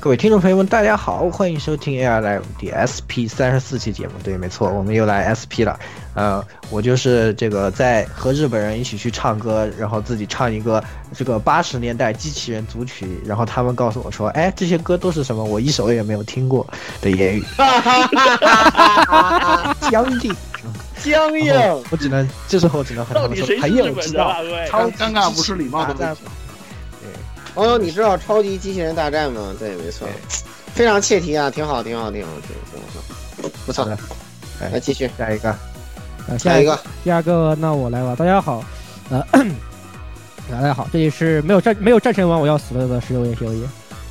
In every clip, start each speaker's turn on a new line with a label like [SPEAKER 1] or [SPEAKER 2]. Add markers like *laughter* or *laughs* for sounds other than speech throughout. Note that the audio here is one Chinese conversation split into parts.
[SPEAKER 1] 各位听众朋友们，大家好，欢迎收听 AR Live 第 SP 三十四期节目。对，没错，我们又来 SP 了。呃，我就是这个在和日本人一起去唱歌，然后自己唱一个这个八十年代机器人组曲，然后他们告诉我说，哎，这些歌都是什么，我一首也没有听过的言语。 *laughs* 僵硬，
[SPEAKER 2] 僵硬，
[SPEAKER 3] 哦
[SPEAKER 1] 我只能这时候只能很
[SPEAKER 2] 哎到
[SPEAKER 1] 他们
[SPEAKER 2] 底
[SPEAKER 1] 说
[SPEAKER 2] 谁，是
[SPEAKER 1] 朋
[SPEAKER 2] 日
[SPEAKER 1] 友
[SPEAKER 2] 本
[SPEAKER 1] 知
[SPEAKER 2] 的
[SPEAKER 1] 道
[SPEAKER 2] 啊？。各位，
[SPEAKER 1] 超级
[SPEAKER 4] 尴尬不是礼貌的
[SPEAKER 1] 大战
[SPEAKER 4] 问题。
[SPEAKER 3] 哦，你知道《超级机器人大战》吗？对，没错，非常切题啊，挺好，挺好，挺好，挺好，挺好，不错。
[SPEAKER 1] 哎
[SPEAKER 3] 来继续，
[SPEAKER 1] 下一个，
[SPEAKER 5] 啊，
[SPEAKER 3] 下一个，
[SPEAKER 5] 第二个，那我来吧。大家好，呃， *clears throat* 咳大家好，这里是没有战没有战神王，我要死了的十六夜十六夜。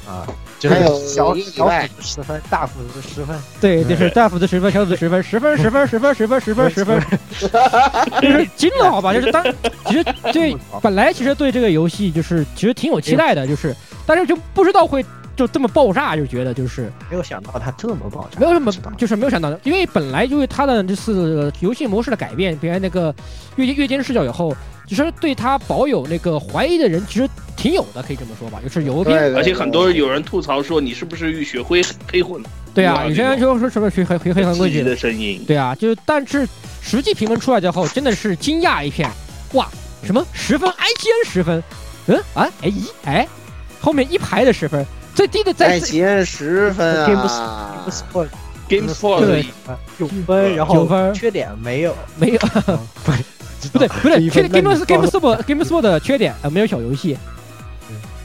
[SPEAKER 1] 啊，
[SPEAKER 5] 就是
[SPEAKER 3] 还有
[SPEAKER 1] 小
[SPEAKER 3] 一个礼
[SPEAKER 1] 小
[SPEAKER 3] 拜
[SPEAKER 1] 斧，子十分，大斧子十分，
[SPEAKER 5] 对，就是大斧子十分，小斧子十分，十分，十分，十分，十分，十分，十分，就是惊了，好吧？就是当其实对，本来其实对这个游戏就是其实挺有期待的，就是但是就不知道会就这么爆炸，就觉得就是
[SPEAKER 1] 没有想到他这么爆炸，
[SPEAKER 5] 没有什么
[SPEAKER 1] 知道，
[SPEAKER 5] 就是没有想到的，因为本来因为它的这次游戏模式的改变，比如那个月月间视角以后，其实对它保有那个怀疑的人其实挺有的，可以这么说吧，就是有
[SPEAKER 3] 对
[SPEAKER 5] 边
[SPEAKER 3] 对
[SPEAKER 2] 而且很多有人吐槽说你是不是学会黑混了？
[SPEAKER 5] 对啊，有些人就说什么学黑黑黑行规
[SPEAKER 2] 自己
[SPEAKER 5] 矩
[SPEAKER 2] 的声音，
[SPEAKER 5] 对啊，就是但是实际评分出来之后，真的是惊讶一片，哇，什么十分 IGN 十分，嗯啊哎咦哎，后面一排的十分，最低的
[SPEAKER 3] 在
[SPEAKER 5] 在
[SPEAKER 3] 吉恩十分
[SPEAKER 1] 并不是
[SPEAKER 3] 啊
[SPEAKER 1] 不，错，
[SPEAKER 2] GameSpot
[SPEAKER 5] 对
[SPEAKER 1] 九分，然
[SPEAKER 5] 九
[SPEAKER 1] 后
[SPEAKER 5] 分
[SPEAKER 1] 缺点没 *laughs* 有，
[SPEAKER 5] 没有。不
[SPEAKER 1] *laughs*
[SPEAKER 5] 对，不
[SPEAKER 1] 一分
[SPEAKER 5] 对缺，Game
[SPEAKER 1] 那
[SPEAKER 5] Game Game Sport Game Sport 的缺点呃没有小游戏，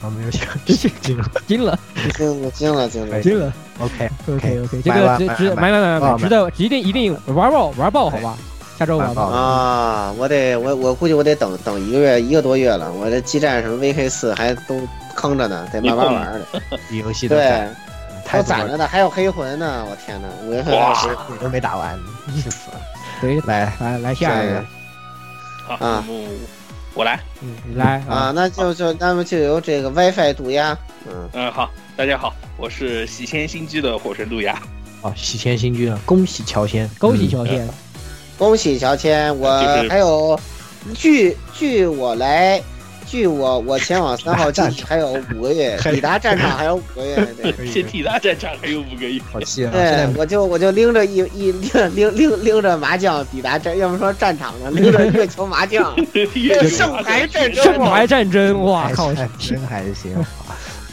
[SPEAKER 1] 啊，没有想， *laughs* 这个
[SPEAKER 5] 惊了
[SPEAKER 3] 惊了，惊了，惊了
[SPEAKER 1] 哎！
[SPEAKER 5] 惊了
[SPEAKER 1] OK，
[SPEAKER 5] ，OK OK，这
[SPEAKER 1] 买吧
[SPEAKER 5] 个值
[SPEAKER 1] 买
[SPEAKER 5] 值
[SPEAKER 1] 买
[SPEAKER 5] 买买买
[SPEAKER 1] 买
[SPEAKER 5] 买，值得一定一定玩爆玩爆好吧，下周玩
[SPEAKER 1] 买爆
[SPEAKER 5] 爆，
[SPEAKER 3] 啊，我得我我估计我得等等一个月一个多月了，我这基站什么 VK 四还都坑着呢，得慢慢玩的。
[SPEAKER 1] 游戏的
[SPEAKER 3] 对，
[SPEAKER 1] 太
[SPEAKER 3] 都
[SPEAKER 1] 多
[SPEAKER 3] 攒
[SPEAKER 1] 了，
[SPEAKER 3] 着呢，还有黑魂呢，我天哪，五月份
[SPEAKER 2] 哇
[SPEAKER 3] 还有
[SPEAKER 1] 你都没打完，
[SPEAKER 5] 嗯
[SPEAKER 1] 气死了。
[SPEAKER 5] 对，
[SPEAKER 1] 来，
[SPEAKER 5] 来来下
[SPEAKER 3] 下
[SPEAKER 5] 一
[SPEAKER 3] 一
[SPEAKER 5] 个
[SPEAKER 3] 个，
[SPEAKER 2] 好，
[SPEAKER 3] 啊
[SPEAKER 2] 我我来，
[SPEAKER 5] 嗯，你来
[SPEAKER 3] 啊，，那就就那么就由这个 WiFi 渡鸦，嗯，
[SPEAKER 2] 嗯，好，大家好，我是喜仙新居的火神路亚，
[SPEAKER 1] 哦，喜前新君啊，恭喜乔仙，
[SPEAKER 5] 恭喜小天，
[SPEAKER 3] 恭喜乔迁，我
[SPEAKER 2] 就是
[SPEAKER 3] 还有，据据我来，据我我前往三 *laughs* 号基地还有啊五个月，抵达战场还有五个月， *laughs* 对。
[SPEAKER 1] 可以
[SPEAKER 2] 先替他战场还有五个月，
[SPEAKER 1] 嗯好气啊！现在
[SPEAKER 3] 对，我就我就拎着一一拎拎拎拎着麻将抵达战，要不说战场呢，拎着月球麻 *laughs* 将，
[SPEAKER 2] 越
[SPEAKER 3] 上台战争
[SPEAKER 5] 圣牌战争，哇
[SPEAKER 1] 还
[SPEAKER 5] 靠，
[SPEAKER 1] 还真还行，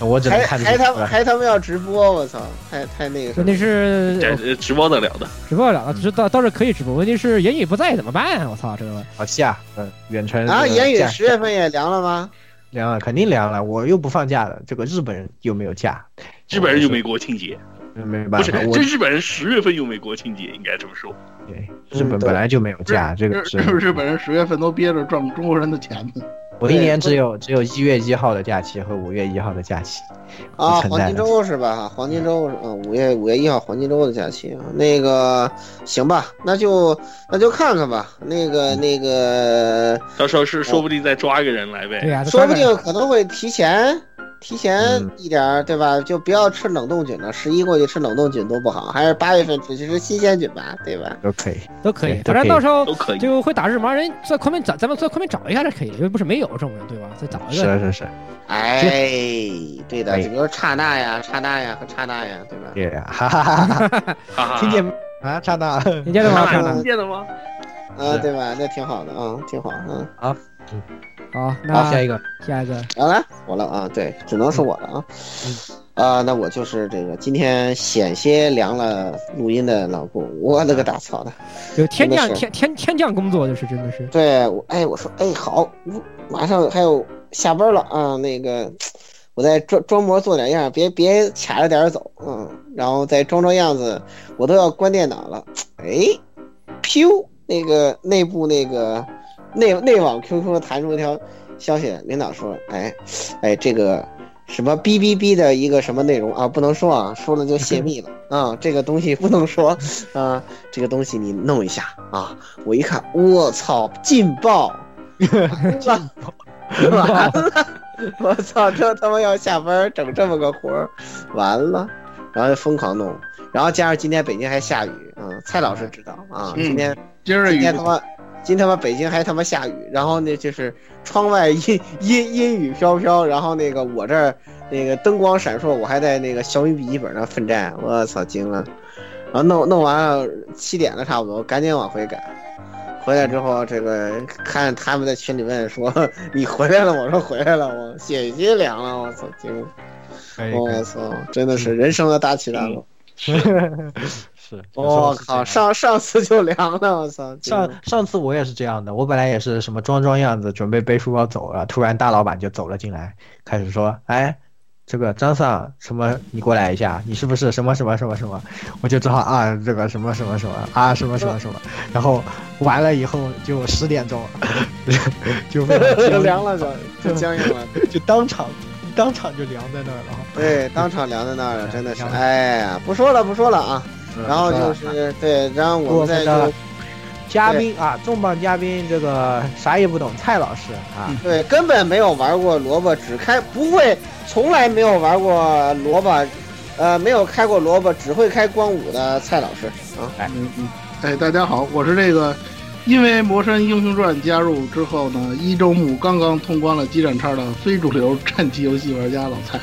[SPEAKER 1] 我只能
[SPEAKER 3] 还
[SPEAKER 1] 看
[SPEAKER 3] 还
[SPEAKER 1] 啊
[SPEAKER 3] 他
[SPEAKER 1] 出
[SPEAKER 3] 们
[SPEAKER 1] 来。
[SPEAKER 3] 还他们要直播，我操，太太那个什么
[SPEAKER 5] 问题是哦
[SPEAKER 2] 这这直播得了的，
[SPEAKER 5] 直播不
[SPEAKER 3] 嗯
[SPEAKER 5] 了，直倒倒是可以直播，问题是言语不在怎么办啊？我操，这个
[SPEAKER 1] 好下，嗯，远程
[SPEAKER 3] 啊，
[SPEAKER 1] 这个
[SPEAKER 3] 言语
[SPEAKER 1] 假
[SPEAKER 3] 十月份也凉了吗？
[SPEAKER 1] 凉了，肯定凉了，我又不放假了，这个日本人又没有假，
[SPEAKER 2] 日本人又没国庆节，
[SPEAKER 1] 没
[SPEAKER 2] 不
[SPEAKER 1] 办
[SPEAKER 2] 是
[SPEAKER 1] 法，，我
[SPEAKER 2] 这日本人十月份又没国庆节，应该这么说，
[SPEAKER 1] 对日本本来就没有假，这个是
[SPEAKER 4] 日日本人十月份都憋着赚中国人的钱呢。
[SPEAKER 1] 我一年只有只有一月一号的假期和五月一号的假期，
[SPEAKER 3] 啊，
[SPEAKER 1] 承
[SPEAKER 3] 黄
[SPEAKER 1] 担
[SPEAKER 3] 金
[SPEAKER 1] 了
[SPEAKER 3] 周是吧？哈，黄金周是啊，五月五月一号黄金周的假期啊。那个行吧，那就那就看看吧。那个那个，
[SPEAKER 2] 到时候是说不定再抓一个人来呗
[SPEAKER 5] 对，呀，这
[SPEAKER 3] 说不
[SPEAKER 5] 抓个
[SPEAKER 3] 定可能会提前，提前一点儿，对吧？就不要吃冷冻菌了，十一过去吃冷冻菌多不好，还是八月份去吃新鲜菌吧，对吧？
[SPEAKER 1] 都可以，
[SPEAKER 5] 都可以，反正到时候就会打日麻，人在昆明咱咱们在昆明找一下是可以的，因为不是没有这种人对吧？再找一
[SPEAKER 1] 是
[SPEAKER 5] 个，
[SPEAKER 1] 是是，
[SPEAKER 3] 哎，对的，就比如刹那呀、刹那呀和刹那呀，对吧？
[SPEAKER 1] 对呀，哈哈哈哈哈哈，听见吗啊，刹那，
[SPEAKER 5] 你见了吗？看了
[SPEAKER 3] 嗯
[SPEAKER 6] 见了吗？
[SPEAKER 3] 啊，对吧？那挺好的啊，挺好，嗯，
[SPEAKER 5] 好，
[SPEAKER 1] 好，
[SPEAKER 5] 那
[SPEAKER 1] 下一个，
[SPEAKER 5] 下一个，
[SPEAKER 3] 好了，我了啊，对，只能是我了啊。啊、那我就是这个今天险些凉了录音的老顾，我勒个大操的！
[SPEAKER 5] 有天降
[SPEAKER 3] 真的是
[SPEAKER 5] 天天天降工作，就是真的是，
[SPEAKER 3] 对，我哎，我说哎好，嗯马上还有下班了啊，那个我再装装模作点样，别别卡着点儿走，嗯，然后再装装样子，我都要关电脑了，哎，噗，那个内部那个内内网 QQ 弹出一条消息，领导说，哎哎这个。什么哔哔哔的一个什么内容啊？不能说啊，说了就泄密了啊！这个东西不能说啊，这个东西你弄一下啊。我一看，我操，劲爆！ *laughs* 完了， *laughs* 我操，这他妈要下班整这么个活儿，完了，然后就疯狂弄，然后加上今天北京还下雨，嗯，蔡老师知道啊，
[SPEAKER 2] 嗯
[SPEAKER 3] 今天
[SPEAKER 2] 今儿
[SPEAKER 3] 今
[SPEAKER 2] 雨
[SPEAKER 3] 天他妈。今他妈北京还他妈下雨，然后呢就是窗外阴阴阴雨飘飘，然后那个我这儿那个灯光闪烁，我还在那个小米笔记本上奋战，我操惊了，然后弄弄完了七点了差不多，赶紧往回赶，回来之后，这个看他们在群里问说你回来了，我说回来了，我血心凉了，我操，惊了，
[SPEAKER 1] 可以
[SPEAKER 2] 哎
[SPEAKER 3] 我操，真的是人生的大起大落，
[SPEAKER 1] 是，
[SPEAKER 2] 嗯
[SPEAKER 3] 我靠，哦上上次就凉了，我操，惊了
[SPEAKER 1] 上上次我也是这样的，我本来也是什么装装样子，准备背书包走了，突然大老板就走了进来，开始说：“哎，这个张尚什么，你过来一下，你是不是什么什么什么什么？”我就只好啊，这个什么什么什么啊，什么什么什么，然后完了以后就十点钟， *laughs* 就非
[SPEAKER 3] *laughs*
[SPEAKER 1] 常
[SPEAKER 3] 啊就
[SPEAKER 1] 僵
[SPEAKER 3] 凉了，就就僵硬了，
[SPEAKER 1] 就当场当场就凉在那儿了。
[SPEAKER 3] 对，当场凉在那儿了，真的是，哎呀，不说了，不说了啊，然后就是对，然后我
[SPEAKER 1] 我
[SPEAKER 3] 们再
[SPEAKER 1] 们
[SPEAKER 3] 就
[SPEAKER 1] 的嘉宾啊，重磅嘉宾这个啥也不懂，蔡老师啊，
[SPEAKER 3] 对，根本没有玩过萝卜，只开不会，从来没有玩过萝卜，呃，没有开过萝卜，只会开光武的蔡老师啊。
[SPEAKER 2] 嗯嗯，哎，大家好，我是这个，因为《魔神英雄传》加入之后呢，一周目刚刚通关了激战叉的非主流战棋游戏玩家老蔡。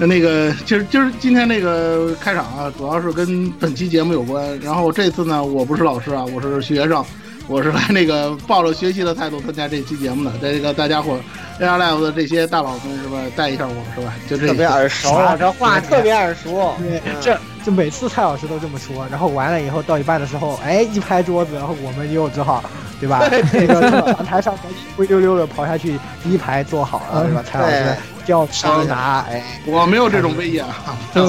[SPEAKER 2] 那那个，其实今儿今天那个开场啊，主要是跟本期节目有关。然后这次呢，我不是老师啊，我是学生，我是来那个抱着学习的态度参加这期节目的。这个大家伙，A R Live 的这些大佬们是吧，带一下我是吧？就这
[SPEAKER 3] 特别耳熟啊，这话特别耳熟。
[SPEAKER 1] 对，这这每次蔡老师都这么说，然后完了以后到一半的时候，哎，一拍桌子，然后我们又只好，对吧？那个从台上灰溜溜的跑下去，第一排坐好了，对吧？蔡老师叫桑拿，哎，
[SPEAKER 2] 我没有这种威严啊， *laughs*
[SPEAKER 5] 就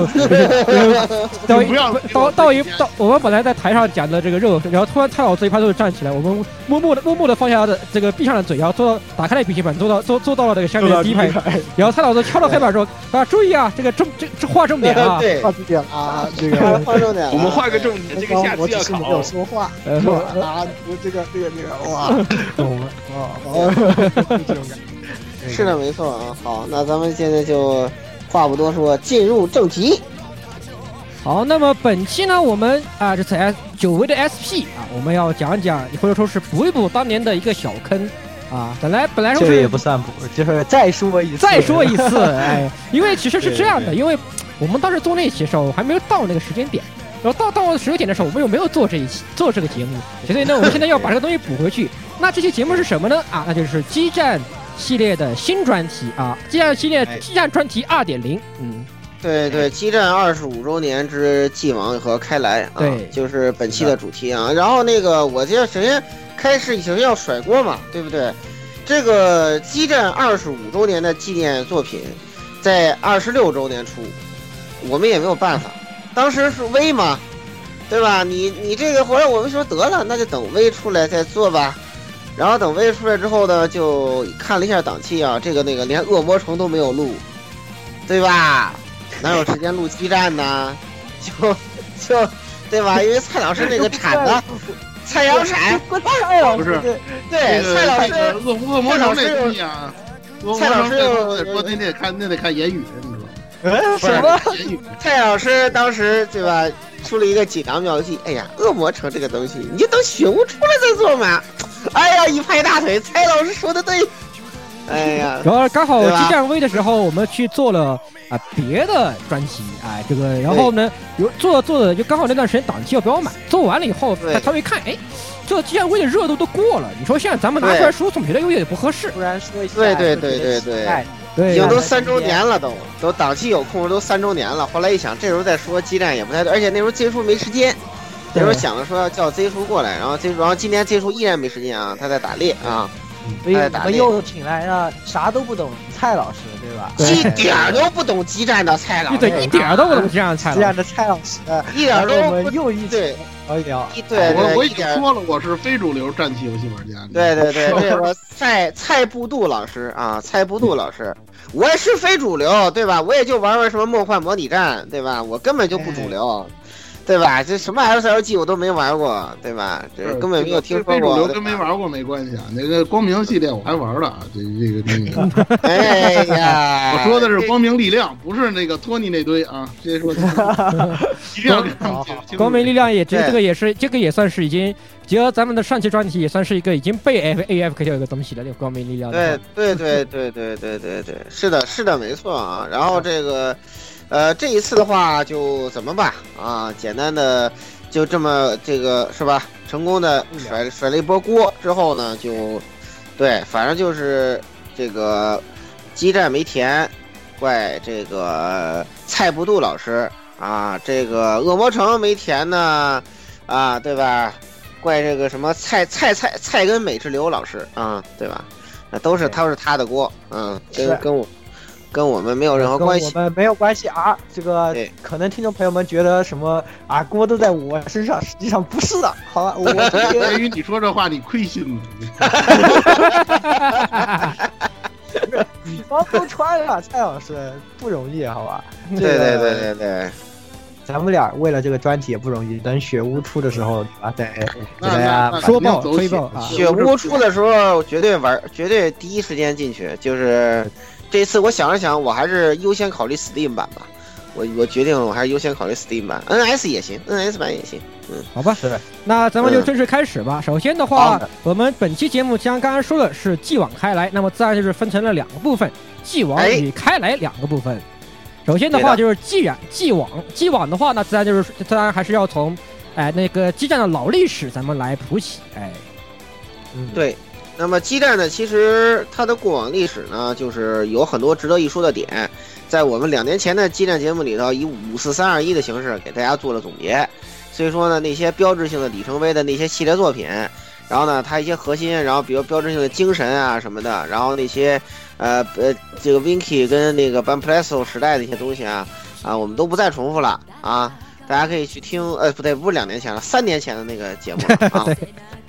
[SPEAKER 5] 到
[SPEAKER 2] 不要
[SPEAKER 5] 到到一到我们本来在台上讲的这个肉，然后突然蔡老师一拍桌子站起来，我们默默的默默的放下的这个闭上了嘴，然后坐到打开了笔记本，坐到坐坐到了这个下面的第一排，然后蔡老师敲了黑板说：“啊，注意啊，这个重这这划重点啊。”
[SPEAKER 3] *laughs* 对，
[SPEAKER 1] 到这点啊， *laughs* 这
[SPEAKER 3] 画
[SPEAKER 1] 个。
[SPEAKER 3] 画重点。啊
[SPEAKER 6] 我们画个重点，这个下
[SPEAKER 1] 我
[SPEAKER 6] 期
[SPEAKER 1] 只
[SPEAKER 6] 要
[SPEAKER 1] 是没有
[SPEAKER 6] 考。哦
[SPEAKER 1] 说话
[SPEAKER 5] 呃，
[SPEAKER 1] 啊，我这个这个这个，
[SPEAKER 5] *laughs*
[SPEAKER 1] 哇，懂了，哦， *laughs* 这种感觉
[SPEAKER 3] 是的，没错啊。好，那咱们现在就话不多说，进入正题。
[SPEAKER 5] 好，那么本期呢，我们啊，这次 S 久违的 SP 啊，我们要讲一讲，或者说是补一补当年的一个小坑啊。本来本来说
[SPEAKER 1] 这个也
[SPEAKER 5] 是
[SPEAKER 1] 不算补，就是再说一次，
[SPEAKER 5] 再
[SPEAKER 1] *laughs*
[SPEAKER 5] 说一次，哎，因为其实是这样的，
[SPEAKER 1] 对
[SPEAKER 5] 因为我们当时做那一期的时候还没有到那个时间点，然后到到时间点的时候，我们又没有做这一期做这个节目，所以呢，我们现在要把这个东西补回去。那这期节目是什么呢？啊，那就是激战系列的新专题啊，激战系列
[SPEAKER 1] 哎
[SPEAKER 5] 激战专题二点零，嗯，
[SPEAKER 3] 对对，激战二十五周年之既往和开来啊，
[SPEAKER 5] 对
[SPEAKER 3] 就是本期的主题啊。然后那个，我这首先开始首先要甩锅嘛，对不对？这个激战二十五周年的纪念作品，在二十六周年出，我们也没有办法，当时是微嘛，对吧？你你这个活儿，我们说得了，那就等微出来再做吧。然后等微出来之后呢，就看了一下档期啊，这个那个连恶魔城都没有录，对吧？哪有时间录激战呢？就就对吧？因为蔡老师那个铲子，蔡阳铲，
[SPEAKER 2] 不是
[SPEAKER 3] 对
[SPEAKER 2] 这个
[SPEAKER 3] 蔡老
[SPEAKER 2] 这个
[SPEAKER 3] 师，
[SPEAKER 2] 恶魔恶魔城那东西啊，
[SPEAKER 7] 我
[SPEAKER 3] 蔡老师
[SPEAKER 7] 我得说，那得看那得看言语，你知道吗？
[SPEAKER 3] 嗯，什么？蔡老师当时对吧，出了一个锦囊妙计，哎呀，恶魔城这个东西，你就等醒悟出来再做嘛。哎呀，一拍大腿，蔡老师说的对。哎呀，
[SPEAKER 5] 然后刚好
[SPEAKER 3] 对吧
[SPEAKER 5] 激战微的时候，我们去做了啊别的专辑，哎，这个然后呢，有做着做着就刚好那段时间档期要不要买，做完了以后，他他们一看，哎，这激战微的热度都过了，你说现在咱们拿出来
[SPEAKER 3] 对
[SPEAKER 5] 说，总觉得有点不合适。
[SPEAKER 1] 突然说一下，
[SPEAKER 3] 对对对对
[SPEAKER 1] 哎
[SPEAKER 3] 对，
[SPEAKER 5] 对
[SPEAKER 3] 已经都三周年了都，都档期有空都三周年了。后来一想，这时候再说基站也不太对，而且那时候 Z 叔没时间，那时候
[SPEAKER 1] 对
[SPEAKER 3] 想着说要叫 Z 叔过来，然后 Z 叔，然后今年 Z 叔依然没时间啊，他在打猎啊，他
[SPEAKER 1] 所以
[SPEAKER 3] 在
[SPEAKER 1] 我
[SPEAKER 3] 打
[SPEAKER 1] 们
[SPEAKER 3] 猎。
[SPEAKER 1] 又请来了啥都不懂蔡老师，对吧？
[SPEAKER 3] 一点儿都不懂基站的蔡老师，
[SPEAKER 5] 啊对，一点儿都不懂激战蔡
[SPEAKER 1] 这
[SPEAKER 3] 啊
[SPEAKER 1] 样
[SPEAKER 5] 了。
[SPEAKER 1] 的蔡老师，
[SPEAKER 3] 一点儿都不
[SPEAKER 1] 然后我们又一起
[SPEAKER 3] 对
[SPEAKER 1] 聊一聊。
[SPEAKER 3] 对
[SPEAKER 7] 我
[SPEAKER 3] 对
[SPEAKER 7] 我已
[SPEAKER 3] 一
[SPEAKER 7] 经
[SPEAKER 3] 点
[SPEAKER 7] 说了，我是非主流战棋游戏玩家。
[SPEAKER 3] *laughs* 对对对，这个蔡蔡布杜老师
[SPEAKER 7] *laughs*
[SPEAKER 3] 啊，蔡布杜老师，我也是非主流，对吧？我也就玩玩什么梦幻模拟战，对吧？我根本就
[SPEAKER 7] 哎
[SPEAKER 3] 不主流，对吧？这什么 SLG 我都没玩过，对吧？这根本没有听说
[SPEAKER 7] 非主
[SPEAKER 3] 过
[SPEAKER 7] 流。跟没玩过没关系啊。那个光明系列我还玩了，啊这这个这个， *laughs*
[SPEAKER 3] 哎呀，
[SPEAKER 7] 我说的是光明力量，不是那个托尼那堆啊。直接说清楚，一定要给他们解释清楚
[SPEAKER 5] 光明力量也这
[SPEAKER 3] 对
[SPEAKER 5] 这个也是这个也算是已经结合咱们的上期专题，也算是一个已经被 F A F K 掉一个东西了，这个光明力量。
[SPEAKER 3] 对，对对对对对对对，是的，是的，没错啊。然后这个，呃，这一次的话就怎么吧啊，简单的就这么这个是吧？成功的甩甩了一波锅之后呢，就对，反正就是这个激战没填，怪这个蔡不度老师啊，这个恶魔城没填呢，啊，对吧？怪这个什么蔡蔡蔡蔡根美智流老师啊，对吧？那都是都是他的锅，嗯，
[SPEAKER 1] 是
[SPEAKER 3] 跟跟我跟我们没有任何
[SPEAKER 1] 跟
[SPEAKER 3] 关
[SPEAKER 1] 我
[SPEAKER 3] 系。
[SPEAKER 1] 们没有关系啊，这个
[SPEAKER 3] 对
[SPEAKER 1] 可能听众朋友们觉得什么啊锅都在我身上，实际上不是的，好吧，我这边
[SPEAKER 7] 对
[SPEAKER 3] *laughs*
[SPEAKER 7] 于你说这话，你亏心吗？
[SPEAKER 1] 羽毛都穿了，蔡老师不容易，
[SPEAKER 3] *laughs*
[SPEAKER 1] 好吧？
[SPEAKER 3] 对
[SPEAKER 1] 这
[SPEAKER 3] 对
[SPEAKER 1] 个
[SPEAKER 3] 对对对，
[SPEAKER 1] 咱们俩为了这个专题也不容易，等雪屋出的时候啊，再给大
[SPEAKER 7] 那
[SPEAKER 1] 家
[SPEAKER 7] 那
[SPEAKER 5] 说爆
[SPEAKER 7] 肯定走
[SPEAKER 5] 吹
[SPEAKER 7] 血
[SPEAKER 5] 爆啊
[SPEAKER 3] 雪屋出的时候绝对玩，绝对第一时间进去。就是这次我想了想，我还是优先考虑 Steam 版吧。我我决定，我还是优先考虑 Steam 版，NS 也行，NS 版也行。
[SPEAKER 5] 好吧，
[SPEAKER 1] 是
[SPEAKER 5] 那咱们就正式开始
[SPEAKER 3] 嗯
[SPEAKER 5] 吧。首先的话，我们本期节目像刚刚说的是继往开来，那么自然就是分成了两个部分，继往
[SPEAKER 3] 哎
[SPEAKER 5] 与开来两个部分。首先的话
[SPEAKER 3] 对的
[SPEAKER 5] 就是既然既往既往的话，那自然就是自然还是要从，哎那个激战的老历史咱们来谱起，哎，
[SPEAKER 3] 对，那么基站呢，其实它的过往历史呢，就是有很多值得一说的点，在我们两年前的基站节目里头，以五四三二一的形式给大家做了总结。所以说呢，那些标志性的里程碑的那些系列作品，然后呢，它一些核心，然后比如标志性的精神啊什么的，然后那些呃呃，这个 Vinky 跟那个 b a n p l e s o 时代的一些东西啊啊，我们都不再重复了啊。大家可以去听，呃，不对，不是两年前了，三年前的那个节目了啊。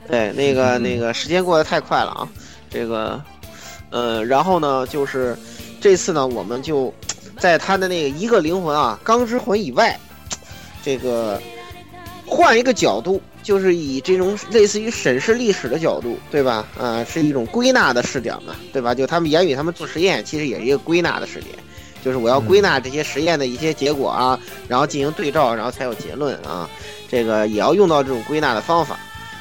[SPEAKER 3] 对，那个那个时间过得太快了啊，这个，呃，然后呢，就是这次呢，我们就在他的那个一个灵魂啊，钢之魂以外，这个换一个角度，就是以这种类似于审视历史的角度，对吧？啊、是一种归纳的视角嘛，对吧？就他们言语，他们做实验，其实也是一个归纳的视点，就是我要归纳这些实验的一些结果啊，然后进行对照，然后才有结论啊。这个也要用到这种归纳的方法。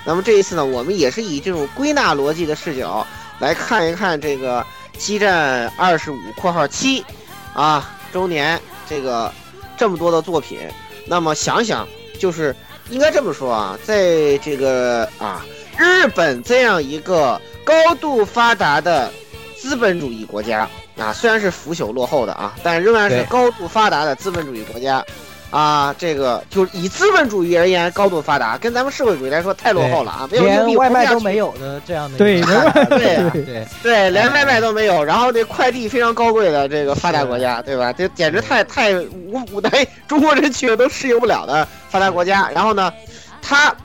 [SPEAKER 3] 那么这一次呢，我们也是以这种归纳逻辑的视角来看一看这个激战二十五（括号七）啊周年这个这么多的作品。那么想想，就是应该这么说啊，在这个啊日本这样一个高度发达的资本主义国家啊，虽然是腐朽落后的啊，但仍然是
[SPEAKER 1] 对
[SPEAKER 3] 高度发达的资本主义国家。啊，这个就是以资本主义而言高度发达，跟咱们社会主义来说太落后了啊，没有硬
[SPEAKER 1] 连
[SPEAKER 3] 币
[SPEAKER 1] 外
[SPEAKER 3] 活不
[SPEAKER 1] 卖
[SPEAKER 3] 下
[SPEAKER 1] 都
[SPEAKER 3] 去
[SPEAKER 1] 没有的这样的
[SPEAKER 5] 对
[SPEAKER 1] 一个
[SPEAKER 5] 连外
[SPEAKER 1] 对啊
[SPEAKER 5] 对
[SPEAKER 1] 对，
[SPEAKER 3] 对，连外卖都没有，然后这快递非常高贵的这个发达国家，对吧？这简直太太无无奈中国人去了都适应不了的发达国家。然后呢，它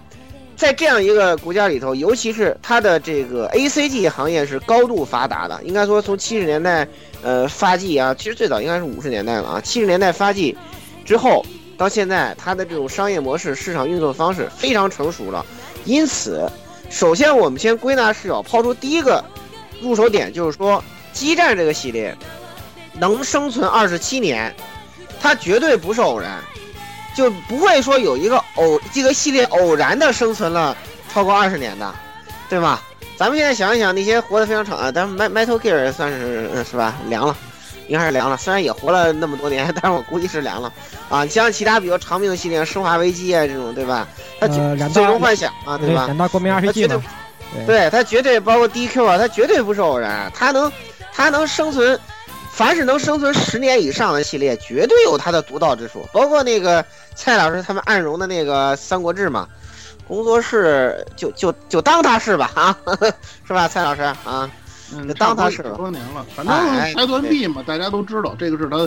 [SPEAKER 3] 在这样一个国家里头，尤其是它的这个 ACG 行业是高度发达的，应该说从七十年代呃发迹啊，其实最早应该是五十年代了啊，七十年代发迹之后到现在，它的这种商业模式、市场运作方式非常成熟了，因此。首先，我们先归纳视角，抛出第一个入手点就是说，激战这个系列能生存二十七年，它绝对不是偶然，就不会说有一个偶这个系列偶然的生存了超过二十年的，对吗？咱们现在想一想，那些活得非常长啊，但是 Metal Gear 算是呃是吧凉了，应该是凉了。虽然也活了那么多年，但是我估计是凉了啊。像其他比如长命的系列，《生化危机》啊这种，对吧？它绝、
[SPEAKER 5] 呃，两大
[SPEAKER 3] 最终幻想啊，
[SPEAKER 5] 对
[SPEAKER 3] 吧？
[SPEAKER 5] 两大国民
[SPEAKER 3] 它
[SPEAKER 5] RPG
[SPEAKER 3] 绝对
[SPEAKER 5] 嘛，
[SPEAKER 3] 对它绝对包括 DQ 啊，它绝对不是偶然，它能它能生存，凡是能生存十年以上的系列，绝对有它的独到之处。包括那个蔡老师他们暗荣的那个《三国志》嘛，工作室就就就当它是吧啊， *laughs* 是吧，蔡老师啊，
[SPEAKER 8] 嗯
[SPEAKER 3] 就当它是
[SPEAKER 8] 差
[SPEAKER 3] 吧
[SPEAKER 8] 不多有十多年了，反
[SPEAKER 3] 哎
[SPEAKER 8] 正财团币嘛，大家都知道，这个是它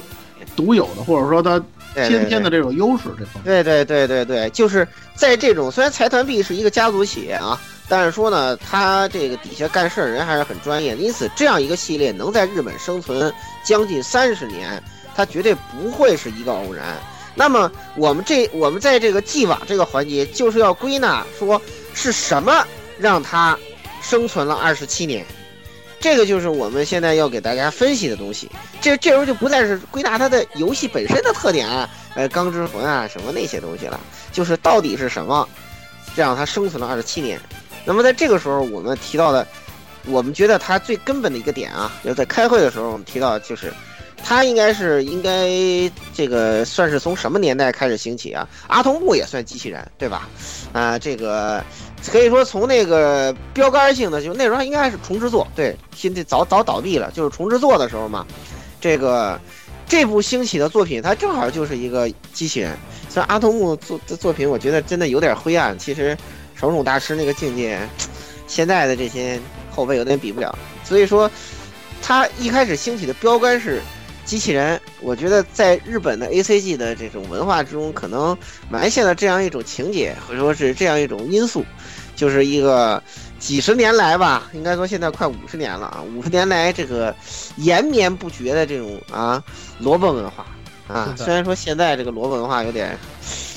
[SPEAKER 8] 独有的，或者说它
[SPEAKER 3] 对对
[SPEAKER 8] 先天的这种优势，这方面。
[SPEAKER 3] 对对对对对，就是在这种虽然财团币是一个家族企业啊，但是说呢，他这个底下干事儿人还是很专业的，因此这样一个系列能在日本生存将近三十年，它绝对不会是一个偶然。那么我们这我们在这个既往这个环节，就是要归纳说是什么让它生存了二十七年。这个就是我们现在要给大家分析的东西。这这时候就不再是归纳它的游戏本身的特点啊，呃，钢之魂啊什么那些东西了，就是到底是什么让它生存了二十七年。那么在这个时候，我们提到的，我们觉得它最根本的一个点啊，就在开会的时候我们提到的就是。它应该是应该这个算是从什么年代开始兴起啊？阿童木也算机器人对吧？啊、这个可以说从那个标杆性的，就那时候它应该是重制作，对，现在早早倒闭了，就是重制作的时候嘛。这个这部兴起的作品，它正好就是一个机器人。虽然阿童木作的作品，我觉得真的有点灰暗，其实手冢大师那个境界，现在的这些后辈有点比不了。所以说，它一开始兴起的标杆是机器人，我觉得在日本的 A C G 的这种文化之中，可能埋下了这样一种情节，或者说是这样一种因素，就是一个几十年来吧，应该说现在快五十年了啊，五十年来这个延绵不绝的这种啊萝卜文化啊，
[SPEAKER 1] 是的
[SPEAKER 3] 虽然说现在这个萝卜文化有点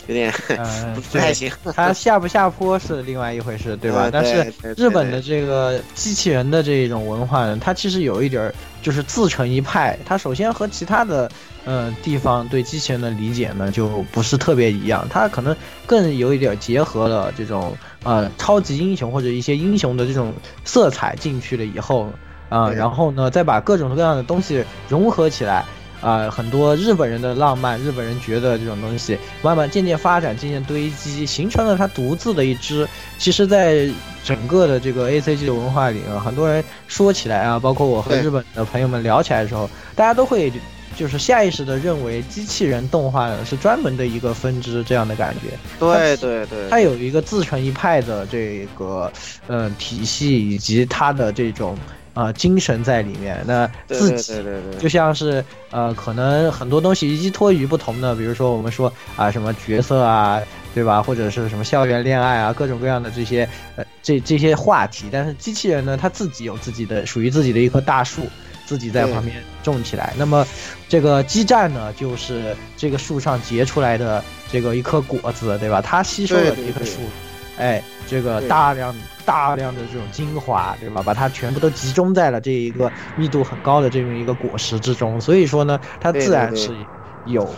[SPEAKER 3] 有点 *laughs*
[SPEAKER 1] 哎
[SPEAKER 3] 不太行， *laughs*
[SPEAKER 1] 它下不下坡是另外一回事，嗯对吧？
[SPEAKER 3] 嗯
[SPEAKER 1] 但是
[SPEAKER 3] 对对
[SPEAKER 1] 日本的这个机器人的这种文化呢，它其实有一点儿就是自成一派。它首先和其他的呃地方对机器人的理解呢，就不是特别一样。它可能更有一点儿结合了这种呃超级英雄或者一些英雄的这种色彩进去了以后啊、
[SPEAKER 3] 对
[SPEAKER 1] 然后呢再把各种各样的东西融合起来。啊、很多日本人的浪漫，日本人觉得这种东西慢慢渐渐发展，渐渐堆积，形成了他独自的一支。其实，在整个的这个 A C G 的文化里啊，很多人说起来啊，包括我和
[SPEAKER 3] 对
[SPEAKER 1] 日本的朋友们聊起来的时候，大家都会就是下意识的认为机器人动画呢是专门的一个分支这样的感觉。
[SPEAKER 3] 对对对，
[SPEAKER 1] 它有一个自成一派的这个嗯、呃体系以及它的这种呃精神在里面。那
[SPEAKER 3] 对
[SPEAKER 1] 自
[SPEAKER 3] 对
[SPEAKER 1] 己
[SPEAKER 3] 对对对
[SPEAKER 1] 就像是呃，可能很多东西依托于不同的，比如说我们说啊、什么角色啊，对吧？或者是什么校园恋爱啊，各种各样的这些呃这这些话题。但是机器人呢，它自己有自己的属于自己的一棵大树，自己在
[SPEAKER 3] 对
[SPEAKER 1] 旁边种起来。那么这个基站呢，就是这个树上结出来的这个一颗果子，对吧？它吸收了
[SPEAKER 3] 对对
[SPEAKER 1] 这棵
[SPEAKER 3] 对
[SPEAKER 1] 树，哎，这个
[SPEAKER 3] 对
[SPEAKER 1] 大量大量的这种精华，对吧？把它全部都集中在了这一个密度很高的这么一个果实之中，所以说呢，它
[SPEAKER 3] 对
[SPEAKER 1] 自
[SPEAKER 3] 对
[SPEAKER 1] 然
[SPEAKER 3] 对
[SPEAKER 1] 是有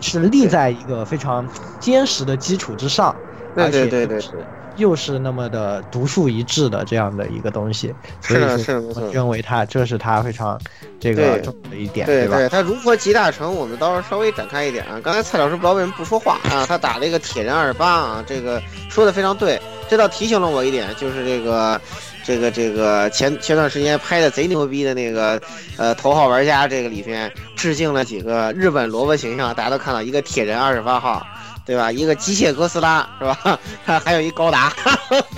[SPEAKER 1] 是立在一个非常坚实的基础之上，
[SPEAKER 3] 对
[SPEAKER 1] 而且
[SPEAKER 3] 对对对
[SPEAKER 1] 又是又是那么的独树一帜的这样的一个东西，所
[SPEAKER 3] 是
[SPEAKER 1] 以
[SPEAKER 3] 的是
[SPEAKER 1] 说
[SPEAKER 3] 的没
[SPEAKER 1] 我
[SPEAKER 3] 错
[SPEAKER 1] 认为它这是它非常这个
[SPEAKER 3] 对
[SPEAKER 1] 重要的一点，
[SPEAKER 3] 对
[SPEAKER 1] 吧？
[SPEAKER 3] 它如何集大成，我们到时候稍微展开一点啊。刚才蔡老师不知道为什么不说话啊，他打了一个铁人二八啊，这个说的非常对，这倒提醒了我一点，就是这个。这个这个前前段时间拍的贼牛逼的那个，呃，头号玩家这个里边致敬了几个日本萝卜形象，大家都看到一个铁人二十八号，对吧？一个机械哥斯拉是吧？ *laughs* 还有一高达，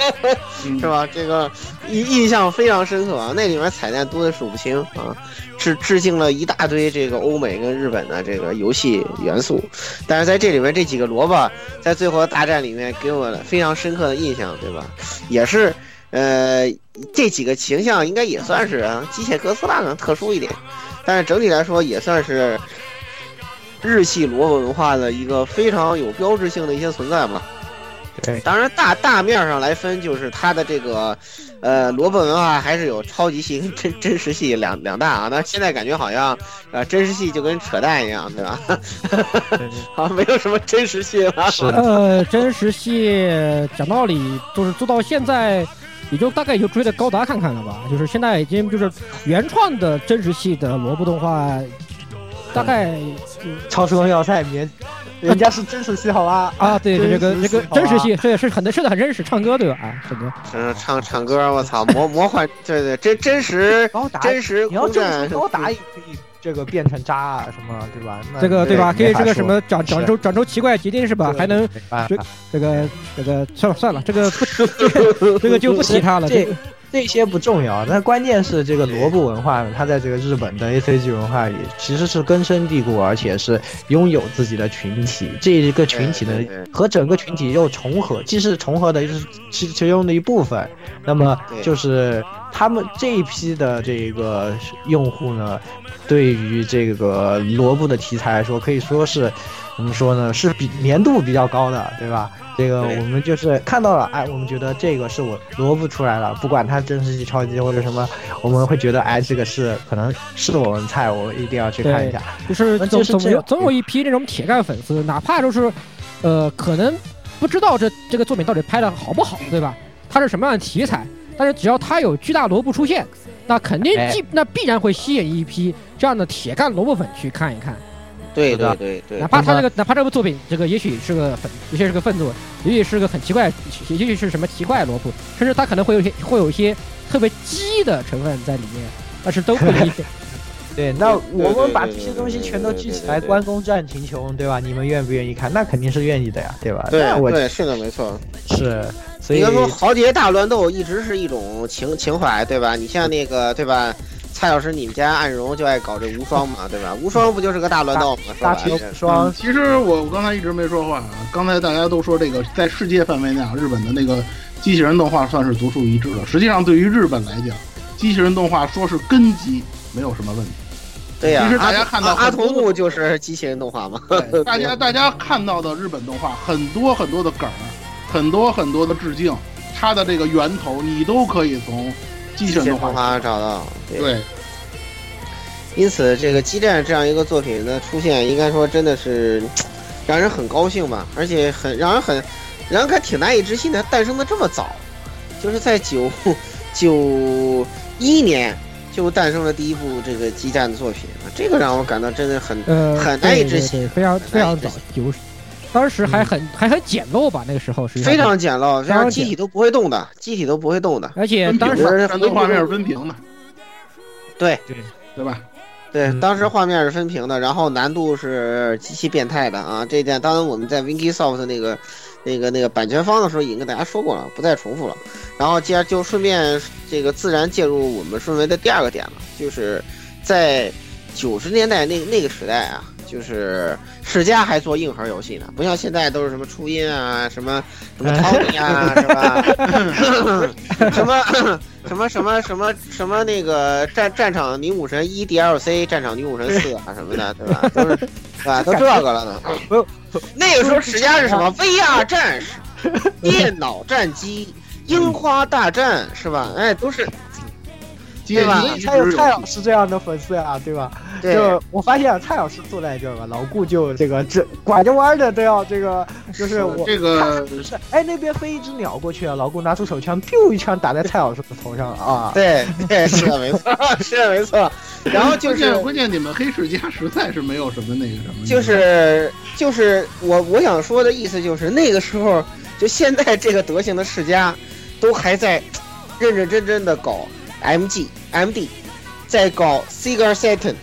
[SPEAKER 3] *laughs* 是吧？这个印印象非常深刻啊，那里面彩蛋多的数不清啊，致致敬了一大堆这个欧美跟日本的这个游戏元素，但是在这里面这几个萝卜在最后的大战里面给我了非常深刻的印象，对吧？也是。呃，这几个形象应该也算是啊，机械哥斯拉可能特殊一点，但是整体来说也算是日系萝卜文化的一个非常有标志性的一些存在吧。
[SPEAKER 1] 对，
[SPEAKER 3] 当然大大面上来分，就是它的这个呃，萝卜文化还是有超级系跟真真实系两两大啊。但是现在感觉好像，呃，真实系就跟扯淡一样，对吧？ *laughs* 好像没有什么真实系了。
[SPEAKER 5] *laughs* 呃，真实系讲道理就是做到现在，也就大概也就追着高达看看了吧。就是现在已经就是原创的真实系的萝卜动画，大概
[SPEAKER 1] 超时空要塞别，人家是真实系好吧？
[SPEAKER 5] 呃啊，对这个这个真实系，
[SPEAKER 1] 系
[SPEAKER 5] 这也是很真，是的很真实，唱歌对吧？啊，唱歌。
[SPEAKER 3] 嗯，唱唱歌，我操， *laughs* 魔魔幻，对对，真真实，真实
[SPEAKER 1] 你要
[SPEAKER 3] 攻
[SPEAKER 1] 这
[SPEAKER 3] 占
[SPEAKER 1] 么说，高达也可以这个变成渣啊什么，对吧？那
[SPEAKER 5] 这个对吧？可以这个什么长长
[SPEAKER 1] 是
[SPEAKER 5] 出长出奇怪结晶是吧？还能这这个这个算了算了，这个不这个就不提它了。这
[SPEAKER 1] 这
[SPEAKER 5] 个
[SPEAKER 1] 这些不重要，但关键是这个萝卜文化，它在这个日本的 A C G 文化里其实是根深蒂固，而且是拥有自己的群体。这一个群体呢
[SPEAKER 3] 对对对，
[SPEAKER 1] 和整个群体又重合，既是重合的，又是其其中的一部分。那么
[SPEAKER 3] 对
[SPEAKER 1] 就是他们这一批的这个用户呢，对于这个萝卜的题材来说，可以说是怎么说呢？是比粘度比较高的，对吧？这个我们就是看到了，哎，我们觉得这个是我萝卜出来了，不管它真实系、超级或者什么，我们会觉得，哎，这个是可能是我们菜，我一定要去看一下。
[SPEAKER 5] 对就是
[SPEAKER 1] 那
[SPEAKER 5] 总
[SPEAKER 1] 就是
[SPEAKER 5] 总
[SPEAKER 1] 这
[SPEAKER 5] 有总有一批那种铁杆粉丝，哪怕就是呃，可能不知道这这个作品到底拍的好不好，对吧？它是什么样的题材？但是只要它有巨大萝卜出现，那肯定
[SPEAKER 3] 哎
[SPEAKER 5] 既那必然会吸引一批这样的铁杆萝卜粉去看一看。
[SPEAKER 3] 对对对对，
[SPEAKER 5] 哪怕他这个，哪怕这部作品，这个也许是个很，也许是个愤怒，也许是个很奇怪，也许是什么奇怪的罗布，甚至他可能会有一些会有一些特别鸡的成分在里面，但是都不理解。
[SPEAKER 1] 对，那我们把这些东西全都聚起来，关公战秦琼，对吧？你们愿不愿意看？那肯定是愿意的呀，对吧？
[SPEAKER 3] 对
[SPEAKER 1] 那我
[SPEAKER 3] 对是的，没错。
[SPEAKER 1] 是，所以
[SPEAKER 3] 应该说豪杰大乱斗一直是一种情情怀，对吧？你像那个对吧？蔡老师，你们家暗荣就爱搞这无双嘛，对吧？无双不就是个大乱斗吗？
[SPEAKER 7] 大
[SPEAKER 3] 说白了
[SPEAKER 7] 大
[SPEAKER 3] 是
[SPEAKER 7] 嗯其实我刚才一直没说话，啊，刚才大家都说这个在世界范围内啊，日本的那个机器人动画算是独树一帜了。实际上，对于日本来讲，机器人动画说是根基没有什么问题。
[SPEAKER 3] 对呀、
[SPEAKER 7] 其实大
[SPEAKER 3] 阿
[SPEAKER 7] 家看到
[SPEAKER 3] 阿阿
[SPEAKER 7] 很多
[SPEAKER 3] 童木就是机器人动画嘛，
[SPEAKER 7] 大家大家看到的日本动画很多很多的梗儿，很多很多的致敬，它的这个源头你都可以从机器人动
[SPEAKER 3] 动
[SPEAKER 7] 画。
[SPEAKER 3] 画找到。
[SPEAKER 7] 对，
[SPEAKER 3] 因此这个激战这样一个作品的出现，应该说真的是让人很高兴吧，而且很让人很让人还挺难以置信，它诞生的这么早，就是在九 *laughs* 九一年。就诞生了第一部这个激战的作品，这个让我感到真的很、
[SPEAKER 5] 呃，
[SPEAKER 3] 很难以置信，
[SPEAKER 5] 对，对对非常非常早，有，当时还很还很简陋吧，那个时候实际
[SPEAKER 3] 嗯
[SPEAKER 5] 上
[SPEAKER 3] 非常简陋，
[SPEAKER 5] 嗯非
[SPEAKER 3] 然后
[SPEAKER 5] 常
[SPEAKER 3] 机
[SPEAKER 5] 简
[SPEAKER 3] 体都不会动的，机体都不会动的，
[SPEAKER 5] 而且当时
[SPEAKER 7] 战斗画面是分屏的，
[SPEAKER 3] 对
[SPEAKER 1] 对
[SPEAKER 7] 对吧？
[SPEAKER 3] 对，当时画面是分屏的，然后难度是极其变态的啊！这一点，当然我们在 Wingisoft 那个、那个、那个版权方的时候已经跟大家说过了，不再重复了。然后，接着就顺便这个自然介入我们顺为的第二个点了，就是在九十年代那那个时代啊，就是世嘉还做硬核游戏呢，不像现在都是什么初音啊、什么什么 Tony 啊，是吧？ *laughs* 什么什么什么什么什么那个战战场女武神一 DLC 战场女武神四啊什么的，对吧？都是啊，都这个了呢。那个时候世嘉是什么 VR 战士、电脑战机、樱花大战是吧？哎，都是
[SPEAKER 1] 对
[SPEAKER 3] 对
[SPEAKER 1] 吧
[SPEAKER 3] 吧？？
[SPEAKER 2] 嗯
[SPEAKER 1] 所以才有蔡老师这样的粉丝啊，对吧？
[SPEAKER 3] 对
[SPEAKER 1] 就我发现啊蔡老师坐在这儿吧，老顾就这个这拐着弯儿的都要这个，就是我
[SPEAKER 7] 这个
[SPEAKER 1] 是哎那边飞一只鸟过去啊，老顾拿出手枪，biu 一枪打在蔡老师的头上啊。
[SPEAKER 3] 对对，是的，没错，是的，没错。然后就
[SPEAKER 7] 关
[SPEAKER 3] 是
[SPEAKER 7] 键关键你们黑世家实在是没有什么那个什么，
[SPEAKER 3] 就是就是我我想说的意思就是那个时候，就现在这个德行的世家，都还在认认真真的搞 MG MD，在搞 Sega Saturn，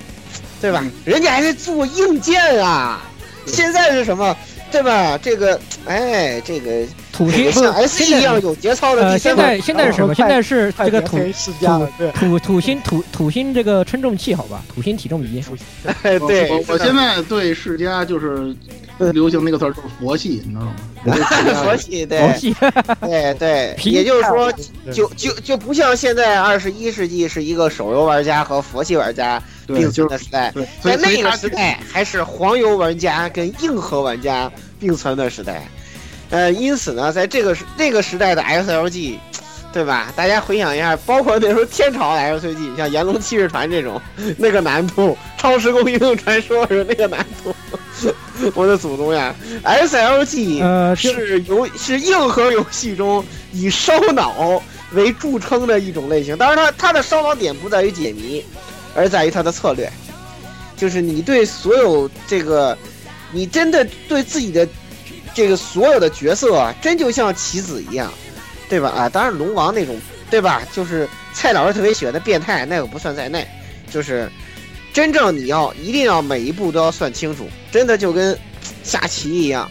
[SPEAKER 3] 对
[SPEAKER 7] 嗯
[SPEAKER 3] 吧？人家还在做硬件啊，现在是什么？对吧？这个，哎，这个
[SPEAKER 5] 土星
[SPEAKER 3] 像 S 一样有节操的
[SPEAKER 5] 呃，
[SPEAKER 3] 第三
[SPEAKER 5] 现
[SPEAKER 3] 方。
[SPEAKER 5] 在现在是什么？现在是这个土
[SPEAKER 1] 太
[SPEAKER 5] 土
[SPEAKER 1] 世家了对
[SPEAKER 5] 土土星土土星这个称重器，好吧，土星体重仪。
[SPEAKER 3] 哎
[SPEAKER 7] 我
[SPEAKER 3] 对
[SPEAKER 7] 哦我我
[SPEAKER 3] 是的
[SPEAKER 7] 现在对世家就是流行那个词儿，就是佛系，你知道吗？ *laughs*
[SPEAKER 3] *laughs* 佛系对，对对，
[SPEAKER 7] 皮
[SPEAKER 3] 也就是说
[SPEAKER 7] 卡，
[SPEAKER 3] 就就就不像现在二十一世纪是一个手游玩家和佛系玩家
[SPEAKER 7] 对
[SPEAKER 3] 并存的时代，
[SPEAKER 7] 所以
[SPEAKER 3] 在
[SPEAKER 7] 所以
[SPEAKER 3] 那个
[SPEAKER 7] 它
[SPEAKER 3] 时代还是黄油玩家跟硬核玩家并存的时代。呃，因此呢，在这个时那个时代的 SLG，对吧？大家回想一下，包括那时候天朝 SG，像《炎龙骑士团》这种，那个难度，《超时空英雄传说》是那个难度。 *laughs* 我的祖宗呀！SLG
[SPEAKER 5] 呃
[SPEAKER 3] 呃 *laughs* 是游是硬核游戏中以烧脑为著称的一种类型。当然它，它它的烧脑点不在于解谜，而在于它的策略，就是你对所有这个，你真的对自己的这个所有的角色啊，真就像棋子一样，对吧？啊，当然龙王那种，对吧？就是蔡老师特别喜欢的变态，那个不算在内，就是。真正你要一定要每一步都要算清楚，真的就跟下棋一样，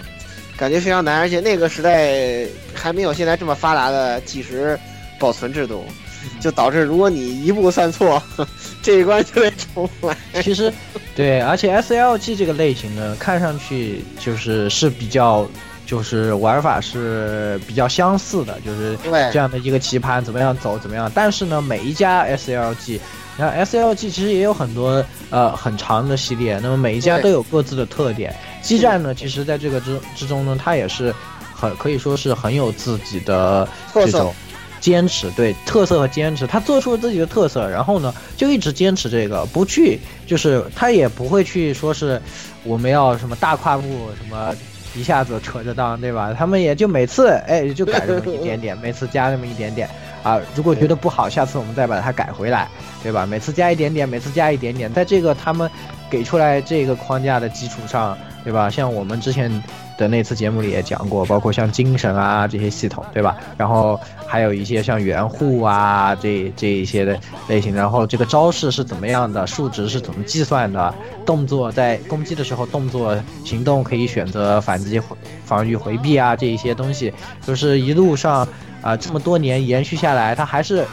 [SPEAKER 3] 感觉非常难。而且那个时代还没有现在这么发达的计时保存制度，
[SPEAKER 5] 嗯
[SPEAKER 3] 就导致如果你一步算错， *laughs* 这一关就得重来。
[SPEAKER 1] *laughs* 其实，对，而且 SLG 这个类型呢，看上去就是是比较。就是玩法是比较相似的，就是这样的一个棋盘怎么样走怎么样。但是呢，每一家 SLG，然后 SLG 其实也有很多呃很长的系列，那么每一家都有各自的特点。激战呢，其实在这个之之中呢，它也是很可以说是很有自己的这种坚持，对特色和坚持，他做出了自己的特色，然后呢就一直坚持这个，不去就是他也不会去说是我们要什么大跨步什么。一下子扯着当，对吧？他们也就每次，哎，就改这么一点点，每次加那么一点点啊。如果觉得不好，下次我们再把它改回来，对吧？每次加一点点，每次加一点点，在这个他们给出来这个框架的基础上，对吧？像我们之前的那次节目里也讲过，包括像精神啊这些系统，对吧？然后还有一些像圆户啊这这一些的类型，然后这个招式是怎么样的，数值是怎么计算的，动作在攻击的时候，动作行动可以选择反。及防御、回避啊，这一些东西，就是一路上啊、呃，这么多年延续下来，它还是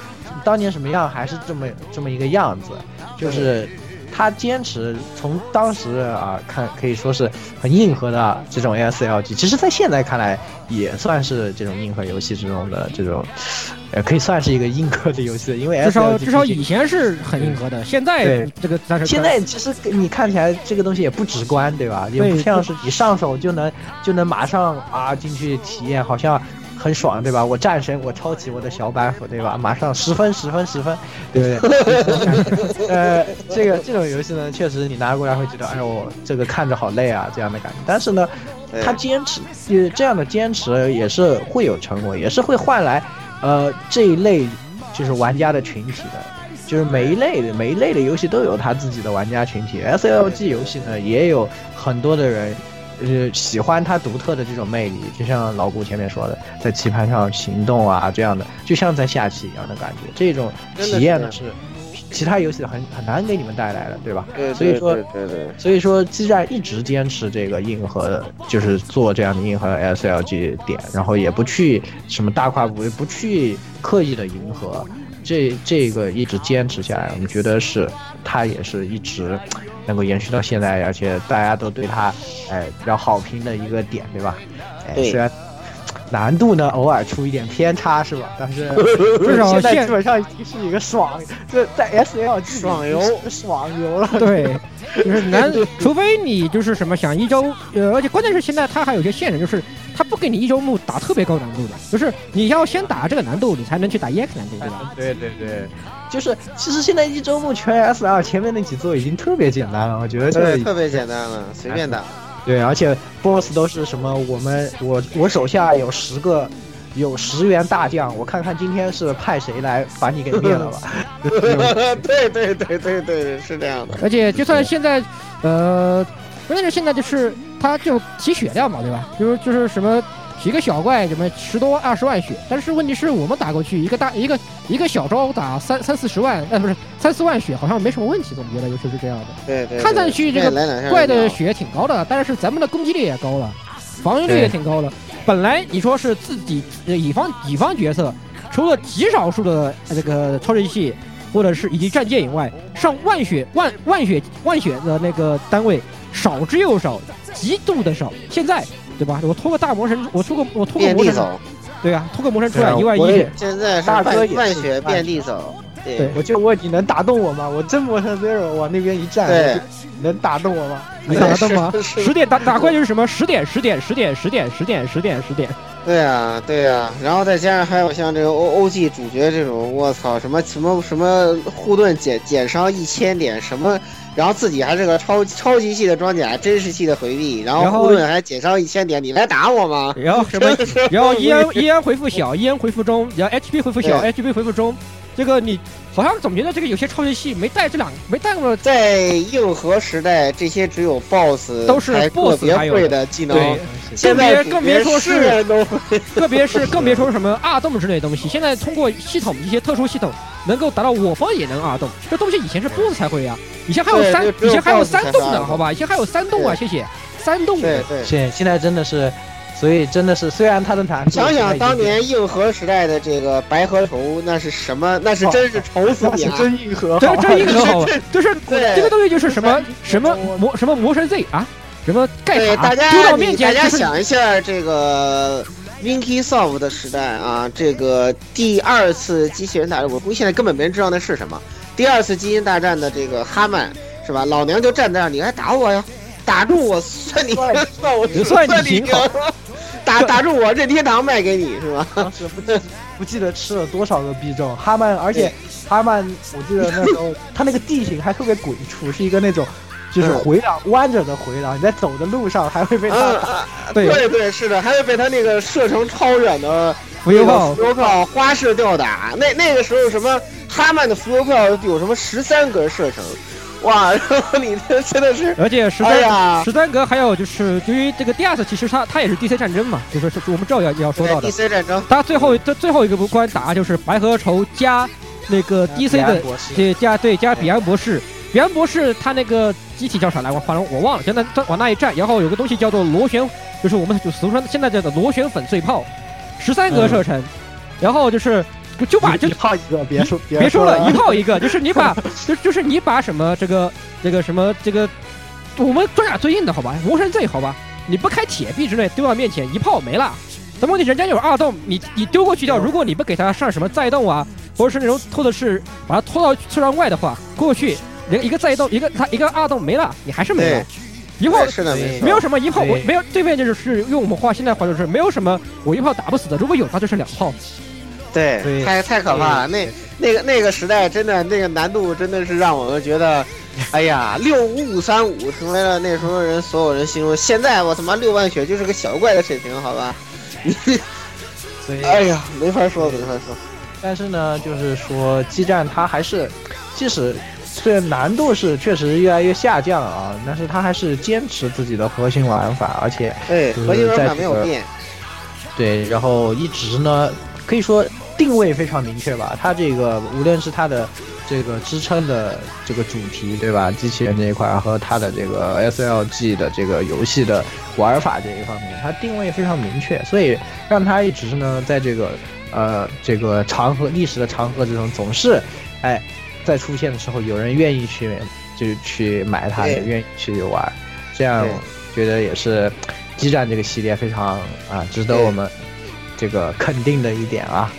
[SPEAKER 1] 当年什么样，还是这么这么一个样子。就是他坚持从当时啊、呃、看，可以说是很硬核的这种 SLG，其实在现在看来也算是这种硬核游戏之中的这种，呃，可以算是一个硬核的游戏，因为
[SPEAKER 5] 至少至少以前是很硬核的，现在这个但是
[SPEAKER 1] *laughs* 现在其实你看起来这个东西也不直观，对吧？也不像是你上手就能就能马上啊进去体验，好像。很爽，对吧？我战神，我抄起我的小板斧，对吧？马上十分，十分，十分，对不对？ *laughs* 呃，这个这种游戏呢，确实你拿过来会觉得，哎呦，这个看着好累啊，这样的感觉。但是呢，
[SPEAKER 3] 哎
[SPEAKER 1] 他坚持，这样的坚持也是会有成果，也是会换来，呃，这一类就是玩家的群体的。就是每一类的每一类的游戏都有他自己的玩家群体，SLG 游戏呢也有很多的人。就是喜欢它独特的这种魅力，就像老顾前面说的，在棋盘上行动啊这样的，就像在下棋一样的感觉。这种体验呢是其他游戏很很难给你们带来的，对吧？
[SPEAKER 3] 对对对
[SPEAKER 1] 所以说，
[SPEAKER 3] 对对。
[SPEAKER 1] 所以说，基站一直坚持这个硬核，就是做这样的硬核 SLG 点，然后也不去什么大跨步，也不去刻意的迎合，这这个一直坚持下来，我们觉得是它也是一直。能够延续到现在，而且大家都对它，哎，比较好评的一个点，对吧？哎，虽然难度呢偶尔出一点偏差是吧？但是
[SPEAKER 5] 至少
[SPEAKER 1] 现在基本上已经是一个爽，这在 S L G
[SPEAKER 3] 爽游
[SPEAKER 1] 爽游了。
[SPEAKER 5] 对，就是难，除非你就是什么想一周，呃，而且关键是现在它还有些限制，就是它不给你一周目打特别高难度的，就是你要先打这个难度，你才能去打 EX 难度，对吧？
[SPEAKER 1] 对对对。就是其实现在一周目全 S L 前面那几座已经特别简单了，我觉得这
[SPEAKER 3] 特别简单了，随便打。
[SPEAKER 1] 对，而且 BOSS 都是什么？我们我我手下有十个，有十员大将，我看看今天是派谁来把你给灭了吧？
[SPEAKER 3] 对 *laughs* 对对对对，是这样的。
[SPEAKER 5] 而且就算现在，呃，关键是现在就是它就提血量嘛，对吧？就是就是什么。一个小怪什么十多二十万血，但是问题是我们打过去一个大一个一个小招打三三四十万，呃不是三四万血好像没什么问题，总觉得就是这样的。
[SPEAKER 3] 对对,对。
[SPEAKER 5] 看上去这
[SPEAKER 3] 哎
[SPEAKER 5] 个怪的血挺高的，但是咱们的攻击力也高了，防御力也挺高了。本来你说是自己呃乙方乙方角色，除了极少数的呃这个超人系或者是以及战舰以外，上万血万万血万血的那个单位少之又少，极度的少。现在。对吧？我拖个大魔神，我拖个我拖个魔神， *laughs* 对啊，拖个魔神
[SPEAKER 1] *laughs*
[SPEAKER 5] 出来一万一。
[SPEAKER 3] 现在
[SPEAKER 1] 大哥
[SPEAKER 3] 万血遍地走。
[SPEAKER 1] 对，我就问你能打动我吗？我真魔神 zero 往那边一站，
[SPEAKER 3] 对，
[SPEAKER 1] 能打动我吗？
[SPEAKER 3] *laughs*
[SPEAKER 5] 能打得动吗？十点打打怪就是什么？十点十点十点十点十点十点十点。
[SPEAKER 3] 对啊，对啊，然后再加上还有像这个 O O G 主角这种，我操，什么什么什么护盾减减伤一千点，什么，然后自己还是个超超级系的装甲，真实系的回避，然
[SPEAKER 5] 然后
[SPEAKER 3] 后护盾还减伤一千点，你来打我吗？，
[SPEAKER 5] 然后什么然后
[SPEAKER 3] *laughs*
[SPEAKER 5] E N E N 回复小，E N 回复中，然后 H P 回复小
[SPEAKER 3] 对
[SPEAKER 5] ，H P 回复中。这个你好像总觉得这个有些超级系没带这两没带过，
[SPEAKER 3] 在硬核时代，这些只有 BOSS
[SPEAKER 5] 都是
[SPEAKER 3] 才特
[SPEAKER 5] BOSS
[SPEAKER 3] 别
[SPEAKER 5] 才有
[SPEAKER 3] 会
[SPEAKER 5] 的
[SPEAKER 3] 技能
[SPEAKER 5] 对，
[SPEAKER 3] 现在
[SPEAKER 5] 更别更别说是
[SPEAKER 3] 主角人都
[SPEAKER 5] *laughs*
[SPEAKER 3] 会
[SPEAKER 5] 特
[SPEAKER 3] *laughs*
[SPEAKER 5] 别是更别说什么二动之类的东西。现在通过系统一些特殊系统，能够达到我方也能二动，这东西以前是 BOSS 才会呀、啊以前还有
[SPEAKER 3] 对
[SPEAKER 5] 三
[SPEAKER 3] 就，只
[SPEAKER 5] 以
[SPEAKER 3] 有
[SPEAKER 5] 前还有
[SPEAKER 3] BOSS
[SPEAKER 5] 三动
[SPEAKER 3] 才
[SPEAKER 5] 呢，
[SPEAKER 3] 会
[SPEAKER 5] 好吧，以前还有三动啊，谢谢，三动
[SPEAKER 3] 对对
[SPEAKER 1] 现现在真的是，所以真的是，虽然他的难度
[SPEAKER 3] 想
[SPEAKER 1] 现在
[SPEAKER 3] 想
[SPEAKER 1] 已经
[SPEAKER 3] 当年硬核时代的这个白河愁，那是什么？那
[SPEAKER 5] 哦
[SPEAKER 3] 是真是愁死
[SPEAKER 5] *laughs*
[SPEAKER 3] 你啊！
[SPEAKER 1] 硬核
[SPEAKER 5] 这这一个好，啊就是
[SPEAKER 3] 对
[SPEAKER 5] 这个东西就是什么什么魔什么魔神 Z 啊，什么盖
[SPEAKER 3] 对大
[SPEAKER 5] 塔丢
[SPEAKER 3] 家，
[SPEAKER 5] 到
[SPEAKER 3] 你
[SPEAKER 5] 面
[SPEAKER 3] 大
[SPEAKER 5] 前
[SPEAKER 3] 家
[SPEAKER 5] 就是
[SPEAKER 3] 想一下这个 Winky Soft 的时代啊，这个第二次机器人大战，我估计现在根本没人知道那是什么。第二次机器人大战的这个哈曼是吧？老娘就站那儿，你来打我呀！打住我，算你算我
[SPEAKER 5] 你算你
[SPEAKER 3] 你
[SPEAKER 5] 挺
[SPEAKER 3] 赢
[SPEAKER 5] 好，
[SPEAKER 3] 打打住我，任天堂卖给你是吧？
[SPEAKER 1] 当时不记
[SPEAKER 3] *laughs*
[SPEAKER 1] 不记得吃了多少个必中，哈曼，而且哈曼，我记得那时候他那个地形还特别鬼畜，是一个那种就是
[SPEAKER 3] 嗯
[SPEAKER 1] 回廊弯着的回廊，你在走的路上还会被他打。
[SPEAKER 5] 对
[SPEAKER 3] 对对，是的，还会被他那个射程超远的
[SPEAKER 5] 浮游炮
[SPEAKER 3] 浮游炮花式吊打。那那个时候什么哈曼的浮游炮有什么十三格射程，哇， *laughs* 然后你这真的是
[SPEAKER 5] 而且十
[SPEAKER 3] 哎呀
[SPEAKER 5] 三十三格还有就是，由于这个第二次其实它它也是 DC 战争嘛，就是是我们这要要说到的
[SPEAKER 3] 对 DC 战争，
[SPEAKER 5] 它最后这最后一个关打就是白河愁加那个
[SPEAKER 3] 嗯
[SPEAKER 5] DC
[SPEAKER 1] 彼岸
[SPEAKER 5] 的
[SPEAKER 1] 博士
[SPEAKER 5] 对加对加比安博士，比安博士他那个机体叫啥来？我反正我忘了，就那他往那一站，然后有个东西叫做螺旋，就是我们就俗称现在叫做螺旋粉碎炮，十三格射程，然后就是就把就
[SPEAKER 1] 一炮一个，别说
[SPEAKER 5] 别说了，一炮
[SPEAKER 1] 一
[SPEAKER 5] 一个，就是你
[SPEAKER 3] *laughs*
[SPEAKER 5] 把，就就是你把什么这个这个什么这个，我们装甲最硬的好吧，魔神 Z 好吧，你不开铁壁之类丢到面前一炮没了。但问题人家有二洞，你你丢过去掉，如果你不给他上什么再动啊，或者是那种拖的是把他拖到车窗外的话，过去连一个再动，一个他一个二洞没了，你还是没了
[SPEAKER 3] 对。
[SPEAKER 5] 一炮
[SPEAKER 3] 是的，没错
[SPEAKER 5] 没有什么一炮，我
[SPEAKER 1] 对
[SPEAKER 5] 没有对面就是是用我们话现在话就是没有什么我一炮打不死的，如果有他就是两炮。
[SPEAKER 3] 对，
[SPEAKER 1] 对
[SPEAKER 3] 太太可怕了。那那个那个时代，真的那个难度真的是让我们觉得，哎呀，六五五三五成为了那时候人所有人心中。现在我他妈六万血就是个小怪的水平，好吧？ *laughs*
[SPEAKER 1] 所以
[SPEAKER 3] 哎呀，没法说，没法说。
[SPEAKER 1] 但是呢，就是说激战它还是，即使虽然难度是确实越来越下降啊，但是它还是坚持自己的核心玩法，而且
[SPEAKER 3] 对，
[SPEAKER 1] 就
[SPEAKER 3] 哎
[SPEAKER 1] 是
[SPEAKER 3] 核心玩
[SPEAKER 1] 在
[SPEAKER 3] 法
[SPEAKER 1] 这
[SPEAKER 3] 没有
[SPEAKER 1] 个
[SPEAKER 3] 变。
[SPEAKER 1] 对，然后一直呢，可以说定位非常明确吧。它这个无论是它的这个支撑的这个主题，对吧？机器人这一块和它的这个 SLG 的这个游戏的玩法这一方面，它定位非常明确，所以让它一直呢在这个呃这个长河历史的长河之中，总是哎在出现的时候，有人愿意去就去买它，
[SPEAKER 3] 对
[SPEAKER 1] 也愿意去玩，这样
[SPEAKER 3] 对
[SPEAKER 1] 我觉得也是呃激战这个系列非常啊值得
[SPEAKER 3] 对
[SPEAKER 1] 我们这个肯定的一点啊，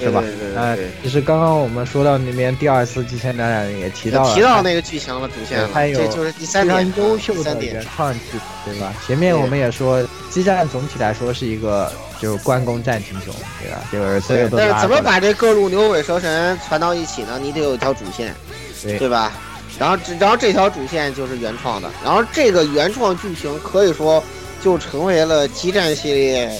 [SPEAKER 1] 是吧
[SPEAKER 3] 对对对？
[SPEAKER 1] 呃
[SPEAKER 3] 对，
[SPEAKER 1] 其实刚刚我们说到那边第二次机器人大战也提到了，
[SPEAKER 3] 提到那个剧情了，主线了，
[SPEAKER 1] 还有
[SPEAKER 3] 这就是第三
[SPEAKER 1] 非
[SPEAKER 3] 点
[SPEAKER 1] 常，优秀
[SPEAKER 3] 第三
[SPEAKER 1] 的
[SPEAKER 3] 点
[SPEAKER 1] 原。创剧本，对吧？前面我们也说，激战总体来说是一个就是关公战秦琼，对吧？就是所有
[SPEAKER 3] 对，
[SPEAKER 1] 都
[SPEAKER 3] 但是
[SPEAKER 1] 拉
[SPEAKER 3] 怎么
[SPEAKER 1] 出来
[SPEAKER 3] 把这各路牛尾蛇神传到一起呢？你得有一条主线，
[SPEAKER 1] 对
[SPEAKER 3] 对吧？然后这，然后这条主线就是原创的，然后这个原创剧情可以说就成为了激战系列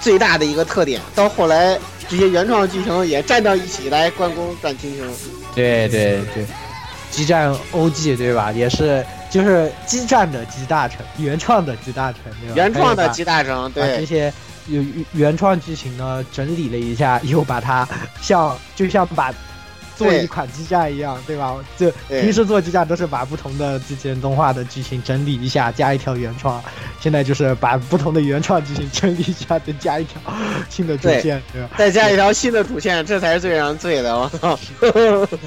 [SPEAKER 3] 最大的一个特点。到后来，这些原创剧情也站到一起来，关公战秦琼。
[SPEAKER 1] 对对对，激战 OG 对吧？也是就是激战的集大成，原创的集大成，对吧？
[SPEAKER 3] 原创的
[SPEAKER 1] 集
[SPEAKER 3] 集大成，
[SPEAKER 1] 把这
[SPEAKER 3] 对，
[SPEAKER 1] 些有原创剧情呢整理了一下，又把它像就像把。做
[SPEAKER 3] 对
[SPEAKER 1] 一款激战一样，对吧？就
[SPEAKER 3] 对
[SPEAKER 1] 平时做激战都是把不同的机器人动画的剧情整理一下，加一条原创。现在就是把不同的原创剧情整理一下，再加一条 *laughs* 新的主
[SPEAKER 3] 对
[SPEAKER 1] 线，对吧？
[SPEAKER 3] 再加一条新的主线，这才是最让人醉的。我操！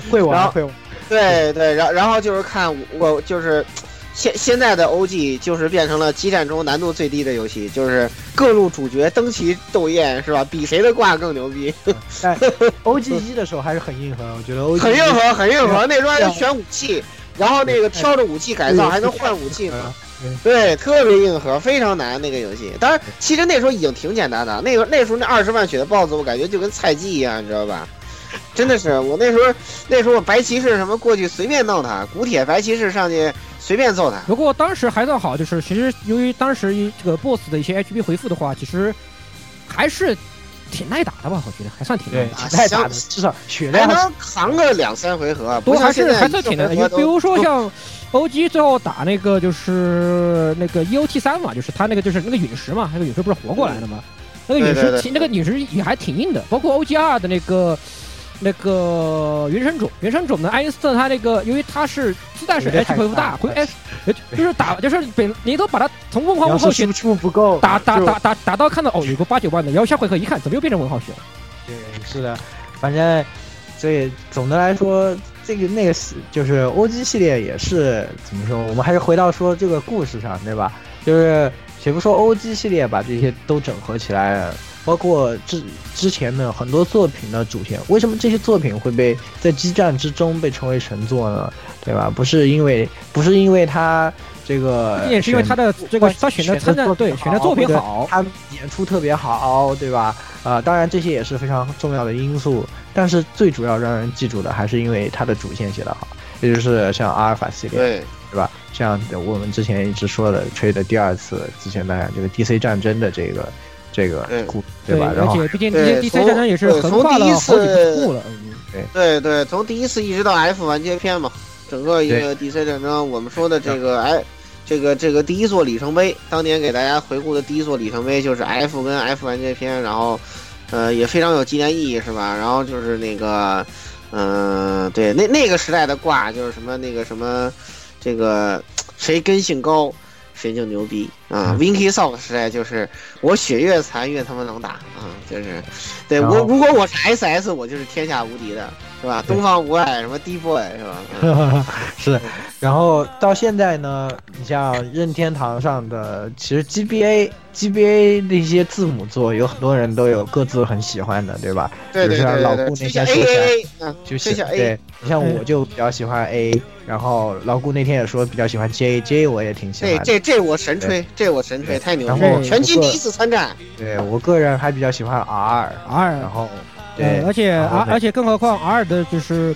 [SPEAKER 1] 会
[SPEAKER 3] 然
[SPEAKER 1] 玩
[SPEAKER 3] 后
[SPEAKER 1] 会玩，
[SPEAKER 3] 对对，然然后就是看我我就是现现在的 OG 就是变成了激战中难度最低的游戏，就是各路主角争奇斗艳是吧？比谁的挂更牛逼，
[SPEAKER 1] 但 O G 一的时候还是很硬核，我觉得 O G
[SPEAKER 3] *laughs* 很硬核很硬核。那时候还
[SPEAKER 1] 对
[SPEAKER 3] 能 *laughs*
[SPEAKER 1] 啊
[SPEAKER 3] 选武器，然后那个挑着武器改造，还能换武器呢。对，特别硬核，非常难那个游戏。当然，其实那时候已经挺简单的，那个那时候那二十万血的 BOSS，我感觉就跟菜鸡一样，你知道吧？真的是，我那时候那时候我白骑士什么过去随便弄他，古铁白骑士上去随便揍他。
[SPEAKER 5] 不过当时还算好，就是其实由于当时一这个 BOSS 的一些 HP 回复的话，其实还是挺耐打的吧，我觉得还算挺耐打，
[SPEAKER 3] 啊
[SPEAKER 5] 挺耐打
[SPEAKER 3] 像
[SPEAKER 5] 的，至少血
[SPEAKER 3] 还
[SPEAKER 5] 量
[SPEAKER 3] 能扛个两三回合，不
[SPEAKER 5] 都还
[SPEAKER 3] 像现
[SPEAKER 5] 是
[SPEAKER 3] 在
[SPEAKER 5] 还算挺难
[SPEAKER 3] 一回
[SPEAKER 5] 的。
[SPEAKER 3] 合
[SPEAKER 5] 就
[SPEAKER 3] 都
[SPEAKER 5] 比如说像 OG 最后打那个就是那个 EOT 三嘛，就是他那个就是那个陨石嘛，那个陨石不是活过来的嘛，那个陨
[SPEAKER 3] 嗯对对
[SPEAKER 5] 石
[SPEAKER 3] 对
[SPEAKER 5] 其那个陨石也还挺硬的，包括 OG 二的那个。那个原生种，原生种的爱因斯坦他那个，由于他是自带是
[SPEAKER 1] 有点太
[SPEAKER 5] H 回复大，
[SPEAKER 3] *laughs*
[SPEAKER 1] 大
[SPEAKER 5] 回 H 就是打就是本你都把他从问号
[SPEAKER 1] 要
[SPEAKER 5] 问
[SPEAKER 1] 是
[SPEAKER 5] 号血
[SPEAKER 1] 输出不够，
[SPEAKER 5] 打打
[SPEAKER 1] 就
[SPEAKER 5] 打打打到看到哦有个八九万的，然后下回合一看怎么又变成问号血了？
[SPEAKER 1] 对，是的，反正这总的来说，这个那个系就是 OG 系列也是怎么说？我们还是回到说这个故事上，对吧？就是且不说 OG 系列把这些都整合起来了，包括之之前的很多作品的主线，为什么这些作品会被在激战之中被称为神作呢？对吧？不是因为不是因为它这个
[SPEAKER 5] 也是因为
[SPEAKER 1] 哎选
[SPEAKER 5] 他的这个他选
[SPEAKER 1] 选
[SPEAKER 5] 的参战对选的作品好，，
[SPEAKER 1] 他演出特别好，对吧？啊、当然这些也是非常重要的因素，但是最主要让人记住的还是因为它的主线写得好，也就是像阿尔法系列，
[SPEAKER 3] 对
[SPEAKER 1] 对吧？像我们之前一直说的吹的第二次之前那样，这个 DC 战争的这个这个故，吧？
[SPEAKER 5] 而
[SPEAKER 1] 然后
[SPEAKER 5] 且毕竟
[SPEAKER 3] 对
[SPEAKER 5] DC
[SPEAKER 3] 从
[SPEAKER 5] 战争也是
[SPEAKER 3] 对
[SPEAKER 5] 横
[SPEAKER 3] 从
[SPEAKER 5] 跨
[SPEAKER 3] 第一
[SPEAKER 5] 了好几
[SPEAKER 3] 次
[SPEAKER 5] 部了，嗯
[SPEAKER 3] 对对，从第一次一直到 F 完结篇嘛，整个一个 DC 战争，我们说的这个哎，这个这个第一座里程碑，当年给大家回顾的第一座里程碑就是 F 跟 F 完结篇，然后呃也非常有纪念意义是吧？然后就是那个嗯、呃对，那那个时代的挂就是什么那个什么这个谁根性高。谁就牛逼
[SPEAKER 1] 嗯
[SPEAKER 3] 啊！Winky Sock 时代就是我血越残越他妈能打啊，就是对
[SPEAKER 1] 然
[SPEAKER 3] 我
[SPEAKER 1] 后
[SPEAKER 3] 如果我是 SS，我就是天下无敌的，是吧？东方无爱，什么 D boy 是
[SPEAKER 5] *laughs*
[SPEAKER 3] 吧？嗯
[SPEAKER 1] *laughs* 是，然后到现在呢，你像任天堂上的，其实 GBA GBA 的一些字母座，有很多人都有各自很喜欢的，对吧？
[SPEAKER 3] 对对
[SPEAKER 1] 比如
[SPEAKER 3] 对
[SPEAKER 1] 像
[SPEAKER 3] 对
[SPEAKER 1] 老
[SPEAKER 3] 对，
[SPEAKER 1] 顾那
[SPEAKER 3] 吹响
[SPEAKER 1] 天说起
[SPEAKER 3] A
[SPEAKER 1] 来
[SPEAKER 3] A 啊，
[SPEAKER 1] 就
[SPEAKER 3] 吹
[SPEAKER 1] 喜
[SPEAKER 3] 响 A，
[SPEAKER 1] 对，你像我就比较喜欢 A，然后老顾那天也说比较喜欢 J，J 我也挺喜欢
[SPEAKER 3] 这
[SPEAKER 1] 的。
[SPEAKER 3] 这这我神吹，这我神吹，太牛逼
[SPEAKER 1] 然
[SPEAKER 3] 了！
[SPEAKER 1] 后
[SPEAKER 3] 全军
[SPEAKER 1] 不
[SPEAKER 3] 第
[SPEAKER 1] 过
[SPEAKER 3] 一次参
[SPEAKER 5] *laughs*
[SPEAKER 3] 战，
[SPEAKER 1] 对我个人还比较喜欢 R，
[SPEAKER 5] R，
[SPEAKER 1] 然后对
[SPEAKER 5] 嗯，，哎而且
[SPEAKER 1] 然后
[SPEAKER 5] 而
[SPEAKER 1] 呢
[SPEAKER 5] 而且更何况 R 的就是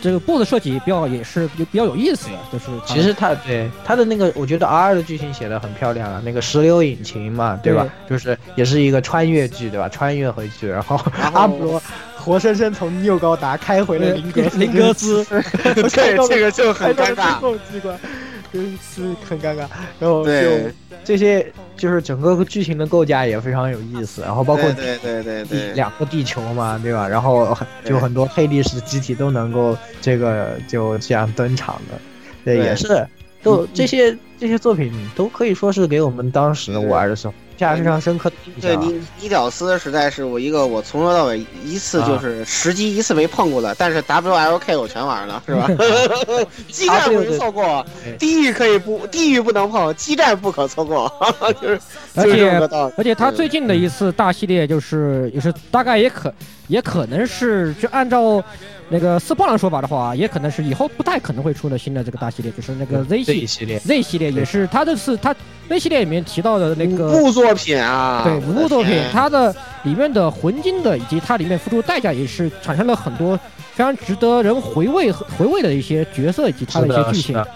[SPEAKER 5] 这个 BOSS 设计比较也是比比较有意思的，就是它
[SPEAKER 1] 其实它对它的那个，我觉得 R 的剧情写的很漂亮啊，那个石榴引擎嘛，对吧？就是也是一个穿越剧，对吧？穿越回去，然后阿姆
[SPEAKER 3] *laughs*
[SPEAKER 1] 罗活生生从纽高达开回了林格斯
[SPEAKER 5] *laughs* 林格斯 *laughs*
[SPEAKER 1] 开到了
[SPEAKER 3] 这个就很
[SPEAKER 1] 开
[SPEAKER 3] 尴
[SPEAKER 1] 到了
[SPEAKER 3] 尬
[SPEAKER 1] 最后机关，就是很尴尬。然后就
[SPEAKER 3] 对
[SPEAKER 1] 这些就是整个剧情的构架也非常有意思，然后包括
[SPEAKER 3] 对对对对对，
[SPEAKER 1] 两个地球嘛，对吧？然后很就很多黑历史机体都能够这个就这样登场的，对，
[SPEAKER 3] 对嗯
[SPEAKER 1] 也是都这些这些作品都可以说是给我们当时玩的时候留下非常深刻的印
[SPEAKER 3] 对
[SPEAKER 1] 象啊。
[SPEAKER 3] 你你屌丝时代是我一个我从头到尾一次
[SPEAKER 5] 啊
[SPEAKER 3] 就是时机一次没碰过的，但是 WLK 我全玩
[SPEAKER 5] 啊
[SPEAKER 3] 了，是
[SPEAKER 1] *laughs*
[SPEAKER 3] 吧？激战不能错过，地狱可以不，地狱不能碰，激战不可错过， *laughs* 就是
[SPEAKER 5] 而
[SPEAKER 3] 就是这
[SPEAKER 5] 且
[SPEAKER 3] 么个道理。
[SPEAKER 5] 而且他最近的一次大系列就是也是大概也可也可能是就按照那个四棒的说法的话，也可能是以后不太可能会出的新的这个大系列，就是那个 Z
[SPEAKER 1] 这
[SPEAKER 5] 系
[SPEAKER 1] 一系列
[SPEAKER 5] Z 系列也是他这次他 Z 系列里面提到的那个
[SPEAKER 3] 五部作品啊，
[SPEAKER 5] 对，
[SPEAKER 3] 我
[SPEAKER 5] 五
[SPEAKER 3] 的
[SPEAKER 5] 部作品
[SPEAKER 3] 天
[SPEAKER 5] 它的里面的魂金的以及它里面付出代价也是产生了很多非常值得人回味和回味的一些角色以及它
[SPEAKER 1] 是
[SPEAKER 5] 一些
[SPEAKER 1] 的，
[SPEAKER 5] 剧
[SPEAKER 1] 是
[SPEAKER 5] 情
[SPEAKER 1] 的。，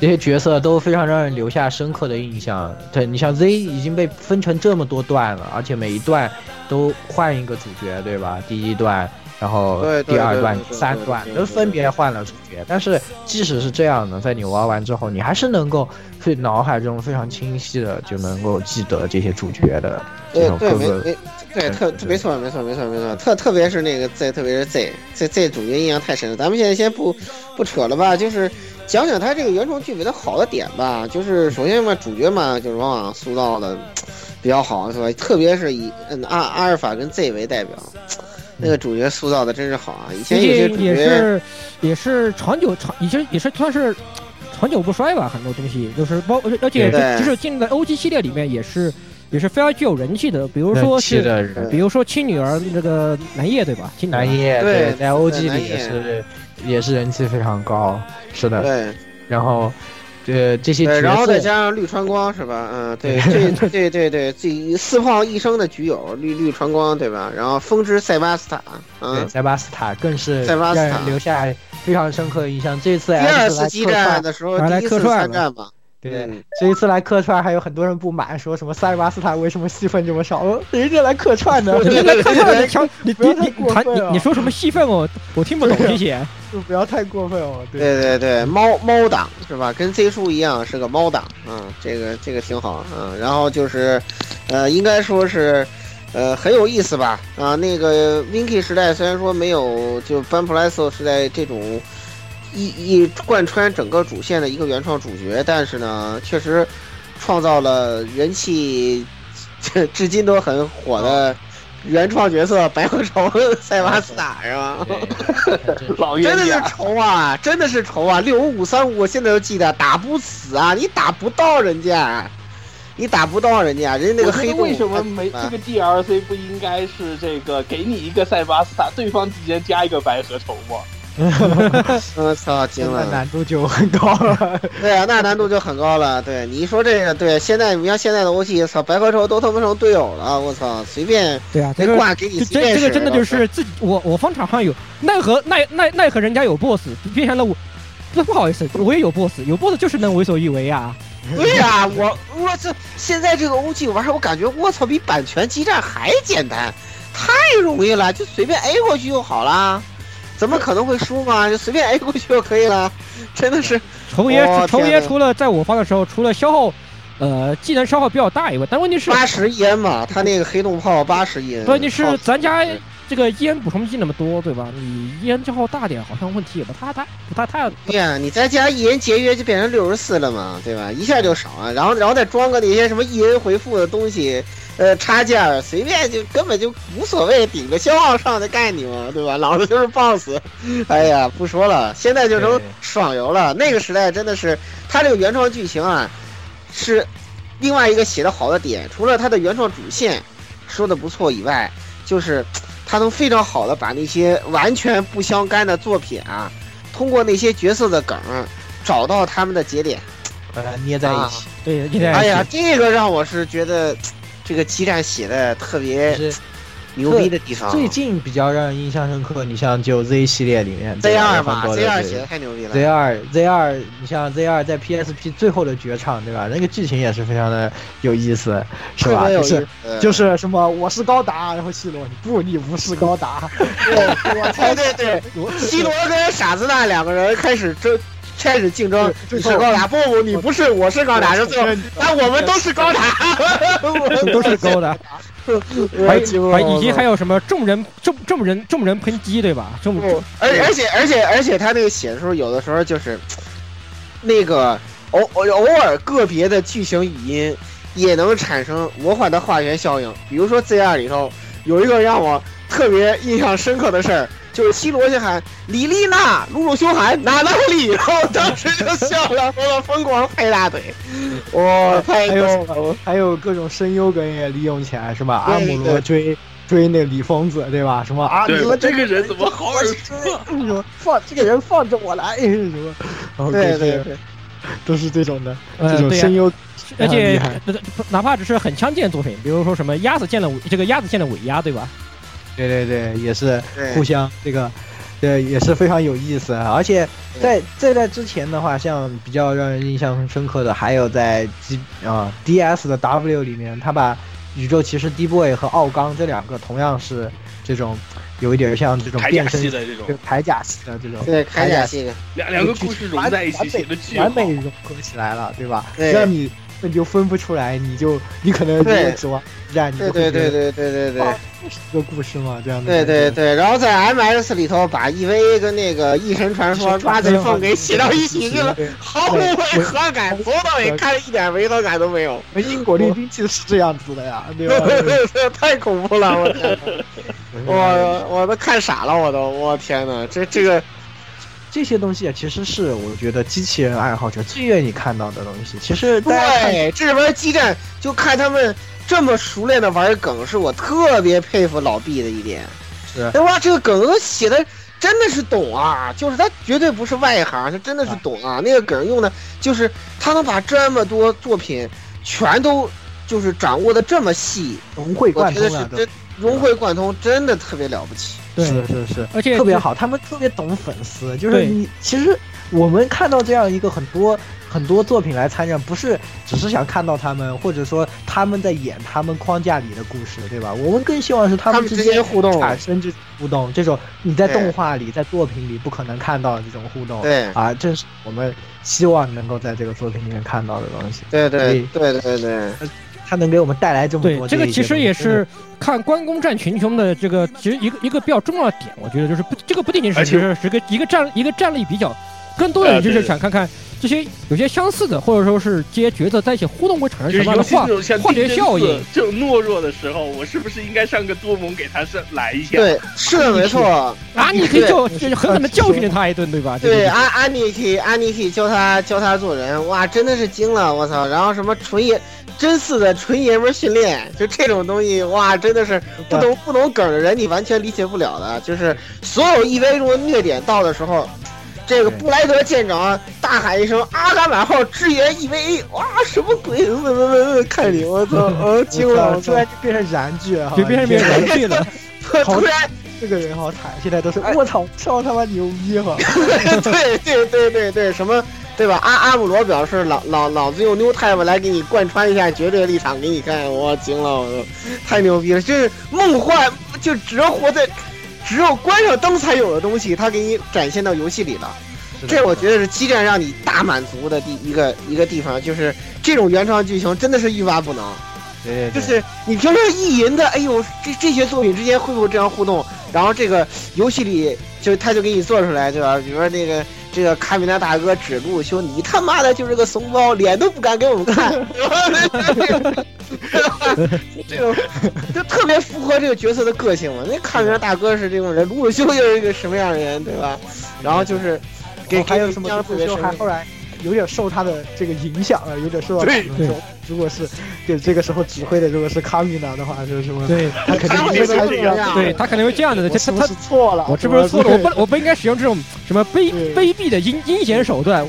[SPEAKER 1] 这些角色都非常让人留下深刻的印象。对你像 Z 已经被分成这么多段了，而且每一段都换一个主角，对吧？第一段，然后
[SPEAKER 3] 对对
[SPEAKER 1] 第二
[SPEAKER 3] 对
[SPEAKER 1] 段
[SPEAKER 3] 对、对
[SPEAKER 1] 三
[SPEAKER 3] 对
[SPEAKER 1] 段
[SPEAKER 3] 对
[SPEAKER 1] 都
[SPEAKER 3] 对
[SPEAKER 1] 分别换了主角。但是即使是这样呢，在你玩完之后，你还是能够非脑海中非常清晰的就能够记得这些主角的这
[SPEAKER 3] 对呃
[SPEAKER 1] 种
[SPEAKER 3] 对
[SPEAKER 1] 各
[SPEAKER 3] 没
[SPEAKER 1] 个
[SPEAKER 3] 没对特特没错没错没错没错，特特别是那个 Z，特别是 Z Z Z 主角印象太深了。咱们现在先不不扯了吧，就是讲讲他这个原创剧本的好的点吧。就是首先嘛，主角嘛，就是往往塑造的比较好，是吧？特别是以嗯阿阿尔法跟 Z 为代表，那个主角塑造的真是好啊。以前有些
[SPEAKER 5] 毕
[SPEAKER 3] 主
[SPEAKER 5] 竟也
[SPEAKER 3] 角
[SPEAKER 5] 是也是长久长，也是也是算是长久不衰吧，很多东西就是包，而且
[SPEAKER 3] 对
[SPEAKER 5] 就是进在 OG 系列里面也是也是非常具有人气的，比如
[SPEAKER 1] 人
[SPEAKER 5] 说
[SPEAKER 1] 气的
[SPEAKER 5] 是
[SPEAKER 1] 人
[SPEAKER 5] 比如说亲女儿那个南叶对吧？亲女儿
[SPEAKER 1] 南叶
[SPEAKER 3] 对
[SPEAKER 1] 对，在 OG
[SPEAKER 3] 南
[SPEAKER 1] 里也
[SPEAKER 3] 叶
[SPEAKER 1] 是也是人气非常高，是的。
[SPEAKER 3] 对
[SPEAKER 1] 然后呃这些
[SPEAKER 3] 对，
[SPEAKER 1] 角色
[SPEAKER 3] 然后再加上绿川光是吧？嗯，对，对对对对，最四炮一生的局友绿绿川光对吧？然后风之塞巴斯塔，
[SPEAKER 1] 对
[SPEAKER 3] 嗯，
[SPEAKER 1] 塞巴斯塔更是
[SPEAKER 3] 塞巴
[SPEAKER 1] 让
[SPEAKER 3] 斯塔
[SPEAKER 1] 人留下非常深刻印象。这次
[SPEAKER 3] 第
[SPEAKER 1] X
[SPEAKER 3] 二
[SPEAKER 1] 来
[SPEAKER 3] 次激
[SPEAKER 1] 客
[SPEAKER 3] 战
[SPEAKER 1] 串
[SPEAKER 3] 的时候，
[SPEAKER 1] 来
[SPEAKER 3] 第一
[SPEAKER 1] 客
[SPEAKER 3] 次
[SPEAKER 1] 串
[SPEAKER 3] 参
[SPEAKER 1] 了
[SPEAKER 3] 战嘛，
[SPEAKER 1] 对，这一次来客串，还有很多人不满，说什么塞巴斯塔为什么戏份这么少？呃人家来客串的，
[SPEAKER 5] 你来
[SPEAKER 1] *laughs*
[SPEAKER 5] 客串你瞧，你
[SPEAKER 1] 不要
[SPEAKER 5] 你
[SPEAKER 1] 太
[SPEAKER 5] 你
[SPEAKER 1] 过
[SPEAKER 5] 谈
[SPEAKER 1] 分
[SPEAKER 5] 你
[SPEAKER 1] 了
[SPEAKER 5] 你说什么戏份哦？我听不懂这些。
[SPEAKER 1] *laughs* 就不要太过分哦。对，
[SPEAKER 3] 对对对，猫猫党是吧？跟 Z 叔一样是个猫党，嗯，这个这个挺好，嗯，然后就是，呃，应该说是，呃，很有意思吧？啊，那个 Vinky 时代虽然说没有就 Ban p l a s o 时代这种一一贯穿整个主线的一个原创主角，但是呢，确实创造了人气，这至今都很火的原创角色白鹤愁塞巴斯塔是吧？
[SPEAKER 2] 老
[SPEAKER 3] 真
[SPEAKER 2] 冤
[SPEAKER 3] 的是
[SPEAKER 2] 家，
[SPEAKER 3] 愁啊，真的是愁啊！六五五三五，我现在都记得，打不死啊，你打不到人家，你打不到人家，人家那个
[SPEAKER 2] 我觉
[SPEAKER 3] 黑
[SPEAKER 2] 得
[SPEAKER 3] 洞
[SPEAKER 2] 为什么没
[SPEAKER 3] 啊
[SPEAKER 2] 这个 DLC 不应该是这个给你一个塞巴斯塔，对方直接加一个白河愁吗？
[SPEAKER 3] 我嗯操，惊
[SPEAKER 1] 现在
[SPEAKER 3] 了！
[SPEAKER 1] 难度就很高了。
[SPEAKER 3] 对啊，那难度就很高了。对，你一说这个，对，现在你像现在的 OT，操，白河愁都他妈成队友了，我操，随便
[SPEAKER 5] 对啊，这
[SPEAKER 3] 那
[SPEAKER 5] 个
[SPEAKER 3] 挂给你
[SPEAKER 5] 这
[SPEAKER 3] 随
[SPEAKER 5] 这
[SPEAKER 3] 便
[SPEAKER 5] 这个
[SPEAKER 3] 使
[SPEAKER 5] 真的就是自己，我我方场上有奈何奈奈奈何人家有 boss，变成了我，那不好意思，我也有 boss，有 boss 就是能为所欲为啊。
[SPEAKER 3] 对呀、我我这现在这个 OG 玩儿，我感觉我操比版权激战还简单，太容易了，就随便 A 过去就好啦，怎么可能会输嘛？就随便 A 过去就可以了，真的是
[SPEAKER 5] 重爷
[SPEAKER 3] 哦
[SPEAKER 5] 重
[SPEAKER 3] 天
[SPEAKER 5] 爷
[SPEAKER 3] 哪
[SPEAKER 5] 除了在我方的时候，除了消耗，呃，技能消耗比较大以外，但问题是，
[SPEAKER 3] 八十烟嘛，他那个黑洞炮八十烟，
[SPEAKER 5] 问题是
[SPEAKER 3] 好
[SPEAKER 5] 咱家这个烟补充剂那么多，对吧？你烟消耗大点，好像问题也不太大，不太太。
[SPEAKER 3] 对呀、你再加一人节约就变成六十四了嘛，对吧？一下就少啊，然后然后再装个那些什么一人回复的东西，呃，插件儿随便就根本就无所谓，顶个消耗上的概念嘛，对吧？ *laughs* 老子就是 BOSS，哎呀，不说了，现在就成
[SPEAKER 1] 对
[SPEAKER 3] 爽游了。那个时代真的是，它这个原创剧情啊，是另外一个写的好的点，除了它的原创主线说的不错以外，就是他能非常好的把那些完全不相干的作品啊，通过那些角色的梗儿，找到他们的节点。
[SPEAKER 1] 把它捏在一起，
[SPEAKER 5] 对，你得
[SPEAKER 3] 哎呀，这个让我是觉得这个激战写的特
[SPEAKER 1] 就
[SPEAKER 3] 别
[SPEAKER 1] 是
[SPEAKER 3] 牛逼的地方。
[SPEAKER 1] 最近比较让人印象深刻。你像就 Z 系列里面
[SPEAKER 3] Z 二
[SPEAKER 1] 吧
[SPEAKER 3] 嘛，Z 二写的太牛逼了。
[SPEAKER 1] Z 二 Z 二，你像 Z 二在 PSP 最后的绝唱，对吧？那个剧情也是非常的有意思，是吧？
[SPEAKER 3] 特别有
[SPEAKER 1] 就
[SPEAKER 3] 意思
[SPEAKER 1] 是就是什么我是高达，然后西罗你不你不是高达，
[SPEAKER 3] 对，我猜对对，西罗跟傻子蛋两个人开始争，开始竞争，
[SPEAKER 1] 对
[SPEAKER 3] 你是
[SPEAKER 1] 最后
[SPEAKER 3] 高达，不不，你不是，我是高达，就最后，但我们都是高达，
[SPEAKER 5] 都是高的，还还以及还有什么众人众众人众人喷击，对吧？众
[SPEAKER 1] 哦
[SPEAKER 3] 不，而而且而且而且他那个写的时候，有的时候就是，那个偶偶偶尔个别的剧情语音也能产生魔幻的化学效应。比如说 Z 二里头有一个让我特别印象深刻的事儿，就是西罗先喊李丽娜、鲁鲁修寒、哪哪里， *laughs* 然后当时就笑了，说了疯狂拍大腿，我、太
[SPEAKER 1] 还
[SPEAKER 3] 逗
[SPEAKER 1] 有
[SPEAKER 3] 了
[SPEAKER 1] 什么还有各种声优梗也利用起来，是吧？
[SPEAKER 3] 对
[SPEAKER 1] 阿姆罗
[SPEAKER 3] 对
[SPEAKER 1] 追追那个李疯子，对吧？什么啊？
[SPEAKER 9] 对
[SPEAKER 1] 你们
[SPEAKER 9] 这个人怎么好耳熟啊
[SPEAKER 1] 什么放这个人放着我来哎什么？然后
[SPEAKER 3] 对
[SPEAKER 1] 都是
[SPEAKER 3] 对对，
[SPEAKER 1] 都是这种的，
[SPEAKER 5] 呃
[SPEAKER 1] 这种
[SPEAKER 5] 对呀
[SPEAKER 1] 声优非
[SPEAKER 5] 而
[SPEAKER 1] 常厉
[SPEAKER 5] 且
[SPEAKER 1] 害。
[SPEAKER 5] 哪怕只是很相近的作品，比如说什么鸭子见了尾这个鸭子见了尾鸭，对吧？
[SPEAKER 1] 对对对，也是
[SPEAKER 3] 对
[SPEAKER 1] 互相这个，对也是非常有意思啊。而且在在在之前的话，像比较让人印象深刻的，还有在 G 啊 DS 的 W 里面，他把宇宙骑士 D Boy 和奥刚这两个同样是这种有一点像这种
[SPEAKER 9] 铠甲
[SPEAKER 1] 啊变身
[SPEAKER 9] 系的这种
[SPEAKER 1] 对铠甲系的这种
[SPEAKER 3] 对铠甲系的，
[SPEAKER 9] 两两个故事融在一起，写的巨好
[SPEAKER 1] 完。美融合起来了，对吧？
[SPEAKER 3] 对
[SPEAKER 1] 让你你就分不出来，你就你可能如
[SPEAKER 3] 对
[SPEAKER 1] 果指望战，你就
[SPEAKER 3] 对对
[SPEAKER 1] 会
[SPEAKER 3] 对
[SPEAKER 1] 觉得
[SPEAKER 3] 对对对对。
[SPEAKER 1] 这个故事嘛，这样的
[SPEAKER 3] 对
[SPEAKER 1] 感觉
[SPEAKER 3] 对对，然后在 MS 里头把 EVA 跟那个《异神传说》抓贼凤给写 *laughs* 到一起去了，
[SPEAKER 1] *laughs*
[SPEAKER 3] 毫无违和感，从头到尾看了一点违和感都没有，
[SPEAKER 1] 英国绿兵器是这样子的呀，对啊吧？
[SPEAKER 3] 太恐怖了！我天， *laughs* 我我都看傻了，我都，我天呐，这这个
[SPEAKER 1] *laughs* 这些东西啊，其实是我觉得机器人爱好者最愿意看到的东西。其实大家看
[SPEAKER 3] 对，这玩激战就看他们这么熟练的玩梗，是我特别佩服老毕的一点。
[SPEAKER 1] 是
[SPEAKER 3] 哎哇，这个梗都写的真的是懂啊，就是他绝对不是外行，他真的是懂啊。那个梗用的就是他能把这么多作品全都就是掌握的这么细，
[SPEAKER 1] 融会贯通啊
[SPEAKER 3] 我觉得是真融会贯通，真的特别了不起。
[SPEAKER 5] 对，
[SPEAKER 1] 是是是，
[SPEAKER 5] 而且
[SPEAKER 1] 特别好，他们特别懂粉丝，就是你其实我们看到这样一个很多。很多作品来参展，不是只是想看到他们，或者说他们在演他们框架里的故事，对吧？我们更希望是他
[SPEAKER 3] 们
[SPEAKER 1] 之
[SPEAKER 3] 间互动
[SPEAKER 1] 产生这互动，这种你在动画里、在作品里不可能看到的这种互动，
[SPEAKER 3] 对
[SPEAKER 1] 啊，这是我们希望能够在这个作品里面看到的东西。
[SPEAKER 3] 对对对对对，
[SPEAKER 1] 它能给我们带来这么
[SPEAKER 5] 多。对，这个其实也是看《关公战群雄》的这个，其实一个一个比较重要的点，我觉得就是不，这个不仅仅是是是个一个战一个战力比较，更多的就是想看看。这些有些相似的，或者说是这些角色在一起互动会产生什么样的化化学效应？
[SPEAKER 2] 这种懦弱的时候，我是不是应该上个多蒙给他是来一下？
[SPEAKER 3] 对，是的，没错
[SPEAKER 5] 啊！你可以教狠狠的教训他一顿，对吧？
[SPEAKER 3] 对，安安妮可以，安妮可以教他教他做人，哇，真的是惊了，我操！然后什么纯爷真似的纯爷们训练，就这种东西，哇，真的是不懂不懂梗的人你完全理解不了的，就是所有 EVA 中的虐点到的时候。这个布莱德舰长大喊一声：“阿伽满号支援 EVA！” 哇，什么鬼？嗯问问问问，看你，我操！呃，惊了！我
[SPEAKER 1] 突然就变成燃剧了，
[SPEAKER 5] 就变成燃剧了。
[SPEAKER 3] 突然，
[SPEAKER 1] *laughs* 这个人好惨，现在都是
[SPEAKER 3] 哎
[SPEAKER 1] 我操，超他妈牛逼哈！
[SPEAKER 3] *laughs* 对对对对对，什么对吧？阿阿姆罗表示：“老老老子用 New Type 来给你贯穿一下绝对立场给你看。”我惊了，我太牛逼了！就是梦幻，就只有活在。只有关上灯才有的东西，它给你展现到游戏里了。这我觉得是基站让你大满足的第一个一个地方，就是这种原创剧情真的是欲罢不能。
[SPEAKER 1] 对,对,对，
[SPEAKER 3] 就是你平时意淫的，哎呦，这这些作品之间会不会这样互动？然后这个游戏里就他就给你做出来，对吧？比如说那个这个卡米娜大哥指路修，你他妈的就是个怂包，脸都不敢给我们看。这种就特别符合这个角色的个性嘛。那看人大哥是这种人，鲁鲁修又是一个什么样的人，对吧？然后就是给、哦、
[SPEAKER 1] 还有什么鲁鲁修还后来有点受他的这个影响了，有点受到
[SPEAKER 2] 对对。
[SPEAKER 1] 如果是对这个时候指挥的如果是卡米娜的话，就是什么？
[SPEAKER 5] 对
[SPEAKER 1] 他肯定会
[SPEAKER 3] 这
[SPEAKER 5] 样，对他肯定会这样的。他他
[SPEAKER 1] 错了，
[SPEAKER 5] 我是不是错了？我不我不应该使用这种什么卑卑鄙的阴阴险手段。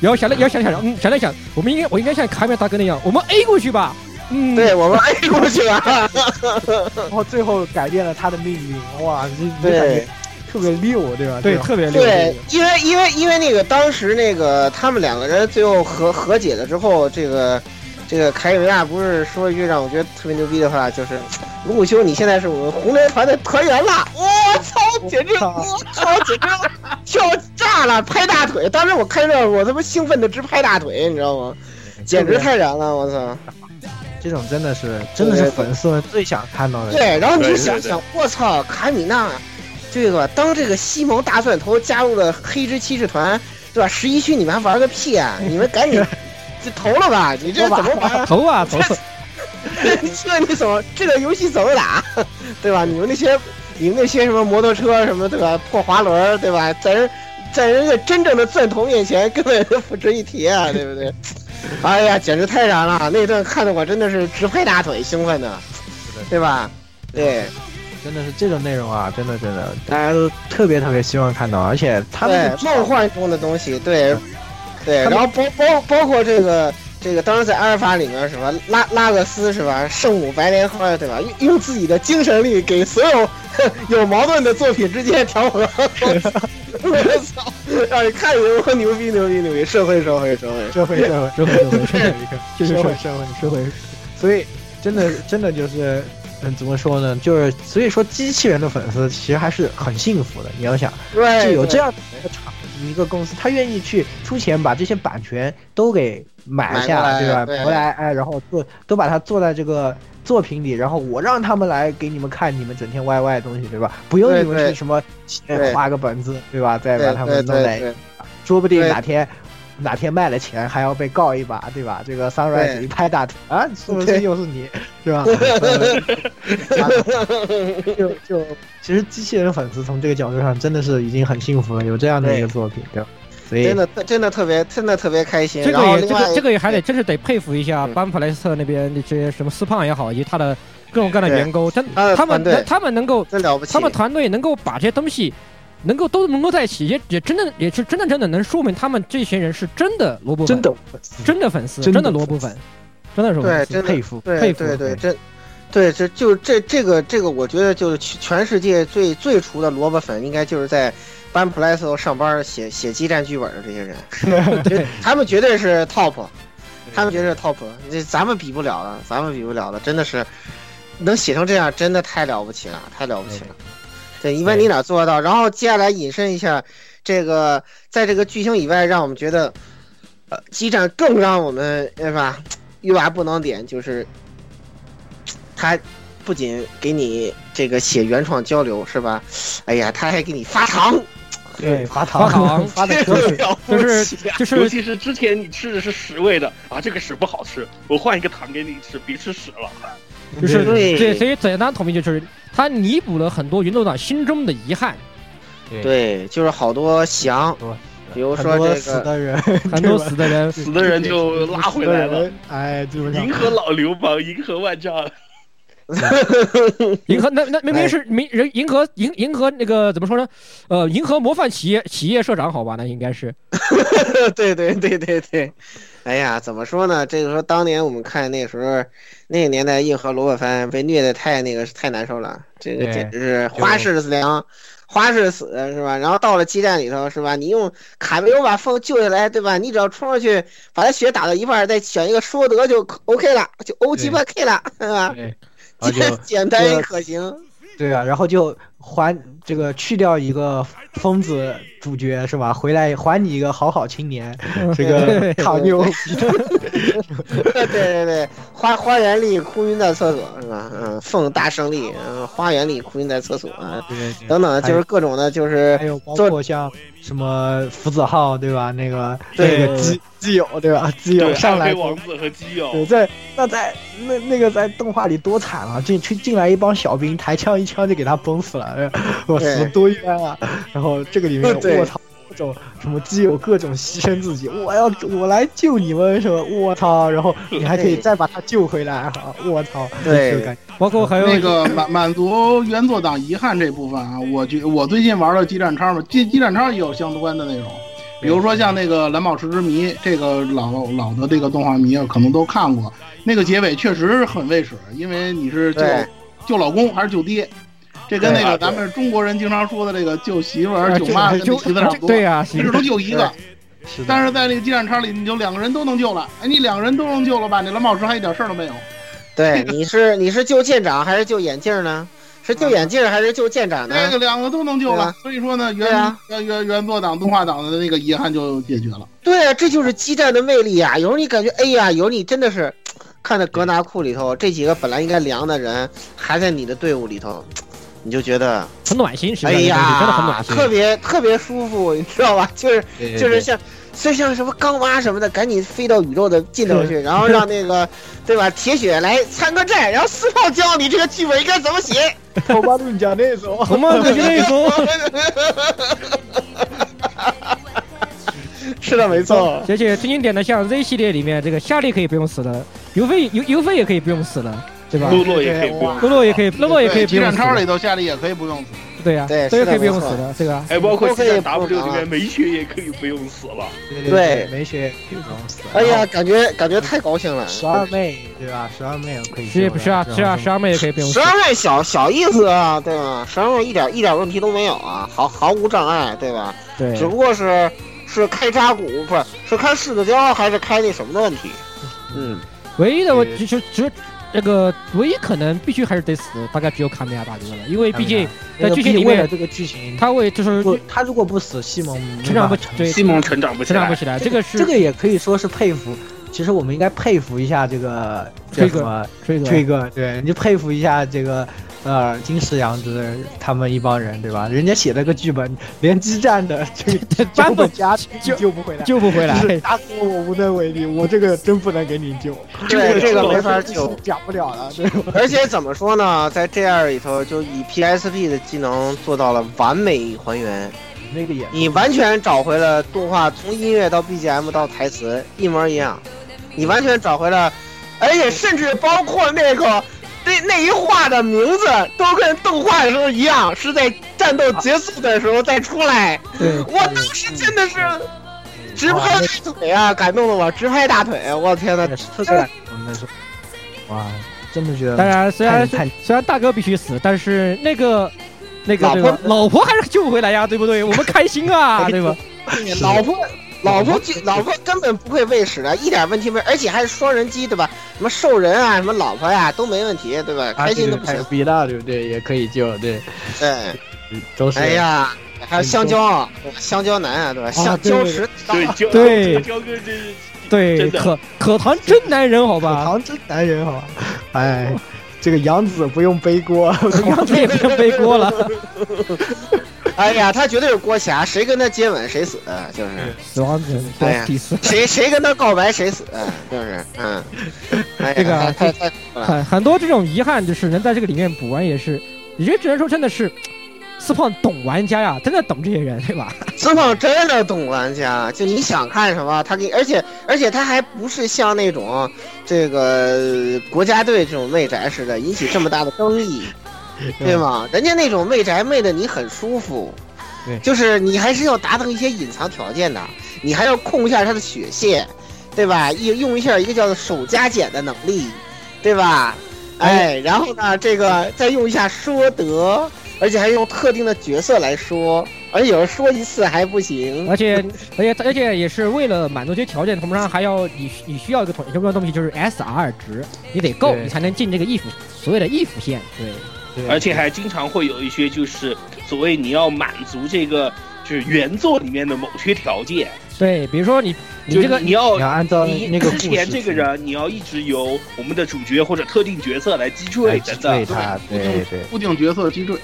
[SPEAKER 5] 然后想了，然后想想，嗯，想了想，我们应该我应该像卡米大哥那样，我们 A 过去吧。
[SPEAKER 3] *laughs*
[SPEAKER 5] 嗯，
[SPEAKER 3] 对我们 A 过去 *laughs* 了，
[SPEAKER 1] 然后最后改变了他的命运，哇，这这感觉特别溜，对吧？
[SPEAKER 5] 对，
[SPEAKER 1] 吧
[SPEAKER 5] 特别溜。
[SPEAKER 3] 对，因为因为因为那个当时那个他们两个人最后和和解了之后，这个这个凯维亚不是说一句让我觉得特别牛逼的话，就是卢武修，你现在是我们红莲团的团员了，我操，简直我操， *laughs* 简直跳炸了，拍大腿！当时我看到我他妈兴奋的直拍大腿，你知道吗？简直太燃了，我操！
[SPEAKER 1] 这种真的是，真的是粉丝们最想看到的。
[SPEAKER 3] 对，然后你就想想，我操，卡米娜，这个当这个西蒙大钻头加入了黑之骑士团，对吧？十一区你们还玩个屁啊！你们赶紧 *laughs* 就投了吧！你这怎么玩？
[SPEAKER 5] 投啊
[SPEAKER 1] *laughs*
[SPEAKER 5] 投！
[SPEAKER 3] *laughs* 这你怎么这个游戏怎么打？ *laughs* 对吧？你们那些你们那些什么摩托车什么对吧？破滑轮对吧？在人在人家真正的钻头面前根本 *laughs* 就不值一提啊，对不对？ *laughs* 哎呀，简直太燃了！那段看的我真的是直拍大腿，兴奋的，对吧？对，
[SPEAKER 1] 真的是这种内容啊，真的真的，大家都特别特别希望看到，而且他们
[SPEAKER 3] 梦幻中的东西，对，对，然后包包包括这个这个，当时在阿尔法里面什么拉拉各斯是吧？圣母白莲花对吧？用用自己的精神力给所有有矛盾的作品之间调和，我操！让你看有多牛逼，牛逼，牛逼！社会，社会，社会，
[SPEAKER 1] 社会， *laughs* 社会，社会，社会，就是社会，社会，社会。所以，真的，真的就是，嗯，怎么说呢？就是，所以说，机器人的粉丝其实还是很幸福的。你要想，
[SPEAKER 3] 对，
[SPEAKER 1] 有这样一个厂，一个公司，他愿意去出钱把这些版权都给买下来，对吧？
[SPEAKER 3] 买
[SPEAKER 1] 来，哎，然后做，都把它做在这个。作品里，然后我让他们来给你们看你们整天歪歪的东西，对吧？不用你们去什么画个本子，对吧？再把他们弄在，说不定哪天哪天卖了钱还要被告一把，对吧？这个 Sunrise 一拍大腿啊，
[SPEAKER 3] *laughs*
[SPEAKER 1] 是不是又是你，是吧？嗯就就其实机器人粉丝从这个角度上真的是已经很幸福了，有这样的一个作品，对吧？
[SPEAKER 3] 真的，真的特别，真的特别开心。
[SPEAKER 5] 这个也，这个，这个也还得，真是得佩服一
[SPEAKER 3] 嗯
[SPEAKER 5] 下班普莱斯特那边这些什么斯胖也好，以及他的各种各样的员工，真他们，他们能够，
[SPEAKER 3] 真了不起，
[SPEAKER 5] 他们团队能够把这些东西能够都能够在一起，也也真的也是真的真的能说明他们这群人是真的萝卜
[SPEAKER 1] 真的
[SPEAKER 5] 真的粉丝，真的萝卜粉，真的是
[SPEAKER 3] 对，真
[SPEAKER 1] 佩服
[SPEAKER 3] 佩服，对哎对真。对，这就这这个这个，我觉得就是全世界最最除的萝卜粉，应该就是在班普莱斯头上班写写激战剧本的这 *laughs* 些人，对他们绝对是 top，他们绝对是 top，这咱们比不了了，咱们比不了了，真的是能写成这样，真的太了不起了，太了不起了。对，一般你哪做得到？然后接下来引申一下，这个在这个剧情以外，让我们觉得，呃，激战更让我们对吧欲罢不能点就是。他不仅给你这个写原创交流是吧？哎呀，他还给你发糖，
[SPEAKER 1] 对，发
[SPEAKER 5] 糖发 *laughs* 糖发
[SPEAKER 3] *laughs*
[SPEAKER 5] 的
[SPEAKER 2] 可了
[SPEAKER 5] 不起，啊就是就是，
[SPEAKER 2] 尤其是之前你吃的是屎味的啊，这个屎不好吃，我换一个糖给你吃，别吃屎了。
[SPEAKER 5] 就是对，所以简单统一就是，他弥补了很多云斗长心中的遗憾。
[SPEAKER 3] 对，就是好多翔，比如说这个
[SPEAKER 1] 死
[SPEAKER 2] *laughs*
[SPEAKER 1] 的人，
[SPEAKER 5] 很多死的人，
[SPEAKER 2] 死的人就拉回来了，
[SPEAKER 1] 哎，
[SPEAKER 2] 迎合老流氓，迎合万丈。
[SPEAKER 5] 银河那那明明是明人银河银银河那个怎么说呢？呃，银河模范企业企业社长好吧？那应该是，
[SPEAKER 3] *laughs* 对对对对对。哎呀，怎么说呢？这个说当年我们看那时候那个年代，硬核萝卜番被虐的太那个太难受了，这个简直是花式凉，花式死是吧？然后到了基站里头是吧？你用卡梅欧把风救下来对吧？你只要冲上去把他血打到一半，再选一个说德就 OK 了，就 O 鸡巴 K 了，对吧？
[SPEAKER 1] 啊就
[SPEAKER 3] 简单可行， *laughs*
[SPEAKER 1] 对啊，然后就还这个去掉一个疯子主角是吧？回来还你一个好好青年，这个卡妞。
[SPEAKER 3] 对对对，花花园里哭晕在厕所是吧？嗯，奉大胜利，嗯，花园里哭晕在厕所啊，
[SPEAKER 1] 嗯
[SPEAKER 3] 等等，就是各种的，就是
[SPEAKER 1] 还有包括像什么福子浩对吧？那个
[SPEAKER 3] 对
[SPEAKER 1] 基基友对吧？基友上来
[SPEAKER 2] 王子和基友，
[SPEAKER 1] 对，在那在那那个在动画里多惨啊！进去进来一帮小兵，抬枪一枪就给他崩死了，我死多冤啊！然后这个里面我操。各种什么基友各种牺牲自己，我要我来救你们什么，我操！然后你还可以再把他救回来哈，我操！
[SPEAKER 3] 对，
[SPEAKER 5] 包括还有
[SPEAKER 7] 那个满满足原作党遗憾这部分啊，我觉我最近玩了激战超嘛，激激战超也有相关的内容，比如说像那个蓝宝石之谜，这个老老的这个动画迷啊，可能都看过，那个结尾确实很卫史，因为你是救救老公还是救爹？这跟那个咱们中国人经常说的这个救媳妇
[SPEAKER 5] 呃
[SPEAKER 7] 儿、救妈跟那媳妇差不多，
[SPEAKER 5] 对呀，
[SPEAKER 7] 你只能救一个。但是在那个激战场里，你就两个人都能救了。哎，你两个人都能救了吧？那蓝宝石还一点事儿都没有。
[SPEAKER 3] 对，你是你是救舰长还是救眼镜呢？是救眼镜还是救舰长呢？
[SPEAKER 7] 这个两个都能救了。所以说呢，原原原原作党、动画党的那个遗憾就解决了。
[SPEAKER 3] 对啊，这就是激战的魅力啊！有时候你感觉，哎呀，有时候你真的是看在格纳库里头，这几个本来应该凉的人，还在你的队伍里头。你就觉得
[SPEAKER 5] 很暖心，
[SPEAKER 3] 哎
[SPEAKER 5] 呀，真的很暖心，
[SPEAKER 3] 特别特别舒服，你知道吧？就是就是像，就像什么钢蛙什么的，赶紧飞到宇宙的尽头去，然后让那 *laughs* 个，对吧？铁血来参个战，然后四炮教你这个剧本应该怎么写。
[SPEAKER 1] 我帮你讲那种，
[SPEAKER 5] 我帮你那种，
[SPEAKER 3] 是的，没错。
[SPEAKER 5] 而且最经典的像 Z 系列里面，这个夏利可以不用死了，尤菲尤尤菲也可以不用死了。对吧？
[SPEAKER 2] 露露也可以不用，
[SPEAKER 5] 露露也可以，露露也可以不用。
[SPEAKER 7] 战超里头夏利也可以不用死，
[SPEAKER 5] 对呀，
[SPEAKER 3] 对，
[SPEAKER 5] 都是可以不用死的，这个。
[SPEAKER 2] 哎，包括 W 里面梅雪也可以不用死了，
[SPEAKER 3] 对，
[SPEAKER 1] 梅雪也可以不用死。
[SPEAKER 3] 哎呀，感觉感觉太高兴了。嗯
[SPEAKER 1] 十二妹对吧？十二妹可以。
[SPEAKER 5] 是是啊是啊，十二妹也可以不用。
[SPEAKER 3] 十二妹小小意思啊，对吧？十二妹一点一点问题都没有啊，毫毫无障碍，对吧？
[SPEAKER 5] 对，
[SPEAKER 3] 只不过是是开扎古不是是开柿子椒还是开那什么的问题？嗯，
[SPEAKER 5] 唯一的问就就只。这个唯一可能必须还是得死，大概只有卡米亚大哥了，因为毕竟在剧情里面，
[SPEAKER 1] 这个剧情
[SPEAKER 5] 他会就是
[SPEAKER 1] 他如果不死，西蒙
[SPEAKER 5] 成长不对，
[SPEAKER 2] 西蒙成长不
[SPEAKER 5] 成长不起来，这个是
[SPEAKER 1] 这个也可以说是佩服。其实我们应该佩服一下这个
[SPEAKER 5] 这个
[SPEAKER 1] 这个 *laughs* 这个，对，你就佩服一下这个呃金石阳之他们一帮人，对吧？人家写了个剧本，连激战的这个
[SPEAKER 5] 版本
[SPEAKER 1] 家救救不回来，
[SPEAKER 5] *laughs* 救不回来，
[SPEAKER 1] 大哥我无能为力，我这个真不能给你救，
[SPEAKER 3] 对，这个没法救，
[SPEAKER 1] 讲不了了。
[SPEAKER 3] 而且怎么说呢，在 G 二里头就以 PSP 的技能做到了完美还原。
[SPEAKER 1] 那个也，
[SPEAKER 3] 你完全找回了动画，从音乐到 BGM 到台词一模一样，你完全找回了，而且甚至包括那个那那一画的名字都跟动画的时候一样，是在战斗结束的时候再出来。
[SPEAKER 1] 对，
[SPEAKER 3] 我当时真的是直拍大腿啊，感动的我直拍大腿。我天哪，
[SPEAKER 1] 特别感动的是，哇，真的觉得。
[SPEAKER 5] 当然，虽
[SPEAKER 1] 哎
[SPEAKER 5] 然虽然大哥必须死，但是那个那个对吧？老婆还是救回来呀，对不对？我们开心啊，对吧？
[SPEAKER 3] 老婆。老婆，老婆根本不会喂食的，一点问题没，而且还是双人机，对吧？什么兽人啊，什么老婆呀、啊，都没问题，对吧？开心的不行。
[SPEAKER 1] 比大对不对？也可以救，对。
[SPEAKER 3] 对，
[SPEAKER 1] 都是。
[SPEAKER 3] 哎呀，还有香蕉，香蕉男啊，对吧？香蕉石，
[SPEAKER 2] 对
[SPEAKER 5] 对，
[SPEAKER 2] 蕉哥这
[SPEAKER 5] 对可可堂真男人，好吧？
[SPEAKER 1] 可堂真男人，好吧？哎，这个杨子不用背锅，
[SPEAKER 5] 杨子也不用背锅了。
[SPEAKER 3] 哎呀，他绝对是郭霞，谁跟他接吻谁死，就是
[SPEAKER 5] 死亡者。
[SPEAKER 3] 哎呀，谁谁跟他告白谁死，就是嗯。哎、
[SPEAKER 5] 这个 *laughs* 很很多这种遗憾，就是能在这个里面补完也是，也就只能说真的是四胖懂玩家呀，真的懂这些人，对吧？
[SPEAKER 3] 四胖真的懂玩家，就你想看什么，他给，而且而且他还不是像那种这个国家队这种内宅似的，引起这么大的争议。对吗？人家那种媚宅媚的你很舒服，
[SPEAKER 1] 对，
[SPEAKER 3] 就是你还是要达到一些隐藏条件的，你还要控一下他的血线，对吧？用用一下一个叫做手加减的能力，对吧？哎，然后呢，这个再用一下说得，而且还用特定的角色来说，而且有人说一次还不行，
[SPEAKER 5] 而且而且而且也是为了满足这些条件，同时还要你你需要一个统一什么东西，就是 S R 值，你得够，你才能进这个 if 所谓的 if 线，对。
[SPEAKER 2] 而且 *laughs* 还经常会有一些，就是所谓你要满足这个，就是原作里面的某些条件。
[SPEAKER 5] 对，比如说你，
[SPEAKER 2] 你
[SPEAKER 5] 这个
[SPEAKER 2] 你要
[SPEAKER 1] 你要按照那个
[SPEAKER 2] 之前这个人，你要一直由我们的主角或者特定角色来击坠等等。
[SPEAKER 5] 啊
[SPEAKER 1] 他，对对。
[SPEAKER 7] 固定角色击坠，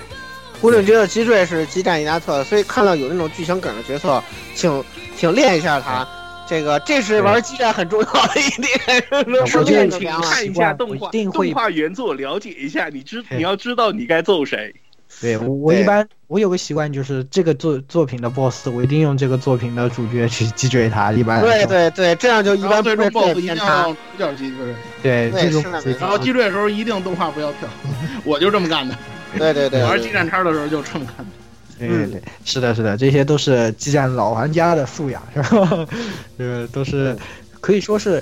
[SPEAKER 3] 固定角色击坠是激战伊达特，所以看到有那种剧情梗的角色，请请练一下他。这个这是玩激战很重要的一点。 *laughs*
[SPEAKER 2] 首先，请看一下动画动画原作，了解一下。你知你要知道你该揍谁。
[SPEAKER 1] 对我我一般我有个习惯，就是这个作作品的 BOSS，我一定用这个作品的主角去击坠他。一般
[SPEAKER 3] 对对对，这样就一般
[SPEAKER 7] 最
[SPEAKER 3] 终
[SPEAKER 7] BOSS 一定要主角击坠。
[SPEAKER 1] 对，
[SPEAKER 3] 对
[SPEAKER 1] 这种
[SPEAKER 7] 然后
[SPEAKER 2] *laughs*
[SPEAKER 7] 击坠的时候一定动画不要跳，我就这么干的。
[SPEAKER 3] 对对对，
[SPEAKER 7] 玩激战叉的时候就这么
[SPEAKER 2] *laughs*
[SPEAKER 7] 干的。
[SPEAKER 1] 对对对，是的，是的，这些都是激战老玩家的素养，是吧？呃，都是可以说是，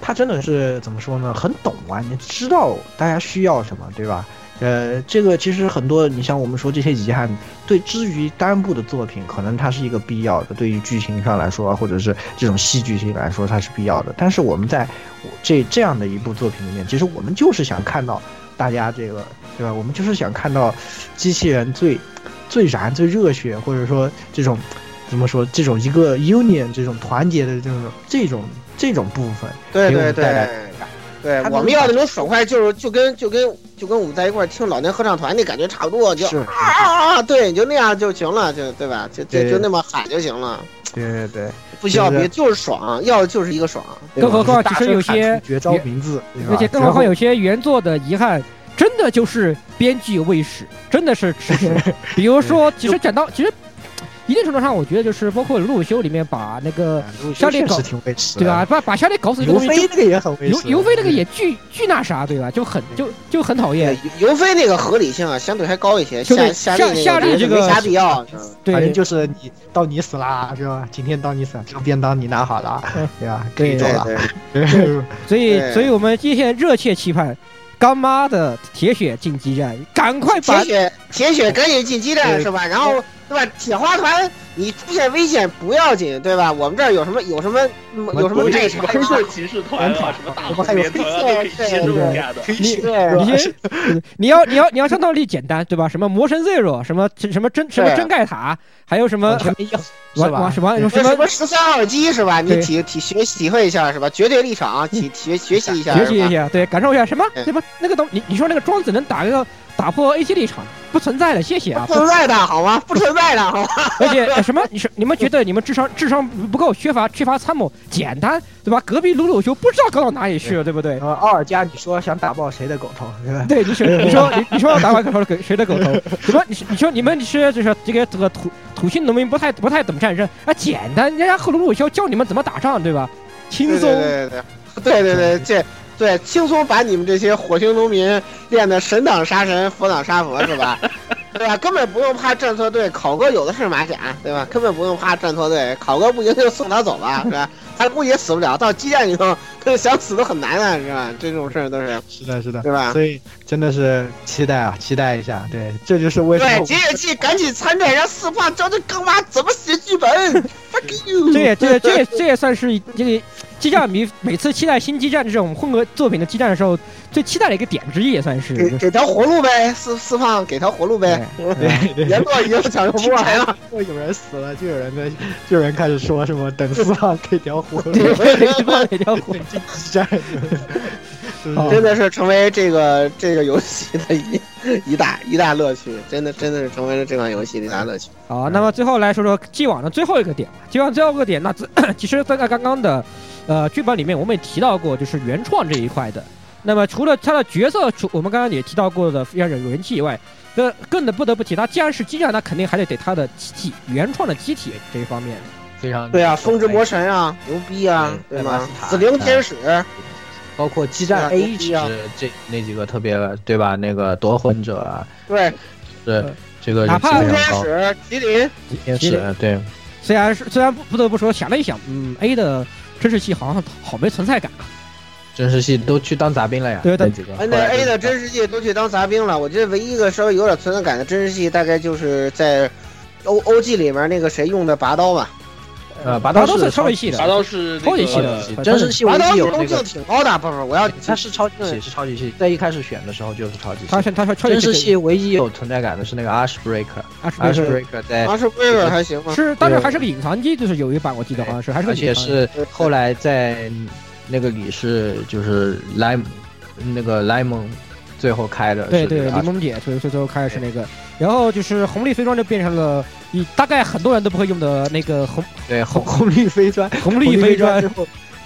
[SPEAKER 1] 他真的是怎么说呢？很懂玩，你知道大家需要什么，对吧？呃，这个其实很多，你像我们说这些遗憾，对之于单部的作品，可能它是一个必要的，对于剧情上来说，或者是这种戏剧性来说，它是必要的。但是我们在这这样的一部作品里面，其实我们就是想看到大家这个，对吧？我们就是想看到机器人最。最燃、最热血，或者说这种怎么说？这种一个 union 这种团结的这种这种这种部分，
[SPEAKER 3] 对对对，对我们要那种爽快，就是就跟就跟就跟我们在一块听老年合唱团那感觉差不多，就啊啊啊，对，你就那样就行了，就对吧？就就就那么喊就行了。
[SPEAKER 1] 对对对，
[SPEAKER 3] 不需要别就是爽，要的就是一个爽。
[SPEAKER 5] 更何况其实有些
[SPEAKER 1] 绝招名字，
[SPEAKER 5] 而且更何况有些原作的遗憾。真的就是编剧喂食，真的是吃屎。比如说，其实讲到，其实一定程度上，我觉得就是包括《路修》里面把那个夏利搞，对吧？把把夏利搞死一个东西，
[SPEAKER 1] 啊尤飞那个也嗯很
[SPEAKER 5] 尤尤飞那个也巨巨那啥，对吧？就很就就很讨厌。
[SPEAKER 3] 哎尤飞那个合理性啊，相对还高一些。夏夏
[SPEAKER 5] 夏利这个
[SPEAKER 3] 没啥必要。嗯
[SPEAKER 5] 对，
[SPEAKER 1] 反正就是你到你死啦，是吧？今天到你死，这个便当你拿好了，对吧？可以走了。
[SPEAKER 5] 所以，所以我们今天热切期盼。干妈的铁血进基站，赶快把
[SPEAKER 3] 铁血铁血赶紧进基站是吧？然后对吧？铁花团，你出现危险不要紧对吧？我们这儿有什么有什么有什么
[SPEAKER 2] 这什么黑色骑士团啊，什么大红莲团啊，可以接住一下的。
[SPEAKER 5] 你 *laughs* 你要你要你要战斗力简单对吧？什么魔神 Zero，什么什么真什么真盖塔，还有什么
[SPEAKER 1] 什么
[SPEAKER 5] 什么
[SPEAKER 3] 什么十三号机是吧？你体体学体会一下是吧？绝对立场啊体学学习一下，
[SPEAKER 5] 学习一下对，感受一下什么对吧？那个东，你你说那个庄子能打个打破 A C 立场，不存在的，谢谢啊，
[SPEAKER 3] 不存在的好吗？不存在的好吗？
[SPEAKER 5] 而且、呃、什么，你你们觉得你们智商智商不够，缺乏缺乏参谋，简单对吧？隔壁鲁鲁修不知道搞到哪里去了，对不对？
[SPEAKER 1] 呃，奥尔加，你说想打爆谁的狗头？
[SPEAKER 5] 对，你说你说你你说要打爆狗头谁的狗头？什么？你你说你们是就是这个这个土土星农民不太不太懂战争啊？简单，人家鲁鲁修教你们怎么打仗，对吧？轻松，
[SPEAKER 3] 对对对对对这。对，
[SPEAKER 5] *laughs*
[SPEAKER 3] 轻松把你们这些火星农民练得神挡杀神，佛挡杀佛，是吧？对吧？根本不用怕站错队，考哥有的是马甲，对吧？根本不用怕站错队，考哥不赢就送他走吧，是
[SPEAKER 5] *laughs*
[SPEAKER 3] 吧？他估计也死不了，到基站以后，他想死都很难啊，是吧？这种事儿都是
[SPEAKER 1] 是的，是的，
[SPEAKER 3] 对吧？
[SPEAKER 1] 所以真的是期待啊，期待一下，对，这就是为什么
[SPEAKER 3] 对，解解气，赶紧参战，让四胖教这更妈怎么写剧
[SPEAKER 5] *laughs*
[SPEAKER 3] 本，fuck you！
[SPEAKER 5] 这也这也这也这也算是这个激战迷每次期待新激战这种混合作品的激战的时候，最期待的一个点之一，也算是
[SPEAKER 3] 给给条活路呗，四四胖给条活路呗，言落已经讲不啊过 *laughs* 来了，
[SPEAKER 1] 如果有人死了，就有人跟就有人开始说什么等啊四胖给条活路，
[SPEAKER 5] 四胖给条活路，
[SPEAKER 1] *laughs* 激战。
[SPEAKER 3] 真的是成为这个这个游戏的一一大一大乐趣，真的真的是成为了这款游戏的一大乐趣。
[SPEAKER 5] 好、啊，那么最后来说说既往的最后一个点吧。既往最后一个点，那 *clears throat* 其实在刚刚的呃剧本里面，我们也提到过，就是原创这一块的。那么除了他的角色，除我们刚刚也提到过的要有人气以外，那更的不得不提，他既然是机战，那肯定还得得他的机体原创的机体这一方面。
[SPEAKER 1] 非常
[SPEAKER 3] 对啊，风之魔神啊，牛逼啊，对吗？紫灵天使。
[SPEAKER 1] 包括激战
[SPEAKER 3] 啊
[SPEAKER 1] A 值这那几个特别对吧？那个夺魂者啊，
[SPEAKER 3] 对，
[SPEAKER 1] 是这个
[SPEAKER 5] 哪怕
[SPEAKER 3] 天使吉林
[SPEAKER 1] 天使对，
[SPEAKER 5] 虽然是虽然不不得不说，想了一想，嗯，A 的真实系好像好没存在感啊。
[SPEAKER 1] 真实系都去当杂兵了呀，
[SPEAKER 5] 对
[SPEAKER 1] 那几个。
[SPEAKER 3] 哎那 A 的真实系都去当杂兵了，我觉得唯一一个稍微有点存在感的真实系，大概就是在 O O G 里面那个谁用的拔刀吧。
[SPEAKER 1] 呃，
[SPEAKER 5] 拔
[SPEAKER 1] 刀
[SPEAKER 5] 是
[SPEAKER 1] 超
[SPEAKER 5] 级系的，
[SPEAKER 2] 拔刀是
[SPEAKER 5] 超级系的，
[SPEAKER 1] 真实系
[SPEAKER 3] 拔刀
[SPEAKER 1] 有
[SPEAKER 3] 攻
[SPEAKER 1] 性
[SPEAKER 3] 挺高的，不是？我要
[SPEAKER 1] 它是超级系，是超级系，在一开始选的时候就是超级系。
[SPEAKER 5] 他选他选超
[SPEAKER 1] 真实系唯一有存在感的是那个 Ash Breaker，Ash
[SPEAKER 5] Breaker
[SPEAKER 1] 在
[SPEAKER 3] Ash Breaker 还行吧？
[SPEAKER 5] 是，但是还是个隐藏机，就是有一版我记得好像是还是个
[SPEAKER 1] 而且是后来在那个里是就是莱那个莱蒙最后开的，啊
[SPEAKER 5] 对对，柠檬姐最最最后开的是那个，然后就是红绿飞装就变成了。你大概很多人都不会用的那个红
[SPEAKER 1] 对 *laughs* 红红绿飞砖，
[SPEAKER 5] 红
[SPEAKER 1] 绿
[SPEAKER 5] 飞砖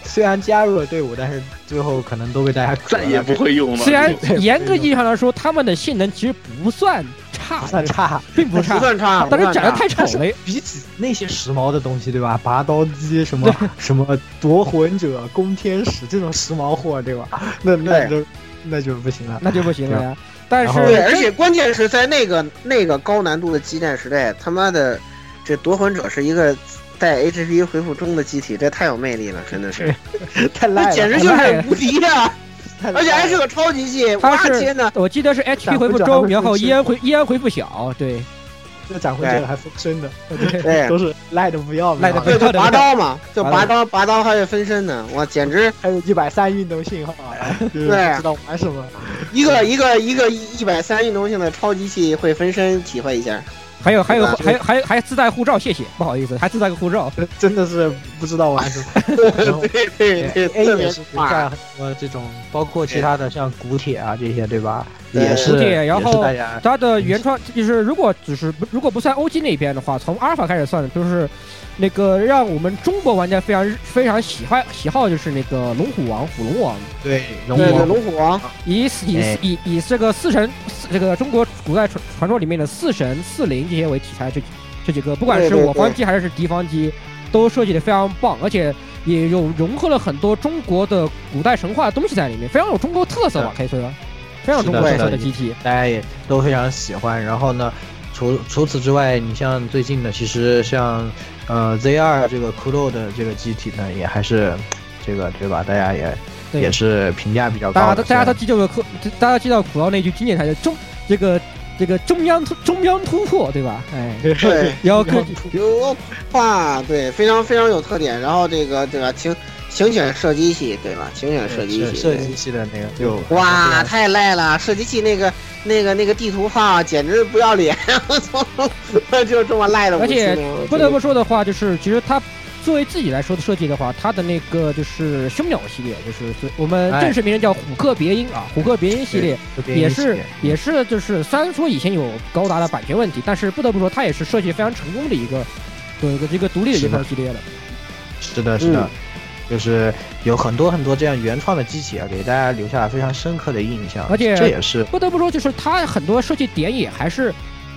[SPEAKER 1] 虽然加入了队伍，但是最后可能都被大 *laughs* 家
[SPEAKER 2] 再也不会用了。
[SPEAKER 5] 虽然严格意义上来说，他们的性能其实不算差，
[SPEAKER 1] 不算差，
[SPEAKER 5] 并不差，
[SPEAKER 3] 不算差，
[SPEAKER 5] 但是长得太丑了。
[SPEAKER 1] 比起那些时髦的东西，对吧？拔刀机什 *laughs* 么什么夺魂者、攻天使这种时髦货，对吧？ *laughs* 那那就那就不行了，
[SPEAKER 5] 那就不行了呀。但是，
[SPEAKER 3] 对，而且关键是在那个那个高难度的激战时代，他妈的，这夺魂者是一个带 HP 回复中的机体，这太有魅力了，真的是，
[SPEAKER 1] 太烂了，
[SPEAKER 3] 简直就是无敌呀！而且还是个超级系，
[SPEAKER 5] 他
[SPEAKER 3] 是天呐，
[SPEAKER 5] 我记得是 HP 回复中，然后 E N 回 E N 回复小，对，
[SPEAKER 1] 这斩魂者还分身的，
[SPEAKER 3] 对，
[SPEAKER 1] 都是赖的不要
[SPEAKER 5] 赖的，
[SPEAKER 3] 对，就拔刀嘛，就拔刀，拔刀还有分身呢，哇，简直
[SPEAKER 1] 还有一百三运动信号，啊
[SPEAKER 3] 对，
[SPEAKER 1] 知道玩什么。
[SPEAKER 3] 一个一个一个一百三运动性的超级系会分身，体会一下。
[SPEAKER 5] 还有还有还还还自带护照，谢谢，不好意思，还自带个护照，
[SPEAKER 1] *laughs* 真的是不知道玩什么。
[SPEAKER 3] 对 *laughs* 对对
[SPEAKER 1] ，A 也是干很多这种， *laughs* 包括其他的像古铁啊这些，对吧？也是。
[SPEAKER 5] 古铁，然后
[SPEAKER 1] 它
[SPEAKER 5] 的原创就是如果只是如果不算 OG 那边的话，从阿尔法开始算，就是那个让我们中国玩家非常非常喜欢喜好就是那个龙虎王、虎龙王。
[SPEAKER 1] 对，
[SPEAKER 3] 龙虎龙虎王
[SPEAKER 5] 以以以以这个四神，这个中国古代传传说里面的四神、四灵。这些为题材，这这几个不管是我方机还是敌方机，都设计的非常棒，而且也有融合了很多中国的古代神话东西在里面，非常有中国特色吧，可以说，非常中国特色的机体，
[SPEAKER 1] 大家也都非常喜欢。然后呢，除除此之外，你像最近的，其实像呃 Z 二这个骷髅的这个机体呢，也还是这个对吧？大家也也是评价比较高。
[SPEAKER 5] 大家都大家都记住了，大家记到苦劳那句经典台词：中这个。这个中央突中央突破，对吧？哎，
[SPEAKER 3] 对，
[SPEAKER 5] 然后各
[SPEAKER 3] 有哇，对，非常非常有特点。然后这个对吧，情情选射击系，对吧？情选射击系，
[SPEAKER 1] 射击系的那个就
[SPEAKER 3] 哇，太赖了！射击系那个那个那个地图炮简直不要脸，我操，就这么赖的。
[SPEAKER 5] 而且不得不说的话，就是其实他作为自己来说的设计的话，他的那个就是凶鸟系列，就是我们正式名称叫虎克别鹰啊，虎哎克别鹰系列也是也是就是虽然说以前有高达的版权问题，但是不得不说它也是设计非常成功的一个有一个这个独立的原创系列了。
[SPEAKER 1] 是的，是的，嗯、就是有很多很多这样原创的机器啊，给大家留下了非常深刻的印象。
[SPEAKER 5] 而且
[SPEAKER 1] 这也是
[SPEAKER 5] 不得不说，就是它很多设计点也还是。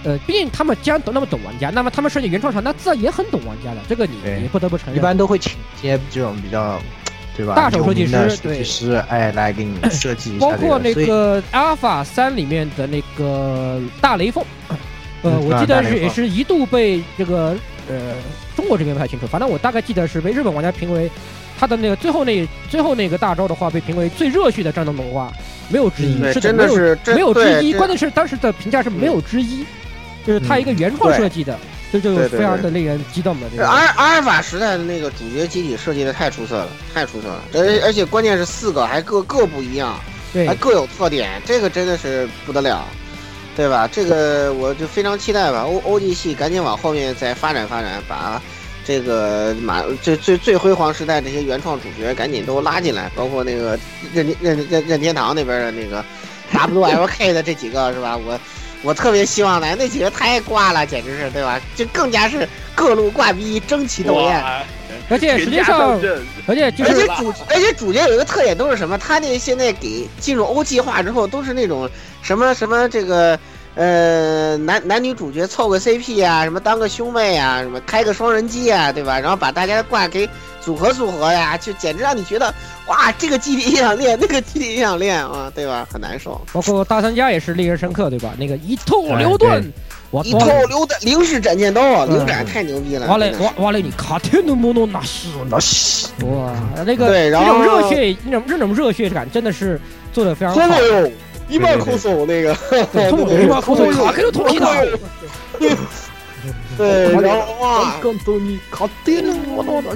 [SPEAKER 5] 呃，毕竟他们既然都那么懂玩家，那么他们设计原创上，那自然也很懂玩家的，这个你也不得不承认。
[SPEAKER 1] 一般都会请一些这种比较，对吧？
[SPEAKER 5] 大手设计
[SPEAKER 1] 师，
[SPEAKER 5] 设
[SPEAKER 1] 计师，哎，来给你设计一下、
[SPEAKER 5] 这个。包括那个《阿尔法三》里面的那个大雷锋，呃，我记得是也是一度被这个呃中国这边不太清楚，反正我大概记得是被日本玩家评为他的那个最后那最后那个大招的话被评为最热血的战斗动画，没有之一，
[SPEAKER 3] 对
[SPEAKER 5] 是
[SPEAKER 3] 真的是
[SPEAKER 5] 没有
[SPEAKER 3] 真
[SPEAKER 5] 没有之
[SPEAKER 3] 对
[SPEAKER 5] 一，
[SPEAKER 3] 嗯
[SPEAKER 5] 关键是当时的评价是没有之一，就是他一个原创
[SPEAKER 3] 对
[SPEAKER 5] 设计的，这就
[SPEAKER 3] 对对啊
[SPEAKER 5] 非常的令人激动的这
[SPEAKER 3] 这
[SPEAKER 5] 个。
[SPEAKER 3] 阿尔阿尔法时代的那个主角机体设计的太出色了，太出色了，而而且关键是四个还各各不一样，
[SPEAKER 5] 对
[SPEAKER 3] 还各有特点，这个真的是不得了，对吧？这个我就非常期待吧。O O G 系赶紧往后面再发展发展，把这个马最最最辉煌时代这些原创主角赶紧都拉进来，包括那个任任任任天堂那边的那个 W L K 的这几个是吧？我。我特别希望来那几个太挂了，简直是对吧？就更加是各路挂逼，争奇斗艳。
[SPEAKER 2] 哇
[SPEAKER 5] 而且实际
[SPEAKER 2] 全家
[SPEAKER 5] 上
[SPEAKER 2] 上阵，
[SPEAKER 5] 而且就
[SPEAKER 3] 而且
[SPEAKER 5] 是
[SPEAKER 3] 主而且主角有一个特点都是什么？他那现在给进入欧计划之后，都是那种什么什么这个呃男男女主角凑个 CP 啊，什么当个兄妹啊，什么开个双人机啊，对吧？然后把大家的挂给组合组合呀，就简直让你觉得哇，这个基地也想练，那个基地也想练啊，对吧？很难受。
[SPEAKER 5] 包括大三家也是令人深刻，对吧？那个一通
[SPEAKER 1] 哎
[SPEAKER 5] 牛顿，我
[SPEAKER 3] 一套流的零式斩剑刀啊，流斩太牛逼了！
[SPEAKER 5] 哇嘞
[SPEAKER 3] 真的是
[SPEAKER 5] 哇哇嘞！你卡天的莫诺那是那是哇，那个
[SPEAKER 3] 对然
[SPEAKER 5] 那
[SPEAKER 3] 后
[SPEAKER 5] 种热血，那种那种热血感真的是做的非常好。
[SPEAKER 3] 空手，一毛空手那个，
[SPEAKER 5] 对空手一毛空手卡开了通缉的。
[SPEAKER 3] 对，然后啊哇，
[SPEAKER 1] 更多你靠定我都的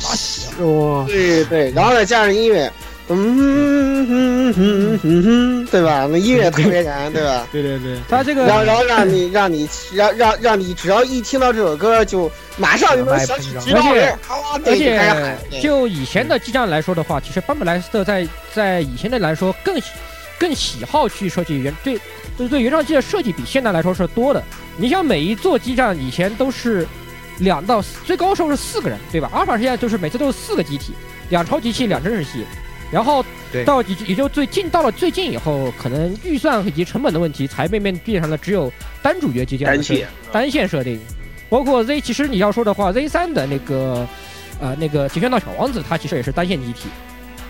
[SPEAKER 1] 哇！
[SPEAKER 3] 对对，然后再加上音乐，嗯哼哼哼哼，对吧？那音乐特别燃，对吧？
[SPEAKER 1] 对对对，
[SPEAKER 5] 他这个
[SPEAKER 3] 然后然后让你让你让让让你只要一听到这首歌，就马上就能想起指导人，啊，
[SPEAKER 5] 而
[SPEAKER 3] 对，就
[SPEAKER 5] 且
[SPEAKER 3] 开始喊，对
[SPEAKER 5] 就以前的激战来说的话，其实班布莱斯特在在以前的来说更喜更喜好去设计原对对对原创机的设计比现在来说是多的。你像每一座基站以前都是两到四最高时候是四个人，对吧？阿尔法现在就是每次都是四个机体，两超级系两真实系，然后
[SPEAKER 1] 对
[SPEAKER 5] 到也就也就最近到了最近以后，可能预算以及成本的问题，才被面变成了只有单主角机这样
[SPEAKER 2] 单
[SPEAKER 5] 的
[SPEAKER 2] 线
[SPEAKER 5] 设单线设定。包括 Z，其实你要说的话，Z 三的那个呃那个《极限道小王子》，它其实也是单线机体。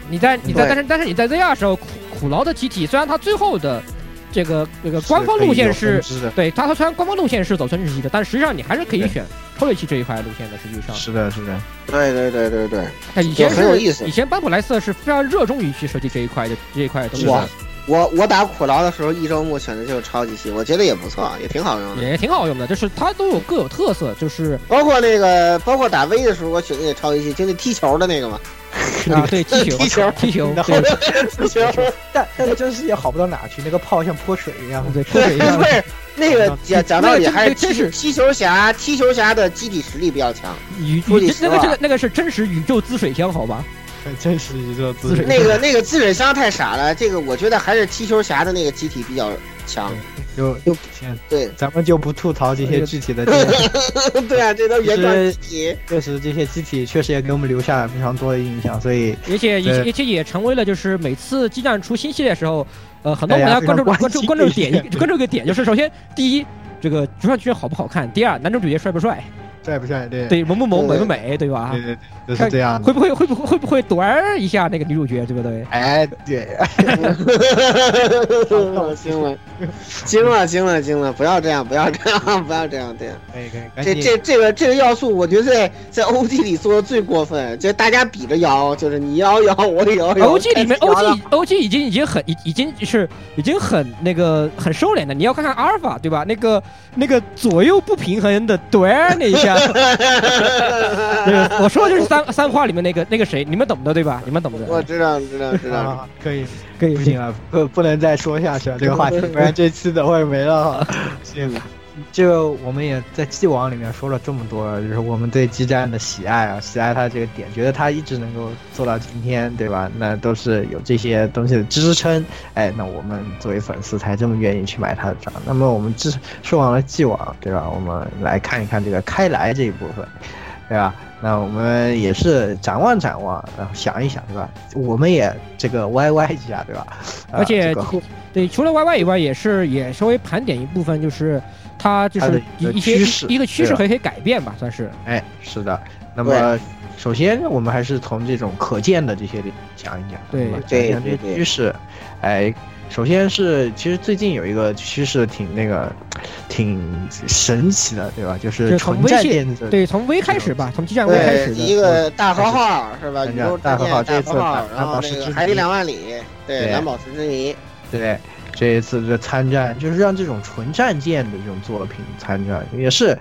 [SPEAKER 5] 你在你在
[SPEAKER 1] 对
[SPEAKER 5] 但是但是你在 ZR 时候苦苦劳的机体，虽然它最后的这个这个官方路线是
[SPEAKER 1] 是的，
[SPEAKER 5] 对它它虽然官方路线是走村支系的，但实际上你还是可以选超越系这一块路线的。实际上，
[SPEAKER 1] 是的，是的，
[SPEAKER 3] 对对对对对。
[SPEAKER 5] 但以前
[SPEAKER 3] 就很有意
[SPEAKER 5] 是
[SPEAKER 3] 思
[SPEAKER 5] 以前班普莱斯特是非常热衷于去设计这一块的这一块的东西
[SPEAKER 3] 我
[SPEAKER 5] 的，
[SPEAKER 3] 我我打苦劳的时候，一周目选的就是超级系，我觉得也不错，也挺好用的。
[SPEAKER 5] 也挺好用的，就是它都有各有特色，就是
[SPEAKER 3] 包括那个，包括打 V 的时候，我选的也超级系，就那踢球的那个嘛，
[SPEAKER 5] 啊对踢
[SPEAKER 3] *laughs*
[SPEAKER 5] 球
[SPEAKER 3] 踢球
[SPEAKER 5] 踢球
[SPEAKER 1] 然后
[SPEAKER 5] 对
[SPEAKER 3] 踢球。
[SPEAKER 1] 但但是真是也好不到哪去，那个炮像泼水一样。
[SPEAKER 5] *laughs* 对泼水一
[SPEAKER 3] *laughs*
[SPEAKER 5] 样
[SPEAKER 3] 不。是那
[SPEAKER 5] *laughs*
[SPEAKER 3] 个讲讲道理，
[SPEAKER 5] 那个
[SPEAKER 3] 还是
[SPEAKER 5] 真
[SPEAKER 3] 踢
[SPEAKER 5] 是
[SPEAKER 3] 踢球侠，踢球侠的机体实力比较强。
[SPEAKER 5] 宇
[SPEAKER 3] 说句
[SPEAKER 5] 宇
[SPEAKER 3] 实
[SPEAKER 5] 那个
[SPEAKER 3] 话
[SPEAKER 5] 这个那个是真实宇宙滋水枪，好吧？
[SPEAKER 1] 真是一个
[SPEAKER 5] 自
[SPEAKER 1] 姿
[SPEAKER 5] 水
[SPEAKER 1] 势，
[SPEAKER 3] 那个那个自水箱太傻了，这个我觉得还是踢球侠的那个机体比较强。
[SPEAKER 1] 就
[SPEAKER 3] 就
[SPEAKER 1] 天，
[SPEAKER 3] 对
[SPEAKER 1] 咱们就不吐槽这些具体的地方，
[SPEAKER 3] 对 *laughs* 啊，这都原装机体。
[SPEAKER 1] 确实这些机体确实也给我们留下了非常多的印象，所以
[SPEAKER 5] 而且也
[SPEAKER 1] 对
[SPEAKER 5] 而且也成为了就是每次激战出新系列的时候，呃，很多玩
[SPEAKER 1] 大
[SPEAKER 5] 家
[SPEAKER 1] 家
[SPEAKER 5] 关注
[SPEAKER 1] 非常
[SPEAKER 5] 关注关
[SPEAKER 1] 关
[SPEAKER 5] 注
[SPEAKER 1] 心
[SPEAKER 5] 点
[SPEAKER 1] 这 *laughs*
[SPEAKER 5] 一关注一个点就是，首先第一，这个主创剧好不好看；第二，男主角帅不帅，
[SPEAKER 1] 帅不帅？对
[SPEAKER 5] 对，萌不萌，美不美，对吧
[SPEAKER 1] 对？对，对就是这样的
[SPEAKER 5] 会。不会会不会会不会短儿一下那个女主角，对不对？
[SPEAKER 1] 哎，对，
[SPEAKER 3] *laughs* 惊了，惊了，惊了，惊了！不要这样，不要这样，不 *laughs* 要这样，对。
[SPEAKER 1] 可以可
[SPEAKER 5] 哎
[SPEAKER 1] 以，赶
[SPEAKER 3] 这
[SPEAKER 1] 紧
[SPEAKER 3] 这这个这个要素，我觉得在在 O G 里做的最过分，就大家比着摇，就是你摇摇，我也
[SPEAKER 1] 哎
[SPEAKER 3] 摇摇。
[SPEAKER 5] O G 里面
[SPEAKER 3] 但
[SPEAKER 5] ，O
[SPEAKER 3] 是摇摇
[SPEAKER 5] G O G 已经已经很已已经是已经很那个很收敛的。你要看看阿尔法对吧？那个那个左右不平衡的怼儿那一下，对我说的就是三 *laughs* 三花里面那个那个谁，你们懂的对吧？你们懂的。
[SPEAKER 3] *laughs* 我知道，知道，知道。
[SPEAKER 1] 啊，可以，
[SPEAKER 5] 可以
[SPEAKER 1] 不行了，不不能再说下去了，这个话题，不然这期等会儿没了。这个，这个我们也在既往里面说了这么多，就是我们对基站的喜爱啊，喜爱它这个点，觉得它一直能够做到今天，对吧？那都是有这些东西的支撑，哎，那我们作为粉丝才这么愿意去买它的账。那么我们之说完了既往，对吧？我们来看一看这个开来这一部分。对吧？那我们也是展望展望，然后想一想，对吧？我们也这个 YY 一下，对吧？啊
[SPEAKER 5] 而且
[SPEAKER 1] 这个
[SPEAKER 5] 对，除了 YY 以外，也是也稍微盘点一部分，就是它就
[SPEAKER 1] 它的
[SPEAKER 5] 是
[SPEAKER 1] 一个
[SPEAKER 5] 一些
[SPEAKER 1] 趋势
[SPEAKER 5] 一个趋
[SPEAKER 1] 对
[SPEAKER 5] 势
[SPEAKER 1] 吧
[SPEAKER 5] 和一些改变吧，算是。
[SPEAKER 1] 哎，是的，那么，首先我们还是从这种可见的这些讲一讲，
[SPEAKER 5] 对，
[SPEAKER 1] 讲讲这趋势。哎，首先是其实最近有一个趋势挺那个，挺神奇的，对吧？就是
[SPEAKER 5] 从
[SPEAKER 1] 微信
[SPEAKER 5] 对，从微开始吧，从基站微开始，
[SPEAKER 3] 一个大和号是吧？宇宙
[SPEAKER 1] 大和
[SPEAKER 3] 号，
[SPEAKER 1] 这次
[SPEAKER 3] 然后那个海底两万里，对，蓝宝石之谜，
[SPEAKER 1] 对。这一次的参战，就是让这种纯战舰的这种作品参战，也是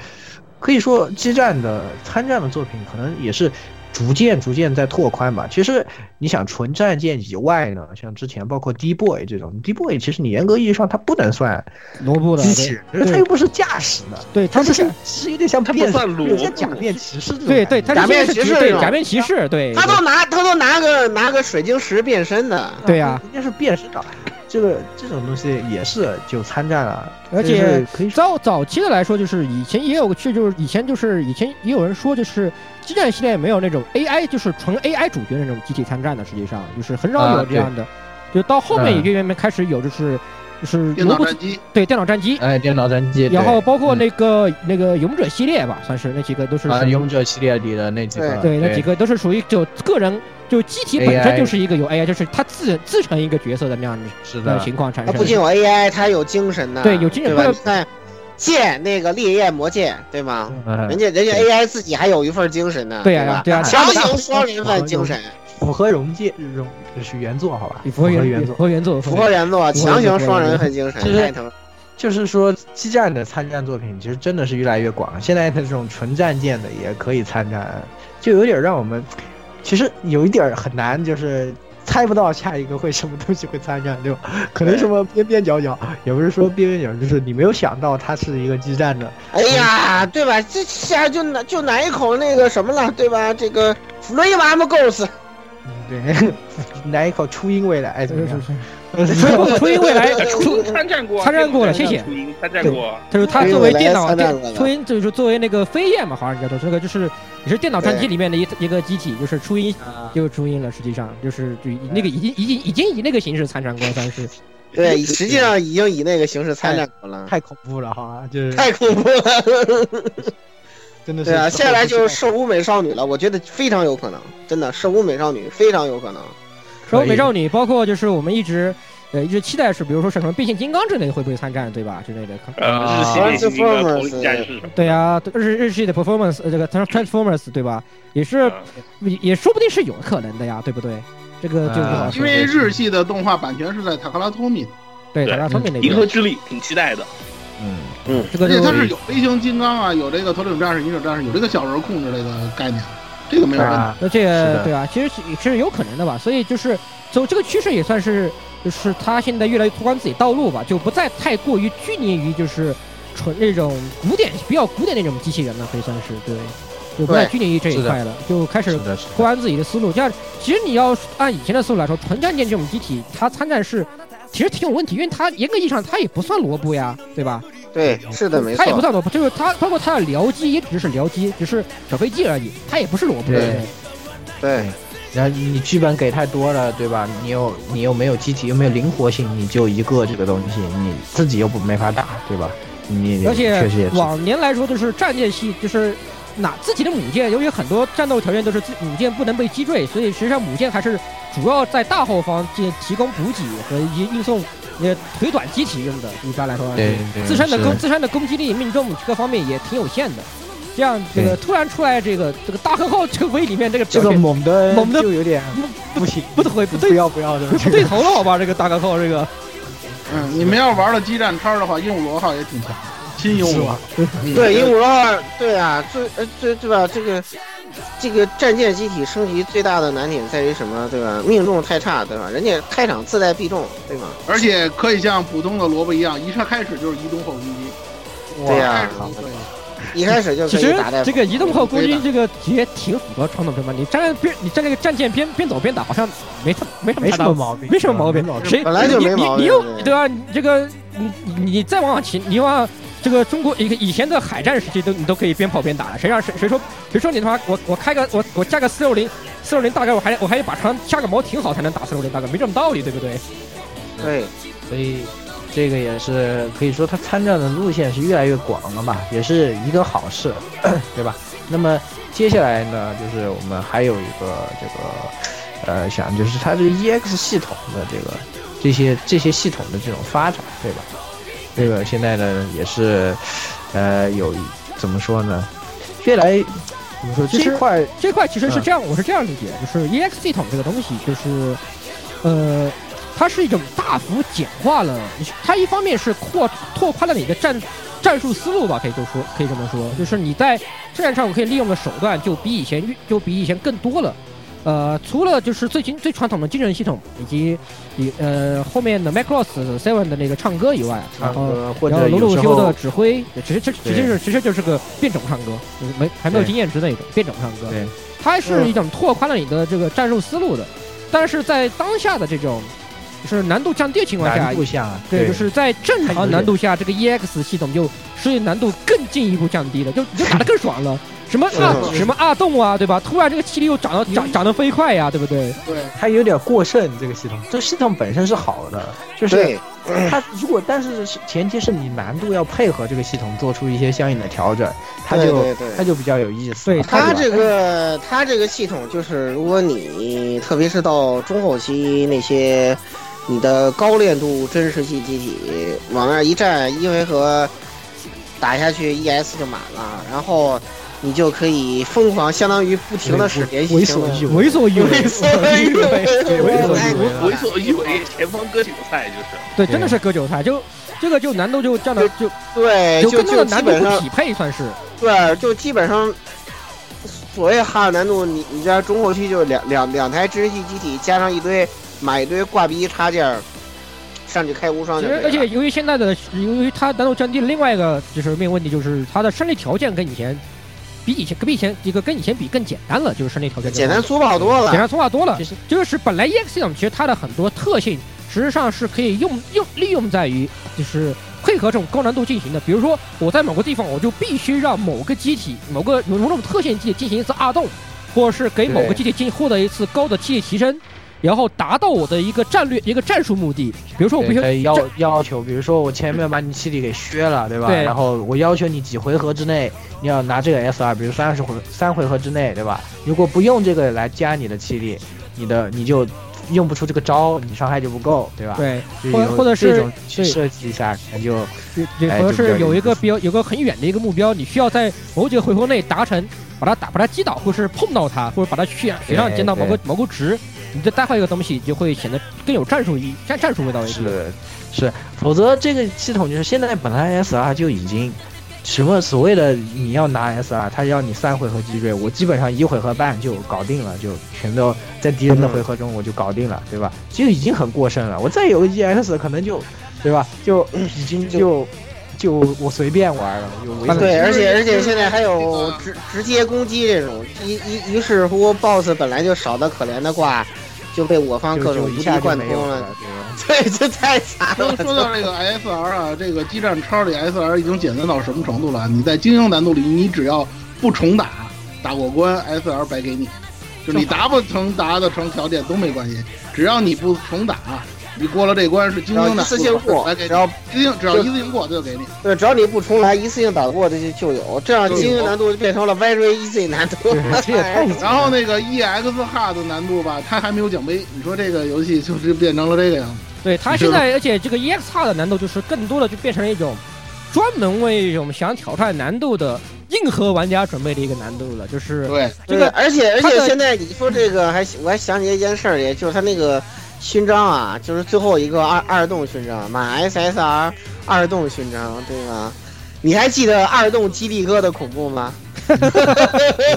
[SPEAKER 1] 可以说激战的参战的作品，可能也是逐渐逐渐在拓宽吧。其实你想纯战舰以外呢，像之前包括 D boy 这种，D boy 其实你严格意义上它不能算
[SPEAKER 5] 罗布的
[SPEAKER 1] 机器人，它又不是驾驶的，
[SPEAKER 5] 对，它
[SPEAKER 1] 是是有点像
[SPEAKER 2] 它不算罗布，
[SPEAKER 1] 假面骑士
[SPEAKER 5] 对对，它
[SPEAKER 3] 假面骑士
[SPEAKER 5] 对假面骑士对，
[SPEAKER 3] 他都拿他都拿个拿个水晶石变身的，
[SPEAKER 5] 对啊呀，
[SPEAKER 1] 人家是变身的。这个这种东西也是就参战了，
[SPEAKER 5] 而且
[SPEAKER 1] 可以
[SPEAKER 5] 早早期的来说，就是以前也有个去，就是以前就是以前也有人说，就是激战系列没有那种 AI，就是纯 AI 主角那种集体参战的，实际上就是很少有这样的。啊、就到后面也越慢开始有，就是、嗯、就是
[SPEAKER 7] 电脑战机，
[SPEAKER 5] 对电脑战机，
[SPEAKER 1] 哎，电脑战机，
[SPEAKER 5] 然后包括那个、嗯、那个勇者系列吧，算是那几个都是
[SPEAKER 1] 啊，勇者系列里的那几个，
[SPEAKER 5] 对那几个都是属于就个人。就机体本身就是一个有 AI，就是它自自成一个角色的那样的情况产生。
[SPEAKER 3] 它不仅有 AI，它有精神的。
[SPEAKER 5] 对，有精
[SPEAKER 3] 对
[SPEAKER 5] 神。
[SPEAKER 3] 吧？你看，剑那个烈焰魔剑，对吗？
[SPEAKER 1] 嗯哎
[SPEAKER 3] 人家人家 AI 自己还有一份精神呢。
[SPEAKER 5] 对
[SPEAKER 3] 呀，
[SPEAKER 5] 对呀，
[SPEAKER 3] 强行双人份精神，
[SPEAKER 1] 符合荣界荣是原作好吧？
[SPEAKER 5] 符合原
[SPEAKER 1] 作，符合
[SPEAKER 5] 原作，
[SPEAKER 3] 符合原作，强行双人份精神，太疼。
[SPEAKER 1] 就是说，激战的参战作品其实真的是越来越广，现在的这种纯战舰的也可以参战，就有点让我们。其实有一点儿很难，就是猜不到下一个会什么东西会参战，对吧？可能什么边边角角，也不是说边边角，就是你没有想到它是一个激战的。
[SPEAKER 3] 哎呀，对吧？这下就拿就来一口那个什么了，对吧？这个弗洛伊娃姆 Ghost，
[SPEAKER 1] 对，来一口初音未来哎怎么样？
[SPEAKER 5] *laughs* 初初音未
[SPEAKER 3] *laughs*
[SPEAKER 5] 来
[SPEAKER 2] 初参战过，
[SPEAKER 5] 参战过了，谢谢。
[SPEAKER 2] 初音参战过，
[SPEAKER 5] 就是他作为电脑初音，就是作为那个飞燕嘛，好像叫做这个，就是也是电脑战机里面的一一个机体，就是初音，就是初音了。实际上就是就那个已经已经已经以那个形式参战过，算是。
[SPEAKER 3] 对，实际上已经以那个形式
[SPEAKER 5] 哎
[SPEAKER 3] 参战过了。
[SPEAKER 1] 太恐怖了哈，就是
[SPEAKER 3] 太恐怖了，
[SPEAKER 1] 真的是。
[SPEAKER 3] 对啊，下来就是圣武美少女了，我觉得非常有可能，真的圣武美少女非常有可能。
[SPEAKER 5] 然后美少女，包括就是我们一直，呃，一直期待是，比如说什么变形金刚之类会不会参战，对吧？之类的。
[SPEAKER 2] 呃，日系变形金刚同一战士。
[SPEAKER 5] 对啊，日日系的 performance 这个 transformers 对吧？也是，也说不定是有可能的呀，对不对？这个就不好
[SPEAKER 7] 因为日系的动画版权是在塔克拉托米。
[SPEAKER 5] 对，塔克拉托米那个。
[SPEAKER 2] 嗯银河之力挺期待的。
[SPEAKER 1] 嗯
[SPEAKER 2] 嗯，
[SPEAKER 5] 这个
[SPEAKER 7] 它是有变形金刚啊，有这个头领战士、银手战士，有这个小人控制这个概念。这个没有问
[SPEAKER 3] 啊
[SPEAKER 7] 题，
[SPEAKER 5] 那这个对吧？其实是有可能的吧，所以就是走这个趋势也算是，就是他现在越来越拓宽自己道路吧，就不再太过于拘泥于就是纯那种古典、比较古典那种机器人了，可以算是对，就不再拘泥于这一块了，就开始拓宽自己的思路。这样，其实你要按以前的思路来说，纯战舰这种机体，它参战是其实挺有问题，因为它严格意义上它也不算萝卜呀，对吧？
[SPEAKER 3] 对，是的，没错。
[SPEAKER 5] 他哎也不算萝卜，就是他，包括他的僚机也只是僚机，只是小飞机而已，他也不是萝卜。
[SPEAKER 1] 对，
[SPEAKER 3] 对。
[SPEAKER 1] 然后你剧本给太多了，对吧？你又你又没有机体，又没有灵活性，你就一个这个东西，你自己又不没法打，对吧？你
[SPEAKER 5] 而且往年来说，就是战舰系，就是哪自己的母舰，由于很多战斗条件都是自母舰不能被击坠，所以实际上母舰还是主要在大后方进提供补给和一运送。那腿短机体用的，一般来说，
[SPEAKER 1] 对
[SPEAKER 5] 自身的攻自身的攻击力、命中各方面也挺有限的。这样，这个突然出来这个这个大和号这个位里面这个
[SPEAKER 1] 这个猛的
[SPEAKER 5] 猛的
[SPEAKER 1] 就有点不行，
[SPEAKER 5] 不对不
[SPEAKER 1] 对，不要不要的，
[SPEAKER 5] 不对头了好吧？这个大和号这个，
[SPEAKER 7] 嗯，你们要玩了激战超的话，鹦鹉螺号也挺强，新鹦鹉啊嗯螺，
[SPEAKER 5] 嗯
[SPEAKER 3] 对鹦鹉螺号，对啊，最呃最对吧？这个这个战舰机体升级最大的难点在于什么？对吧？命中太差，对吧？人家开场自带必中，对吧？
[SPEAKER 7] 而且可以像普通的萝卜一样，一上开始就是移动后攻击。
[SPEAKER 3] 对呀，一开始就
[SPEAKER 5] 其实这个移动后攻击这个也挺符合传统片嘛。你站边，你站那个战舰边边走边打，好像没没什么
[SPEAKER 1] 没什么毛病，嗯
[SPEAKER 5] 没什么毛病。谁
[SPEAKER 3] 本来就没毛病，你
[SPEAKER 5] 又对吧？这个你你再往前，你往。这个中国一个以前的海战时期都你都可以边跑边打了，谁让谁谁说谁说你他妈我我开个我我加个四六零四六零大概我还我还得把船加个锚停好才能打四六零大概没这么道理对不对？
[SPEAKER 3] 对，
[SPEAKER 1] 所以这个也 *clears throat* 是可以说它参战的路线是越来越广了吧，也是一个好事，对吧？那么接下来呢，就是我们还有一个这个呃想就是它这个 EX 系统的这个这些这些系统的这种发展，对吧？这个现在呢也是呃有怎么说呢，越来怎么说
[SPEAKER 5] 这
[SPEAKER 1] 块
[SPEAKER 5] 这块其实是这样，嗯、我是这样理解，就是 EX 系统这个东西就是呃。它是一种大幅简化了，它一方面是扩拓宽了你的战战术思路吧，可以就说可以这么说，就是你在战场上可以利用的手段就比以前就比以前更多了。呃，除了就是最近最传统的精神系统以及以呃后面的 Macross Seven 的那个唱歌以外，然后
[SPEAKER 1] 呃
[SPEAKER 5] 然后罗鲁修的指挥，只是这直接是直接就是个变种唱歌，就是没还没有经验值那种变种唱歌。
[SPEAKER 1] 对，嗯
[SPEAKER 5] 它是一种拓宽了你的这个战术思路的，但是在当下的这种。就是难度降低的情况下，
[SPEAKER 1] 难度下
[SPEAKER 5] 对，就是在正常难度下，这个 EX 系统就适应难度更进一步降低了，就就打得更爽了。什么啊什么啊动啊，对吧？突然这个气力又涨到涨涨得飞快呀、啊，对不对？
[SPEAKER 7] 对，
[SPEAKER 1] 它有点过剩这个系统，这个系统本身是好的，就是它如果但是前提是你难度要配合这个系统做出一些相应的调整，它就它就比较有意思。
[SPEAKER 5] 对
[SPEAKER 3] 它这个它这个系统就是，如果你特别是到中后期那些。你的高练度真实系机体往那一站，因为和打下去 ES 就满了，然后你就可以疯狂，相当于不停的使连续
[SPEAKER 1] 为所欲
[SPEAKER 5] 为所欲为，
[SPEAKER 3] 为所欲
[SPEAKER 5] *laughs*
[SPEAKER 1] 哎
[SPEAKER 3] 为，
[SPEAKER 2] 哎
[SPEAKER 5] 啊
[SPEAKER 2] 为所欲为，前方割韭菜就是。
[SPEAKER 5] 对，真的是割韭菜，就这个就难度就降到就
[SPEAKER 3] 对，
[SPEAKER 5] 就跟这个难度不匹配，算是
[SPEAKER 3] 对，就基本上。所谓哈尔难度，你你在中后期就两两两台真实系机体加上一堆。买一堆挂逼插件，上去开无双。
[SPEAKER 5] 而且由于现在的，由于它难度降低，另外一个就是命问题就是它的胜利条件跟以前比以前跟以前一个跟以前比更简单了，就是胜利条件
[SPEAKER 3] 简单粗暴多了，
[SPEAKER 5] 简单粗暴多了。其实就是本来 EX 系统其实它的很多特性，实际上是可以用用利用在于就是配合这种高难度进行的。比如说我在某个地方，我就必须让某个机体、某个某种特性机体进行一次二动，或者是给某个机体进获得一次高的气力提升。然后达到我的一个战略、一个战术目的，比如说我必须
[SPEAKER 1] 要要求，比如说我前面把你气力给削了，对吧？
[SPEAKER 5] 对。
[SPEAKER 1] 然后我要求你几回合之内你要拿这个 S R，比如三十回三回合之内，对吧？如果不用这个来加你的气力，你的你就用不出这个招，你伤害就不够，对吧？
[SPEAKER 5] 对。或或者
[SPEAKER 1] 是去设计一下，可能就
[SPEAKER 5] 或者是有一个比较有个很远的一个目标，你需要在某几个回合内达成，把它打把它击倒，或是碰到它，或者把它血血量减到某个某个值。你再搭配一个东西，就会显得更有战术意、战战术味道一些。
[SPEAKER 1] 是，是，否则这个系统就是现在本来 SR 就已经什么所谓的你要拿 SR，他要你三回合击坠，我基本上一回合半就搞定了，就全都在敌人的回合中我就搞定了，对吧？就已经很过剩了。我再有个 EX 可能就，对吧？就已经就就我随便玩了。就
[SPEAKER 3] 啊对，而且而且现在还有直直接攻击这种，于于于是乎 BOSS 本来就少的可怜的挂。就被我方各种
[SPEAKER 1] 一下
[SPEAKER 3] 贯通了，对，这太惨
[SPEAKER 7] *laughs*
[SPEAKER 3] 了。
[SPEAKER 7] 说到这个 S R 啊，这个激战超里 S R 已经简单到什么程度了？你在精英难度里，你只要不重打，打过关 S R 白给你，就你达不成达的成条件都没关系，只要你不重打，你过了这关是精英的，
[SPEAKER 3] 一次性过，
[SPEAKER 7] 只
[SPEAKER 3] 要
[SPEAKER 7] 精英只要一次性过就给你。
[SPEAKER 3] 对，只要你不重来，一次性打过的就就有，这样精英难度就变成了 very easy 难度。
[SPEAKER 7] 然后那个 E EX hard 的难度吧，它还没有奖杯。你说这个游戏就是变成了这个样子。
[SPEAKER 5] 对，它现在而且这个 EX hard 的难度就是更多的就变成了一种专门为一种想挑战难度的硬核玩家准备的一个难度了，就是
[SPEAKER 7] 对
[SPEAKER 5] 这个。
[SPEAKER 3] 而且而且现在你说这个还我还想起一件事儿，也就是它那个。勋章啊，就是最后一个二二洞勋章，买 SSR 二洞勋章，对吗？你还记得二洞基地哥的恐怖吗？ *laughs*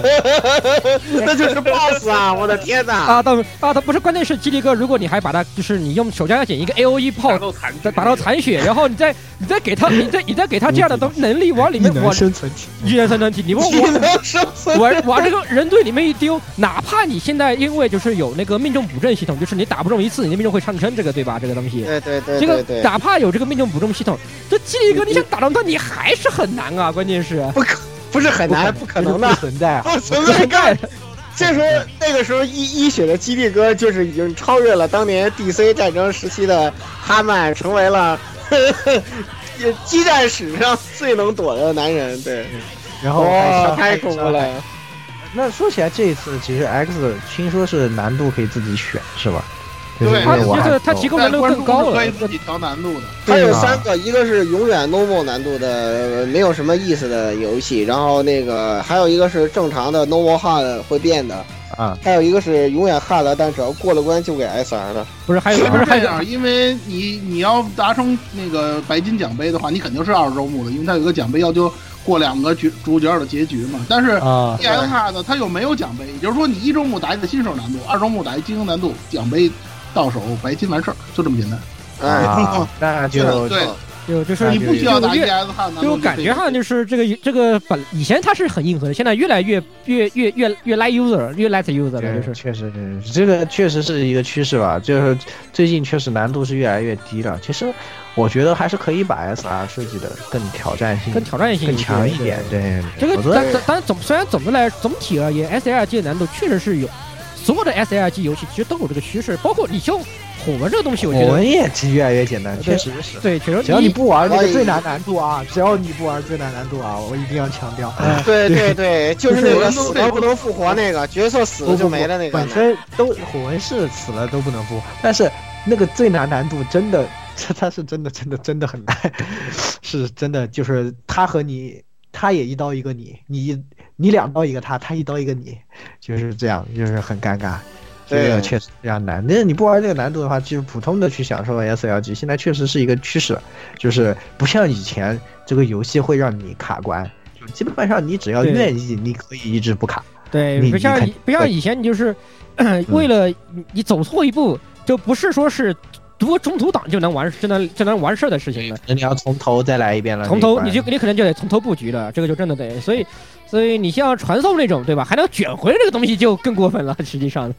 [SPEAKER 3] 那就是 BOSS 啊！我的天哪！
[SPEAKER 5] 啊，他啊，他不是，关键是基地哥，如果你还把他，就是你用手加加减一个 A O E 炮打到残血，然后你再你再给他，你再你再给他这样的东能力往里面往
[SPEAKER 1] 生存体，
[SPEAKER 5] 异能生存体，你问我往往这个人堆里面一丢，哪怕你现在因为就是有那个命中补正系统，就是你打不中一次，你的命中会上升，这个对吧？这个东西，
[SPEAKER 3] 对对对，
[SPEAKER 5] 这个哪怕有这个命中补中系统，这基地哥你想打中他，你还是很难啊！关键是
[SPEAKER 3] 不可。不是很难，
[SPEAKER 1] 不
[SPEAKER 3] 可能的，
[SPEAKER 1] 不存在，
[SPEAKER 5] 啊
[SPEAKER 3] *laughs* 不存在干。这时候，那个时候一一血的基地哥就是已经超越了当年 DC 战争时期的哈曼，成为 *laughs* 了激战史上最能躲的男人。对，
[SPEAKER 1] 然后还
[SPEAKER 3] 哦太恐怖了。
[SPEAKER 1] 那说起来，这一次其实 X 听说是难度可以自己选，是吧？
[SPEAKER 7] 对，
[SPEAKER 5] 它就是它提供难度更高了，
[SPEAKER 7] 可以自己调难度的。
[SPEAKER 3] 它有三个，一个是永远 normal 难度的，没有什么意思的游戏，然后那个还有一个是正常的 normal hard 会变的。
[SPEAKER 1] 啊，
[SPEAKER 3] 还有一个是永远旱了，但只要过了关就给 S R 的。
[SPEAKER 5] *laughs* 不是还有
[SPEAKER 7] 不
[SPEAKER 5] 是
[SPEAKER 7] 这样，因为你你要达成那个白金奖杯的话，你肯定是二十周目的，因为它有一个奖杯要求过两个角主角的结局嘛。但
[SPEAKER 5] *laughs*
[SPEAKER 7] 是
[SPEAKER 5] 啊
[SPEAKER 7] E S R 的它又没有奖杯，也就是说你一周目打一个新手难度，二周目打一精英难度，奖杯到手白金完事儿，就这么简单。 *laughs*
[SPEAKER 3] 哎，
[SPEAKER 1] 啊那就
[SPEAKER 7] 对。
[SPEAKER 5] 就就是
[SPEAKER 7] 啊你不需要打 ES
[SPEAKER 5] 汉，就我感觉上就是这个这个本以前它是很硬核的，现在越来越越越越越来 user 越 light user 了，就是
[SPEAKER 1] 确实确实这个确实是一个趋势吧，就是最近确实难度是越来越低了。其实我觉得还是可以把 SR 设计的更挑战性、
[SPEAKER 5] 更挑战性、
[SPEAKER 1] 更强一点。对，
[SPEAKER 5] 这个但但总虽然总的来总体而言，SLG 难度确实是有。所有的 S L G 游戏其实都有这个趋势，包括你像火纹这个东西，我觉得
[SPEAKER 1] 火纹也越来越简单，确实是。
[SPEAKER 5] 对，确实
[SPEAKER 1] 哦只要你不玩那个最
[SPEAKER 7] 哎
[SPEAKER 1] 难难度啊，只要你不玩最难难度啊，我一定要强调。
[SPEAKER 5] 哎
[SPEAKER 3] 对对对，就是那个死了不能复活那个角色死了就没了那个。
[SPEAKER 1] 本身都火纹是死了都不能复活，但是那个最难难度真的，它它是真的真的真的很难， *laughs* 是真的就是他和你，他也一刀一个你，你你两刀一个他，他一刀一个你，就是这样，就是很尴尬。这个确实非常难。那你不玩这个难度的话，就是普通的去享受 SLG。现在确实是一个趋势，就是不像以前这个游戏会让你卡关，就基本上你只要愿意，你可以一直不卡。
[SPEAKER 5] 对，
[SPEAKER 1] 你嗯
[SPEAKER 5] 不像
[SPEAKER 1] 你
[SPEAKER 5] 不像以前，你就是 *clears throat* 为了你走错一步，就不是说是读中途档就能完就能就能完事儿的事情了。
[SPEAKER 1] 你要从头再来一遍了。
[SPEAKER 5] 从头你就你可能就得从头布局了，这个就真的得。所以所以你像传送那种，对吧？还能卷回来这个东西就更过分了，实
[SPEAKER 1] *laughs*
[SPEAKER 5] 际上。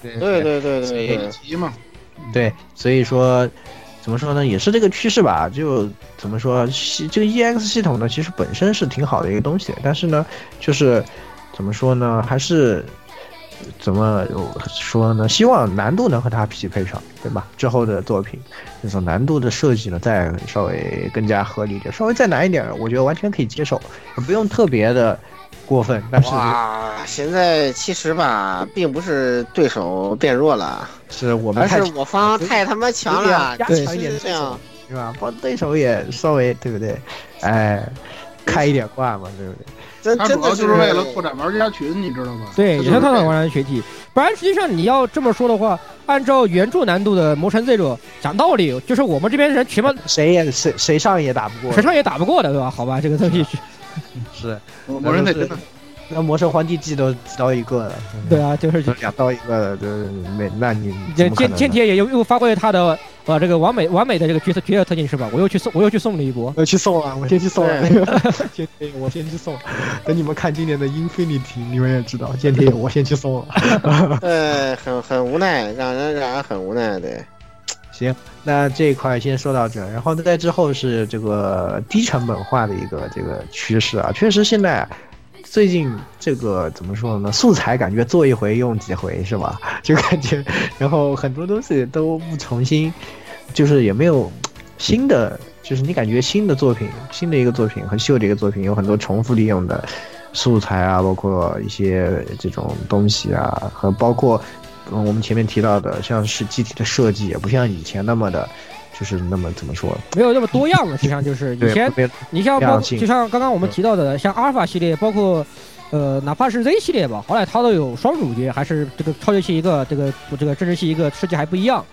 [SPEAKER 3] 对对对对对，
[SPEAKER 7] 急 *laughs* 嘛。
[SPEAKER 1] 对，所以说，怎么说呢，也是这个趋势吧。就怎么说，系这个 EX 系统呢，其实本身是挺好的一个东西，但是呢，就是怎么说呢，还是怎么说呢？希望难度能和它匹配上，对吧？之后的作品，这种难度的设计呢，再稍微更加合理点，稍微再难一点，我觉得完全可以接受，不用特别的。过分，但是
[SPEAKER 3] 哇，现在其实吧，并不是对手变弱了，
[SPEAKER 1] 是我们
[SPEAKER 3] 而
[SPEAKER 1] 太
[SPEAKER 3] 是我方太他妈强了，
[SPEAKER 1] 加强一点
[SPEAKER 3] 这样，
[SPEAKER 1] 对吧？帮对手也稍微对不对？哎，开一点挂嘛，对不对？
[SPEAKER 3] 真
[SPEAKER 7] 它
[SPEAKER 3] 真
[SPEAKER 7] 主
[SPEAKER 3] 的
[SPEAKER 7] 要就是为了拓展玩家群，你知道吗？它
[SPEAKER 5] 对，也
[SPEAKER 7] 就是是
[SPEAKER 5] 看到玩家群体。不然实际上你要这么说的话，按照原著难度的《魔神 Z》者，讲道理就是我们这边人全部
[SPEAKER 1] 谁也谁谁上也打不过，啊
[SPEAKER 5] 谁上也打不过的，对吧？好吧，这个东西
[SPEAKER 1] 是
[SPEAKER 7] 我魔神
[SPEAKER 1] 那
[SPEAKER 7] 那
[SPEAKER 1] 就是
[SPEAKER 7] 真的
[SPEAKER 1] 那魔兽皇帝季都几刀一个了，
[SPEAKER 5] 对啊，就是
[SPEAKER 1] 两刀一个了，就是没那你
[SPEAKER 5] 这
[SPEAKER 1] 嗯怎么可能
[SPEAKER 5] 间
[SPEAKER 1] 呢
[SPEAKER 5] 间谍也又又发挥他的呃这个完美完美的这个角色角色特性是吧？我又去送我又去送了一波，
[SPEAKER 1] 我去送了，我先去送了，那个 *laughs* 间谍我先去送了，等你们看今年的 Infinity，你们也知道间谍我先去送啊了。
[SPEAKER 3] 对，很很无奈，让人让人很无奈，对。
[SPEAKER 1] 行，那这一块先说到这儿，然后在之后是这个低成本化的一个这个趋势啊，确实现在最近这个怎么说呢？素材感觉做一回用几回是吧？ *laughs* 就感觉，然后很多东西都不重新，就是也没有新的，就是你感觉新的作品、新的一个作品和旧的一个作品有很多重复利用的素材啊，包括一些这种东西啊，和包括嗯，我们前面提到的，像是机体的设计，也不像以前那么的，就是那么怎么说？
[SPEAKER 5] 没有那么多样了。实际上就是以前
[SPEAKER 1] 对
[SPEAKER 5] 你像包
[SPEAKER 1] 样性
[SPEAKER 5] 就像刚刚我们提到的，像阿尔法系列，包括呃哪怕是 Z 系列吧，好歹它都有双主角，还是这个超级系一个，这个这个政治系一个，设计还不一样。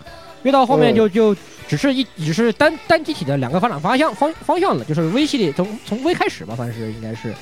[SPEAKER 5] 越到后面就就只是一只是单单机体的两个发展方向方方向了，就是 V 系列从从 V 开始吧，算是应该是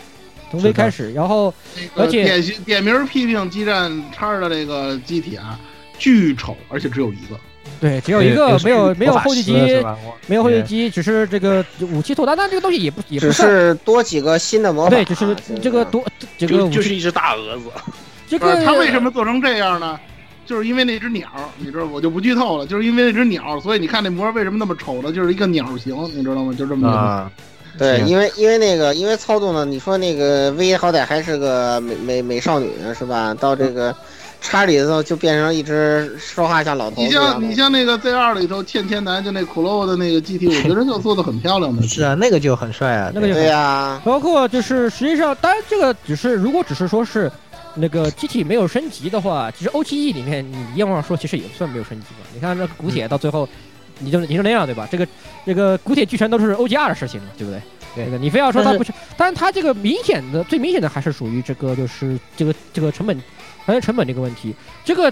[SPEAKER 5] 从 V
[SPEAKER 1] 是的
[SPEAKER 5] 开始，然后
[SPEAKER 7] 呃
[SPEAKER 5] 而且
[SPEAKER 7] 典型点名批评基站叉的这个机体啊，巨丑，而且只有一个。
[SPEAKER 5] 对，只有一个
[SPEAKER 1] 对
[SPEAKER 5] 没有没有
[SPEAKER 1] 魔法
[SPEAKER 5] 后继
[SPEAKER 1] 师
[SPEAKER 5] 机
[SPEAKER 1] 是吧我，
[SPEAKER 5] 没有后继机，只是这个武器拓单，但这个东西也不也不
[SPEAKER 3] 只
[SPEAKER 5] 算
[SPEAKER 3] 是多几个新的魔啊法，
[SPEAKER 5] 对，就是这个多这个
[SPEAKER 2] 就
[SPEAKER 5] 武
[SPEAKER 2] 就是
[SPEAKER 5] 器
[SPEAKER 2] 一只大蛾子。
[SPEAKER 5] *laughs* 这
[SPEAKER 7] 呃
[SPEAKER 5] 个
[SPEAKER 7] 他为什么做成这样呢？就是因为那只鸟，你知道，我就不剧透了。就是因为那只鸟，所以你看那模为什么那么丑呢？就是一个鸟形，你知道吗？就
[SPEAKER 5] 嗯
[SPEAKER 7] 这么一个。
[SPEAKER 1] 啊，
[SPEAKER 3] 对，
[SPEAKER 1] 行
[SPEAKER 3] 因为因为那个因为
[SPEAKER 1] 嗯
[SPEAKER 3] 操纵呢，你说那个 V 好歹还是个美美美少女是吧？到这个叉里头就变成一只说话像老头
[SPEAKER 7] 你像你像那个 Z 二里头倩千男就那苦肉的那个 GT，我觉得就做的很漂亮的。
[SPEAKER 1] *laughs* 是啊，那个就很帅啊，
[SPEAKER 5] 那个就
[SPEAKER 3] 对呀。
[SPEAKER 5] 包括就是实际上，当然这个只是如果只是说是那个 GT 没有升级的话，其实 OTE 里面你硬往说其实也算没有升级吧。你看那古铁到最后，你就你就那样对吧？这个这个古铁巨拳都是 OGR 的事情了，对不对？这个你非要说它不是，但是它这个明显的最明显的还是属于这个就是这个这个成本，还是成本这个问题。这个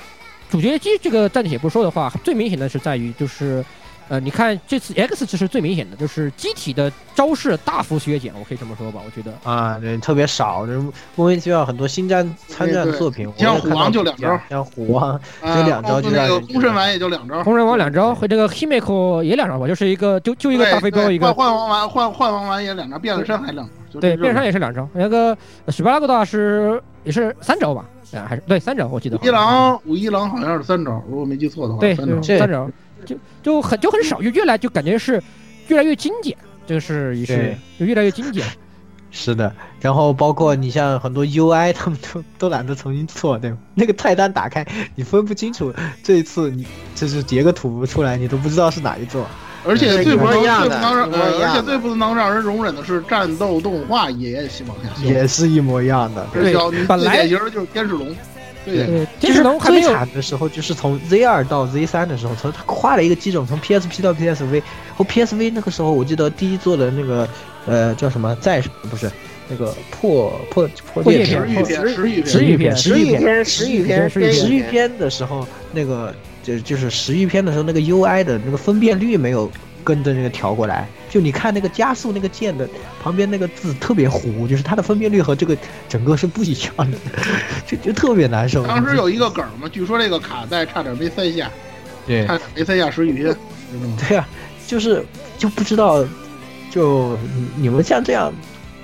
[SPEAKER 5] 主角机这个暂且不说的话，最明显的是在于就是，呃，你看这次 X 这是最明显的，就是机体的招式大幅削减，我可以这么说吧，我觉得。
[SPEAKER 1] 啊，对，特别少，就是莫名其妙很多新战参战作品，
[SPEAKER 7] 对对像虎王就两招，
[SPEAKER 1] 像虎王
[SPEAKER 7] 啊
[SPEAKER 1] 就两招就让
[SPEAKER 7] 人，红神丸也就两招，
[SPEAKER 5] 红神丸两招和这个 Himeko 也两招吧，就是一个就就一个大飞镖一个，
[SPEAKER 7] 幻王丸幻幻王丸也两招，变了身还两招，
[SPEAKER 5] 对，变身也是两招，那个史巴拉格大师也是三招吧。啊，还是对三招，我记得。
[SPEAKER 7] 一郎武一郎好像是三招，如果没记错的话。
[SPEAKER 5] 对，
[SPEAKER 7] 三招，
[SPEAKER 5] 三招，就就很就很少，就越来就感觉是越来越精简，这个是也是就越来越精简。
[SPEAKER 1] 是的，然后包括你像很多 UI，他们都都懒得重新做，对吧？那个菜单打开，你分不清楚这一次你就是截个图出来，你都不知道是哪一座。
[SPEAKER 7] 而且最不能最不能让，
[SPEAKER 3] 呃，
[SPEAKER 7] 而且最不能让人容忍的是战斗动画也希望下修，
[SPEAKER 1] 也是一模一样的。
[SPEAKER 5] 对，本来
[SPEAKER 7] 典型的就是天使龙。
[SPEAKER 5] 对，天使龙还没有
[SPEAKER 1] 惨的时候，就是从 Z 二到 Z 三的时候，从它跨了一个机种，从 PSP 到 PSV，后 PSV 那个时候，我记得第一座的那个呃叫什么在不是那个破破破
[SPEAKER 5] 裂
[SPEAKER 7] 片、
[SPEAKER 1] 十
[SPEAKER 7] 余篇、
[SPEAKER 1] 十
[SPEAKER 5] 余
[SPEAKER 1] 篇、
[SPEAKER 3] 十
[SPEAKER 1] 余
[SPEAKER 3] 篇、
[SPEAKER 1] 十
[SPEAKER 3] 余
[SPEAKER 1] 篇、
[SPEAKER 3] 十余篇、
[SPEAKER 1] 十余篇的时候，那个就就是十余篇的时候，那个 UI 的那个分辨率没有。跟着那个调过来，就你看那个加速那个键的旁边那个字特别糊，就是它的分辨率和这个整个是不一样的， *laughs* 就就特别难受。
[SPEAKER 7] 当时有一个梗嘛，据说这个卡带差点没塞下，
[SPEAKER 1] 对，
[SPEAKER 7] 差点没塞下石宇。
[SPEAKER 1] *laughs* 对啊，就是就不知道，就你们像这样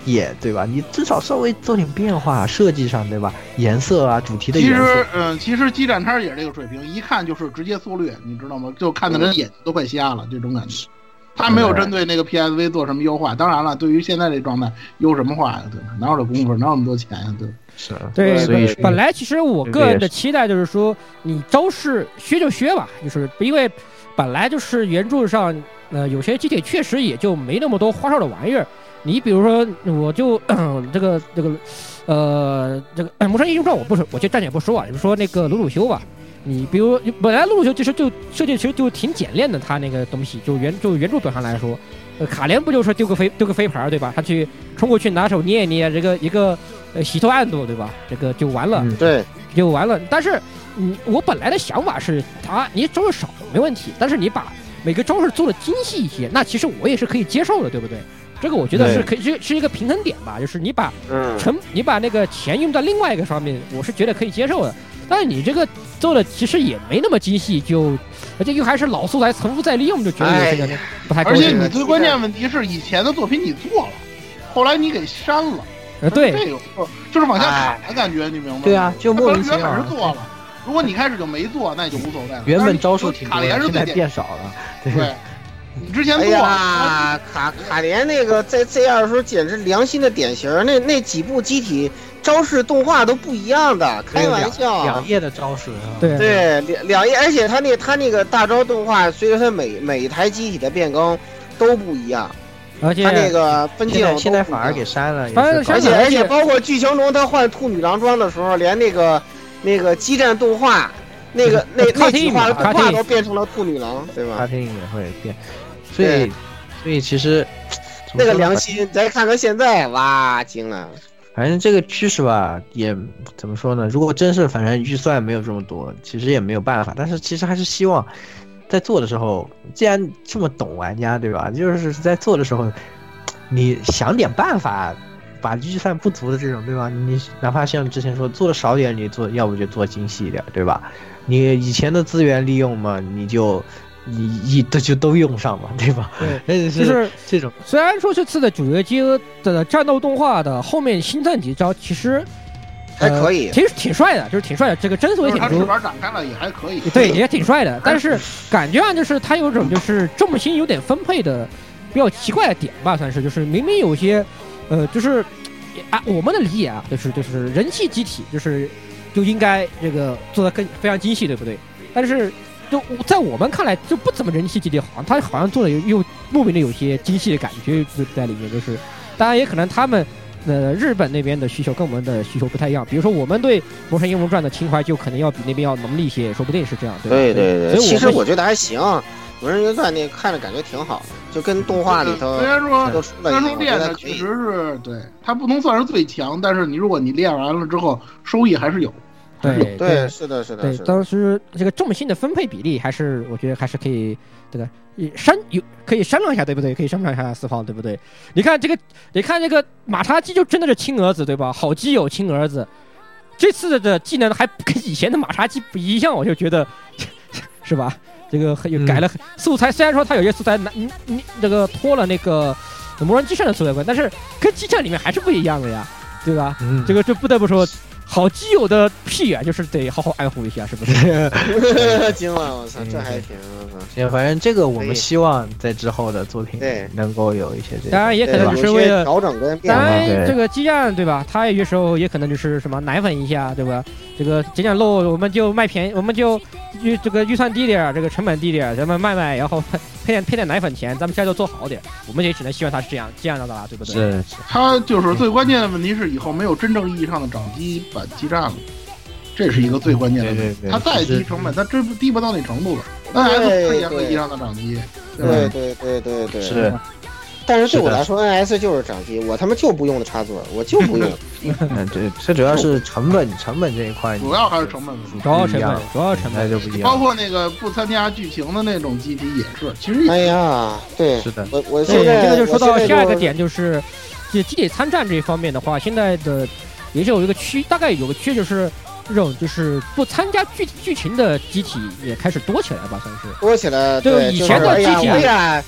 [SPEAKER 1] 也对吧？你至少稍微做点变化，设计上对吧？颜色啊，主题的
[SPEAKER 7] 其
[SPEAKER 1] 颜色。
[SPEAKER 7] 实，嗯、呃，其实基站叉也是这个水平，一看就是直接缩略，你知道吗？就看的人眼睛都快瞎了，这种感觉。他没有针对那个 PSV 做什么优化，当然了，对于现在这状态，优什么化呀？对吧？哪有这功夫，哪有那么多钱呀？对吧？
[SPEAKER 1] 是，
[SPEAKER 5] 对，
[SPEAKER 1] 所以
[SPEAKER 5] 本来其实我个人的期待就是说，你招式削就削吧，就是因为本来就是原著上，呃，有些机体确实也就没那么多花哨的玩意儿。你比如说，我就 *clears throat* 这个这个，呃，这个 *clears throat* 《魔神英雄传》，我不是，我就暂且不说啊，就说那个鲁鲁修吧。你比如本来露露球其实就设计其实就挺简练的，它那个东西就原就原著本上来说，呃，卡莲不就是丢个飞丢个飞盘对吧？他去冲过去拿手捏一捏，这个一个呃洗头暗度对吧？这个就完了，
[SPEAKER 3] 对，
[SPEAKER 5] 就完了。但是你我本来的想法是，啊，你招式少没问题，但是你把每个招式做的精细一些，那其实我也是可以接受的，对不对？这个我觉得是可以是是一个平衡点吧，就是你把 *laughs* 成你把那个钱用到另外一个方面，我是觉得可以接受的。但是你这个做的其实也没那么精细，就而且又还是老素材重复再利用，就觉得有些
[SPEAKER 2] 哎
[SPEAKER 5] 感不太。
[SPEAKER 7] 而且你最关键问题是，以前的作品你做了，后来你给删了，
[SPEAKER 5] 呃，对，
[SPEAKER 7] 这有就是往下
[SPEAKER 3] 哎
[SPEAKER 7] 砍的感觉，你明白吗？
[SPEAKER 1] 对啊，就莫名
[SPEAKER 7] 其妙。原本是做了，如果你开始就没做，那也就无所谓了。
[SPEAKER 1] 原本招数挺
[SPEAKER 7] 多，现
[SPEAKER 1] 在变少了， *laughs*
[SPEAKER 7] 对。你之前
[SPEAKER 3] 哎呀，
[SPEAKER 7] 啊
[SPEAKER 3] 卡卡莲那个在 Z 二的时候简直良心的典型，那那几部机体招式动画都不一样的，开玩笑。
[SPEAKER 1] 两页的招啊式，
[SPEAKER 5] 对
[SPEAKER 3] 啊对两两页，而且他那他那个大招动画，随着他每每一台机体的变更都不一样，
[SPEAKER 5] 而且
[SPEAKER 3] 他那个分镜
[SPEAKER 1] 现在反而给删了，
[SPEAKER 3] 而且而且包括剧情中他换兔女郎装的时候，连那个那个激战动画。那个那那句话动画都变成了兔女郎，对吧？
[SPEAKER 1] 卡丁也会变，所以所以其实
[SPEAKER 3] 那个良心，再看看现在，哇，惊了！
[SPEAKER 1] 反正这个趋势吧，也怎么说呢？如果真是反正预算没有这么多，其实也没有办法。但是其实还是希望在做的时候，既然这么懂玩家，对吧？就是在做的时候，你想点办法。把预算不足的这种，对吧？你哪怕像之前说做的少点，你做要不就做精细一点，对吧？你以前的资源利用嘛，你就你一都就都用上嘛，对吧？
[SPEAKER 5] 对，
[SPEAKER 1] 就是这种。
[SPEAKER 5] 虽然说这次的主角机的战斗动画的后面新增几招，其实。
[SPEAKER 3] 还可以，
[SPEAKER 5] 其实挺帅的，就是挺帅的。这个帧数也挺足，
[SPEAKER 7] 翅膀展开了也还可以，
[SPEAKER 5] 对，也挺帅的。
[SPEAKER 3] *laughs*
[SPEAKER 5] 但是感觉上就是他有种就是重心有点分配的比较奇怪的点吧，算是就是明明有些。呃，就是，啊，我们的理解啊，就是就是人气机体，就是就应该这个做的更非常精细，对不对？但是就在我们看来就不怎么人气激励，好像他好像做的又莫名的有些精细的感觉就在里面，就是当然也可能他们。呃，日本那边的需求跟我们的需求不太一样。比如说，我们对《魔神英雄传》的情怀就可能要比那边要浓烈一些，说不定是这样，对吧？
[SPEAKER 3] 对
[SPEAKER 5] 对
[SPEAKER 3] 对。其实我觉得还行，《魔神英雄传》那看着感觉挺好，就跟动画里头
[SPEAKER 7] 虽然说虽然
[SPEAKER 3] 说
[SPEAKER 7] 练的确实是对，它不能算是最强，但是你如果你练完了之后，收益还是有。
[SPEAKER 5] 对
[SPEAKER 3] 对，是的，是的。
[SPEAKER 5] 对，
[SPEAKER 3] *laughs*
[SPEAKER 5] 当时这个重心的分配比例还是，我觉得还是可以，这个商有可以商量一下，对不对？可以商量一下四方，对不对？你看这个，你看这个马叉鸡就真的是亲儿子，对吧？好基友亲儿子，这次的技能还跟以前的马叉鸡不一样，我就觉得是吧？这个又改了、嗯、素材，虽然说它有些素材难，你你这个脱了那个魔人机战的素材关，但是跟机战里面还是不一样的呀，对吧？
[SPEAKER 1] *laughs*
[SPEAKER 5] 嗯、这个这不得不说。好基友的屁啊，就是得好好爱护一下，是不是？
[SPEAKER 3] 今晚我操，这还嗯行。
[SPEAKER 1] 也反正这个我们希望在之后的作品能够有一些这。
[SPEAKER 5] 当然也可能就是为了
[SPEAKER 3] 调整跟
[SPEAKER 5] 当然这个激战对吧？他有些时候也可能就是什么奶粉一下对吧？这个捡捡漏，我们就卖便宜，我们就预这个预算低点儿，这个成本低点儿，咱们卖卖，然后配点配点奶粉钱，咱们现在就做好点。我们也只能希望他是这样这样的啦，对不对？
[SPEAKER 1] 是。
[SPEAKER 7] 他就是最关键的问题是以后没有真正意义上的掌机版。基站了，这是一个最关键的问题。它再低成本，它真低不到那程度了。那 S 是严格意义上的掌机，
[SPEAKER 5] 嗯
[SPEAKER 3] 对对对对对。
[SPEAKER 1] 是，
[SPEAKER 3] 但是对我来说，NS 就是掌机，我他妈就不用的插座，我就不用。
[SPEAKER 5] *laughs*
[SPEAKER 1] 嗯，对，这主要是成本，成本这一块，
[SPEAKER 7] 主要还是成本，
[SPEAKER 5] 主要成本，主要成本
[SPEAKER 1] 就不一样。
[SPEAKER 7] 包括那个不参加剧情的那种机体也是，其实
[SPEAKER 3] 哎呀，对，
[SPEAKER 1] 是的，
[SPEAKER 3] 我我现在
[SPEAKER 5] 这个就说到下一个点，就是这机体参战这一方面的话，现在的。也是有一个区，大概有个区就是这种就是不参加剧剧情的机体也开始多起来吧，算是
[SPEAKER 3] 多起来。
[SPEAKER 5] 对以前的机体，
[SPEAKER 3] 哎呀，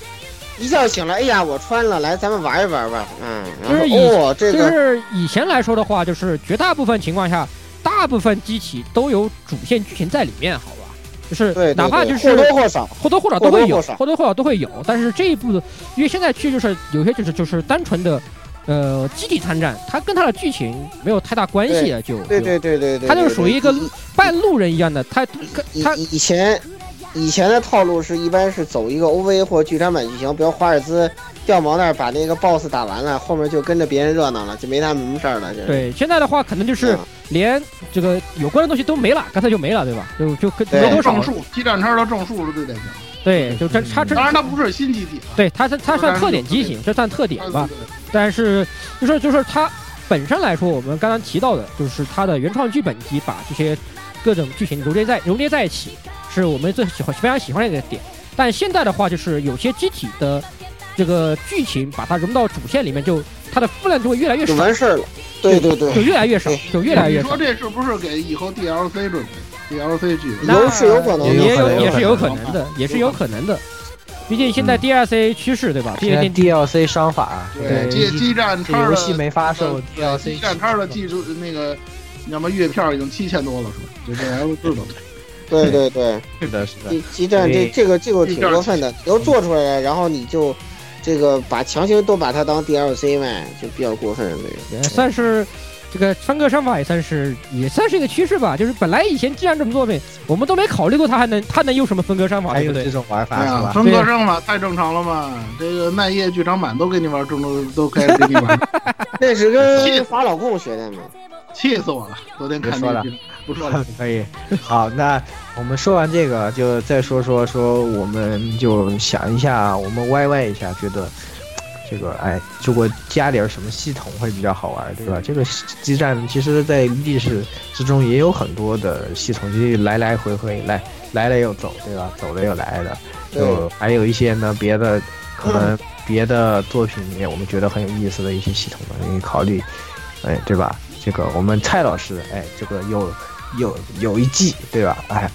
[SPEAKER 3] 一觉醒来，哎呀，我穿了，来咱们玩一玩吧，嗯。
[SPEAKER 5] 就是以
[SPEAKER 3] 哦，这
[SPEAKER 5] 个就是以前来说的话，就是绝大部分情况下，大部分机体都有主线剧情在里面，好吧？就是哪怕就是
[SPEAKER 3] 或多或少，
[SPEAKER 5] 或多或少都会有，或多或少都会有。但是这一部，因为现在去就是有些就是就是单纯的。呃，基地参战，它跟它的剧情没有太大关系啊，就
[SPEAKER 3] 对对对对对，
[SPEAKER 5] 它就是属于一个半路人一样的，它它
[SPEAKER 3] 以前以前的套路是一般是走一个 OV 或剧场版剧情，比如华尔兹掉毛那儿把那个 BOSS 打完了，后面就跟着别人热闹了，就没他们什么事儿了。就是、
[SPEAKER 5] 对，嗯现在的话可能
[SPEAKER 3] 嗯
[SPEAKER 5] 就是连这个有关的东西都没了，干脆就没了，对吧？就就没多
[SPEAKER 7] 少数，基站叉的正数是最典型。
[SPEAKER 5] 对，就这它这
[SPEAKER 7] 当然它不是新机体，呃
[SPEAKER 5] 对它它它算特点机型，这算特点吧。但是就是就是它本身来说，我们刚刚提到的，就是它的原创剧本集把这些各种剧情揉接在揉接在一起，是我们最喜欢非常喜欢的一个点。但现在的话，就是有些机体的这个剧情把它融到主线里面就，就它的分量就会越来越少，
[SPEAKER 3] 完事儿了。对对对，
[SPEAKER 5] 就越来越少，就越来
[SPEAKER 7] 少。
[SPEAKER 5] 越
[SPEAKER 7] 你说这是不是给以后 DLC 准备？DLC 剧
[SPEAKER 3] 有是有可能，
[SPEAKER 5] 也有也是有可能的，也是有可能的。毕竟现在 DLC 趋势对吧？
[SPEAKER 1] 嗯现在 DLC 商法，
[SPEAKER 7] 对基基站叉
[SPEAKER 1] 游戏没发售，DLC
[SPEAKER 7] 基站叉的技术那个，那么月票已经七千多了，是吧？这 L 知道。
[SPEAKER 3] 对对对，
[SPEAKER 1] 是的，是的。
[SPEAKER 3] 基基站这这个这个挺过分的，都做出来了，然后你就这个把强行都把它当 DLC 卖，就比较过分了。这个
[SPEAKER 5] 算是。这个分割商法也算是也算是一个趋势吧，就是本来以前既然这么作品，我们都没考虑过它还能它能用什么分割商法，
[SPEAKER 1] 还有
[SPEAKER 5] 这
[SPEAKER 1] 种玩法是吧？
[SPEAKER 7] 哎分割商法太正常了嘛，这个奈叶剧场版都给你玩中毒，都开始给你玩。
[SPEAKER 3] 那是 *laughs* 跟法老共学的嘛，
[SPEAKER 7] *laughs* 气死我了！昨天看
[SPEAKER 1] 说
[SPEAKER 7] 了，不说了，
[SPEAKER 1] 可以。好，那我们说完这个，就再说说说，我们就想一下，我们 YY 歪歪一下，觉得。这个哎，如果加点什么系统会比较好玩，对吧？这个基站其实，在历史之中也有很多的系统，就是来来回回，来来了又走，对吧？走了又来的，就还有一些呢别的，可能别的作品里面我们觉得很有意思的一些系统呢，你考虑，哎，对吧？这个我们蔡老师，哎，这个有有有一季，对吧？哎，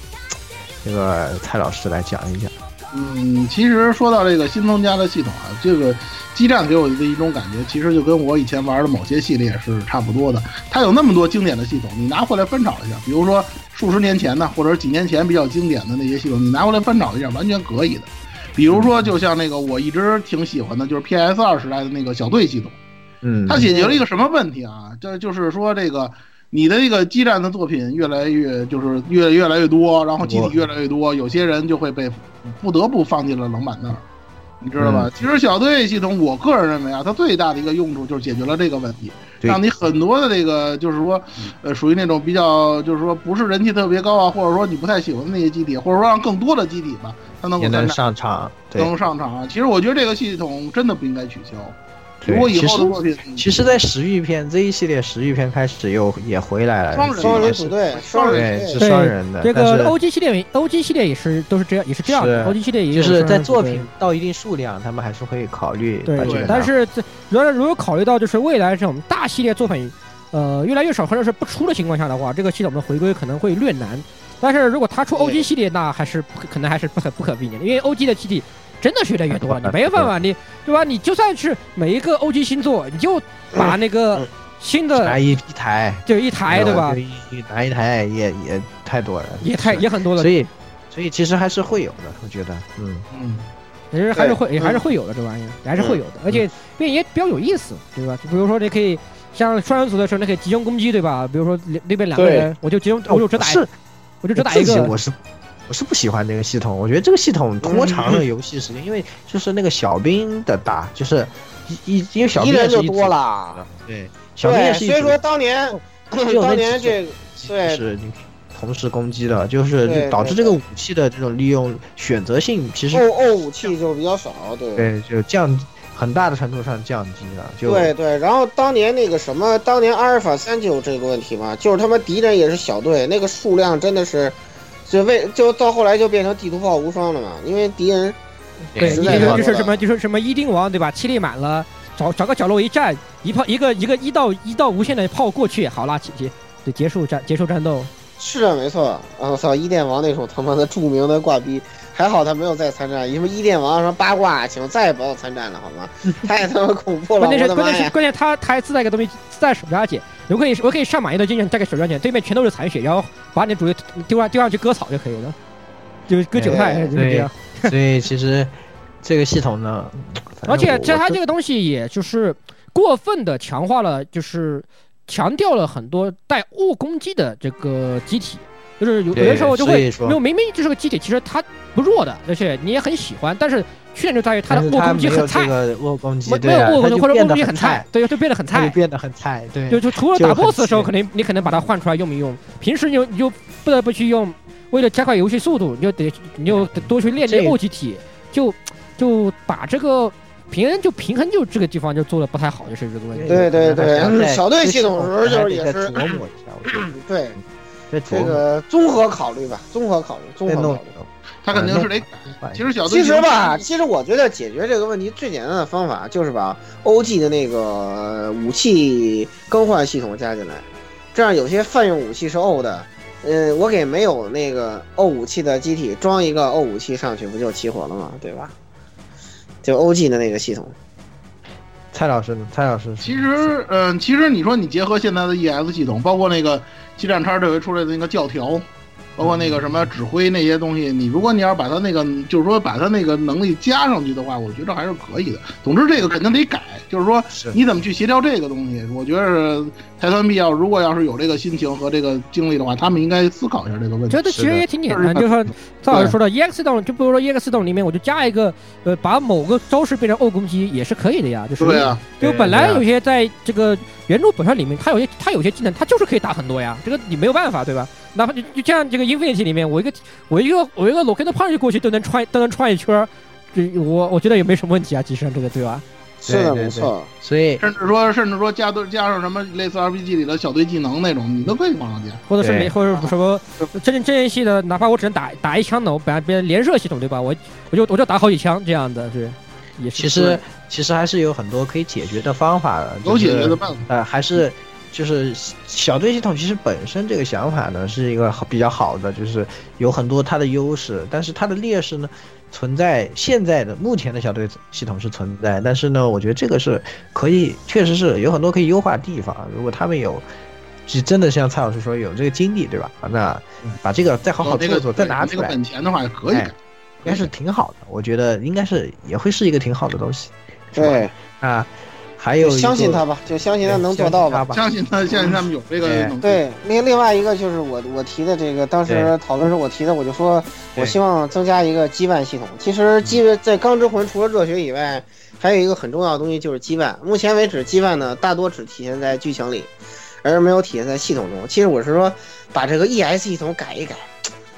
[SPEAKER 1] 这个蔡老师来讲一讲。
[SPEAKER 7] 嗯，其实说到这个新增加的系统啊，这个基站给我的一种感觉，其实就跟我以前玩的某些系列是差不多的。它有那么多经典的系统，你拿回来翻炒一下，比如说数十年前呢，或者几年前比较经典的那些系统，你拿回来翻炒一下，完全可以的。比如说，就像那个我一直挺喜欢的，就是 PS 二时代的那个小队系统，
[SPEAKER 1] 嗯，
[SPEAKER 7] 它解决了一个什么问题啊？这就是说这个。你的这个激战的作品越来越就是越越来越多，然后机体越来越多，有些人就会被不得不放进了冷板凳，你知道吧？
[SPEAKER 1] 嗯
[SPEAKER 7] 其实小队系统，我个人认为啊，它最大的一个用处就是解决了这个问题，
[SPEAKER 1] 对嗯
[SPEAKER 7] 让你很多的这个就是说，呃，属于那种比较就是说不是人气特别高啊，或者说你不太喜欢的那些机体，或者说让更多的机体吧，它能够
[SPEAKER 1] 也能
[SPEAKER 7] 参战
[SPEAKER 1] 上场，对，
[SPEAKER 7] 能上场啊。其实我觉得这个系统真的不应该取消。
[SPEAKER 1] 对
[SPEAKER 7] 如果以
[SPEAKER 1] 其
[SPEAKER 7] 后的
[SPEAKER 1] 实
[SPEAKER 7] 作品，
[SPEAKER 1] 其实，在食欲片这一系列食欲片开始又也回来了，
[SPEAKER 7] 双人
[SPEAKER 1] 这也
[SPEAKER 3] 人
[SPEAKER 1] 是
[SPEAKER 3] 组队， *laughs* 双人
[SPEAKER 1] 对
[SPEAKER 3] 组
[SPEAKER 1] 是
[SPEAKER 3] 队，
[SPEAKER 1] 双人的，
[SPEAKER 5] 这
[SPEAKER 1] 但是
[SPEAKER 5] 个 OG 系列也 OG 系列也是都是这样，也是这样的。
[SPEAKER 1] 是
[SPEAKER 5] OG 系列也
[SPEAKER 1] 就
[SPEAKER 5] 有
[SPEAKER 1] 是在作
[SPEAKER 5] 双人
[SPEAKER 1] 品
[SPEAKER 5] 组
[SPEAKER 1] 到一定数量，他们还是会考虑
[SPEAKER 5] 队
[SPEAKER 1] 把这
[SPEAKER 5] 对
[SPEAKER 1] 个，
[SPEAKER 5] 但
[SPEAKER 1] 拿
[SPEAKER 5] 是这如果如果考虑到就是未来这种大系列作品，呃，越来越少或者是不出的情况下的话，这个系统的回归可能会略难。但是如果他出 OG 系列，那还是不可可能还是不可不可避免的，因为 OG 的机体真的是越来越多了，你没有办法，你对吧？你就算是每一个 OG 新作，你就把
[SPEAKER 1] 嗯
[SPEAKER 5] 那个新
[SPEAKER 1] 拿
[SPEAKER 5] 的
[SPEAKER 1] 一一台，
[SPEAKER 5] 就一台对吧？
[SPEAKER 1] 一拿一台也也太多了，
[SPEAKER 5] 也太也很多了
[SPEAKER 1] 所，以所以其实还是会有的，我觉得，嗯，
[SPEAKER 7] 嗯，
[SPEAKER 5] 其实还是会
[SPEAKER 7] 对
[SPEAKER 5] 也还是会有的这玩意儿，也还是会有的，而且并且也比较有意思，对吧？就比如说你可以像双人组的时候，你可以集中攻击，对吧？比如说两那边两个
[SPEAKER 1] 对哦
[SPEAKER 5] 人，我就集中，我就只打一，
[SPEAKER 1] 是
[SPEAKER 5] 我就只打
[SPEAKER 1] 我
[SPEAKER 5] 一
[SPEAKER 1] 自己
[SPEAKER 5] 个，嗯
[SPEAKER 1] 我是我是不喜欢这个系统，我觉得这个系统拖长了游戏时间，因为就是那个小兵的打，就是一一因为小
[SPEAKER 3] 一
[SPEAKER 1] 兵也
[SPEAKER 3] 人
[SPEAKER 1] 是
[SPEAKER 3] 就
[SPEAKER 1] 一组
[SPEAKER 3] 多，了。
[SPEAKER 1] 对，小兵也
[SPEAKER 3] 对，
[SPEAKER 1] 是一
[SPEAKER 3] 所以
[SPEAKER 1] 组
[SPEAKER 3] 说当年
[SPEAKER 1] *clears throat* 只有那
[SPEAKER 3] 当年
[SPEAKER 1] 几种
[SPEAKER 3] 这个对
[SPEAKER 1] 就是你同时攻击的，就是
[SPEAKER 3] 对
[SPEAKER 1] 导致
[SPEAKER 3] 对
[SPEAKER 1] 这个武器的这种利用选择性其实
[SPEAKER 3] 哦哦武器就比较少，对
[SPEAKER 1] 对就降很大的程度上降低了，就
[SPEAKER 3] 对对，然后当年那个什么，当年阿尔法三就有这个问题嘛，就是他妈敌人也是小队，那个数量真的是，就为就到后来就变成地图炮无双了嘛，因为敌人
[SPEAKER 5] 对，
[SPEAKER 3] 实
[SPEAKER 5] 你
[SPEAKER 3] 在
[SPEAKER 5] 这
[SPEAKER 3] 太多
[SPEAKER 5] 个就是
[SPEAKER 3] 了
[SPEAKER 5] 什么就是什么一丁王，对吧？气力满了，找找个角落一站，一炮一个一个一到一到无限的炮过去，好啦，结结对结束战结束战斗，
[SPEAKER 3] 是的，没错。啊，我操！伊甸王那种他妈的著名的挂逼，还好他没有再参战。因为伊甸王说八卦，请再也不要参战了，好
[SPEAKER 1] *laughs*
[SPEAKER 3] 吗？太他妈恐怖了！
[SPEAKER 5] 关键
[SPEAKER 3] 我
[SPEAKER 5] 是
[SPEAKER 3] 的
[SPEAKER 5] 关
[SPEAKER 3] 妈
[SPEAKER 5] 键是
[SPEAKER 3] 呀！
[SPEAKER 5] 关键他他还自带一个东西自带手抓姐，我可以我可以上满一堆经验，带个手抓姐，对面全都是残血，然后把你的主角丢上丢上去割草就可以了，就是割韭菜
[SPEAKER 3] 哎
[SPEAKER 5] 就是这样。
[SPEAKER 1] 所以其实这个系统呢，
[SPEAKER 5] 而且
[SPEAKER 1] 这
[SPEAKER 5] 这它这个东西也就是过分的强化了，就是强调了很多带物攻击的这个机体，就是有有
[SPEAKER 1] 对
[SPEAKER 5] 些时候就
[SPEAKER 1] 所
[SPEAKER 5] 会
[SPEAKER 1] 以说
[SPEAKER 5] 没有明明就是个机体，其实它不弱的，而且你也很喜欢，但是缺点就在于它的物攻击很菜
[SPEAKER 1] 这，个卧攻击
[SPEAKER 5] 没没
[SPEAKER 1] 对啊
[SPEAKER 5] 有物
[SPEAKER 1] 它
[SPEAKER 5] 攻击
[SPEAKER 1] 就
[SPEAKER 5] 或者物
[SPEAKER 1] 变
[SPEAKER 5] 攻
[SPEAKER 1] 得
[SPEAKER 5] 击
[SPEAKER 1] 很
[SPEAKER 5] 菜，，对，就变得很
[SPEAKER 1] 它
[SPEAKER 5] 菜
[SPEAKER 1] 就。变得很菜，对，
[SPEAKER 5] 就就除了
[SPEAKER 1] 就
[SPEAKER 5] 打
[SPEAKER 1] 很
[SPEAKER 5] boss 的时候，
[SPEAKER 1] 菜
[SPEAKER 5] 可能你可能把它换出来用一用，平时你就你就不得不去用，为了加快游戏速度，你就得你就得多去练
[SPEAKER 1] 这
[SPEAKER 5] 练物集体，就就把这个平衡就平衡就这个地方就做的不太好，就是这个问题。
[SPEAKER 3] 对对对
[SPEAKER 1] 还得再
[SPEAKER 3] 小队系统的时候就是也
[SPEAKER 1] 还得再
[SPEAKER 3] 是
[SPEAKER 1] 琢磨一下，我觉得
[SPEAKER 3] 对，
[SPEAKER 1] 再
[SPEAKER 3] *laughs* 这
[SPEAKER 1] 琢磨
[SPEAKER 3] 个综合考虑吧，综合考虑，综
[SPEAKER 1] 再
[SPEAKER 3] 合
[SPEAKER 1] 哦弄
[SPEAKER 3] 考虑。
[SPEAKER 7] 他肯定是得改。
[SPEAKER 1] 弄
[SPEAKER 7] 其实小队
[SPEAKER 3] 呃哎其
[SPEAKER 7] 系统
[SPEAKER 3] 实吧，其实我觉得解决这个问题最简单的方法就是把 OG 的那个呃武器更换系统加进来，这样有些泛用武器是 O 的，嗯，我给没有那个 O 武器的机体装一个 O 武器上去，不就齐活了吗？对吧？就 OG 的那个系统，
[SPEAKER 1] 蔡老师呢？蔡老师是
[SPEAKER 7] 其实，嗯、其实你说你结合现在的 ES 系统，包括那个基站叉这回出来的那个教条，包括
[SPEAKER 3] 嗯
[SPEAKER 7] 那个什么指挥那些东西，你如果你要把它那个，就是说把它那个能力加上去的话，我觉得还是可以的。总之，这个肯定得改，就是说
[SPEAKER 1] 是
[SPEAKER 7] 你怎么去协调这个东西，我觉得台团必要，如果要是有这个心情和这个精力的话，他们应该思考一下这个问题
[SPEAKER 5] 觉。得其实也挺简
[SPEAKER 7] 是
[SPEAKER 5] 单，
[SPEAKER 7] 的
[SPEAKER 5] 就是说赵老师
[SPEAKER 7] 对
[SPEAKER 5] 说的 EX 系统，就比如说 EX 系统里面，我就加一个，呃，把某个招式变成 O 攻击也是可以的呀，就是
[SPEAKER 7] 对啊，
[SPEAKER 5] 就
[SPEAKER 1] 对
[SPEAKER 5] 本
[SPEAKER 1] 对
[SPEAKER 5] 来
[SPEAKER 1] 啊
[SPEAKER 5] 有些在这个原著本身里面，它有些它有些技能，它就是可以打很多呀，这个你没有办法，对吧？哪怕就就像这个 Infinity 里面，我一个我一个我一个 Lock 的 Punch 过去都能穿都能穿一圈儿，这我我觉得也没什么问题啊，其实这个对吧？
[SPEAKER 3] 是的，
[SPEAKER 1] 对对
[SPEAKER 3] 没错。
[SPEAKER 1] 所以
[SPEAKER 7] 甚至说，甚至说加多加上什么类似 RPG 里的小队技能那种，你都可以往上加。
[SPEAKER 5] 或者是
[SPEAKER 1] 对啊
[SPEAKER 5] 没或者是什么真真人系的，哪怕我只能打打一枪的，我本来别人连射系统对吧？我我就我就打好几枪这样的，是也是
[SPEAKER 1] 其实其实还是有很多可以解决的方法的，
[SPEAKER 7] 有
[SPEAKER 1] 就是
[SPEAKER 7] 解决的办法
[SPEAKER 1] 呃，还是就是小队系统其实本身这个想法呢是一个好比较好的，就是有很多它的优势，但是它的劣势呢存在现在的目前的小队系统是存在，但是呢，我觉得这个是可以，确实是有很多可以优化的地方，如果他们有。是真的像蔡老师说有这个精力，对吧？那
[SPEAKER 3] 嗯
[SPEAKER 1] 把这个再好好
[SPEAKER 7] 有这
[SPEAKER 1] 做
[SPEAKER 7] 哦个
[SPEAKER 1] 做，再拿
[SPEAKER 7] 这
[SPEAKER 1] 出
[SPEAKER 7] 个
[SPEAKER 1] 来，
[SPEAKER 7] 本钱的话，可以
[SPEAKER 1] 哎
[SPEAKER 7] 改。
[SPEAKER 1] 应该是挺好的，我觉得应该是也会是一个挺好的东西。是吧
[SPEAKER 3] 对，
[SPEAKER 1] 啊，还有
[SPEAKER 3] 相信他吧，就相信他能做到吧，
[SPEAKER 7] 相信他，相信他们有这个
[SPEAKER 1] 哎
[SPEAKER 7] 能力。
[SPEAKER 3] 对，另另外一个就是我我提的这个，当时讨论时我提的，我就说我希望增加一个羁绊系统。其实羁在《钢之魂》除了热血以外，还有一个很重要的东西就是羁绊。目前为止，羁绊呢大多只体现在剧情里，而没有体现在系统中。其实我是说，把这个 E S 系统改一改，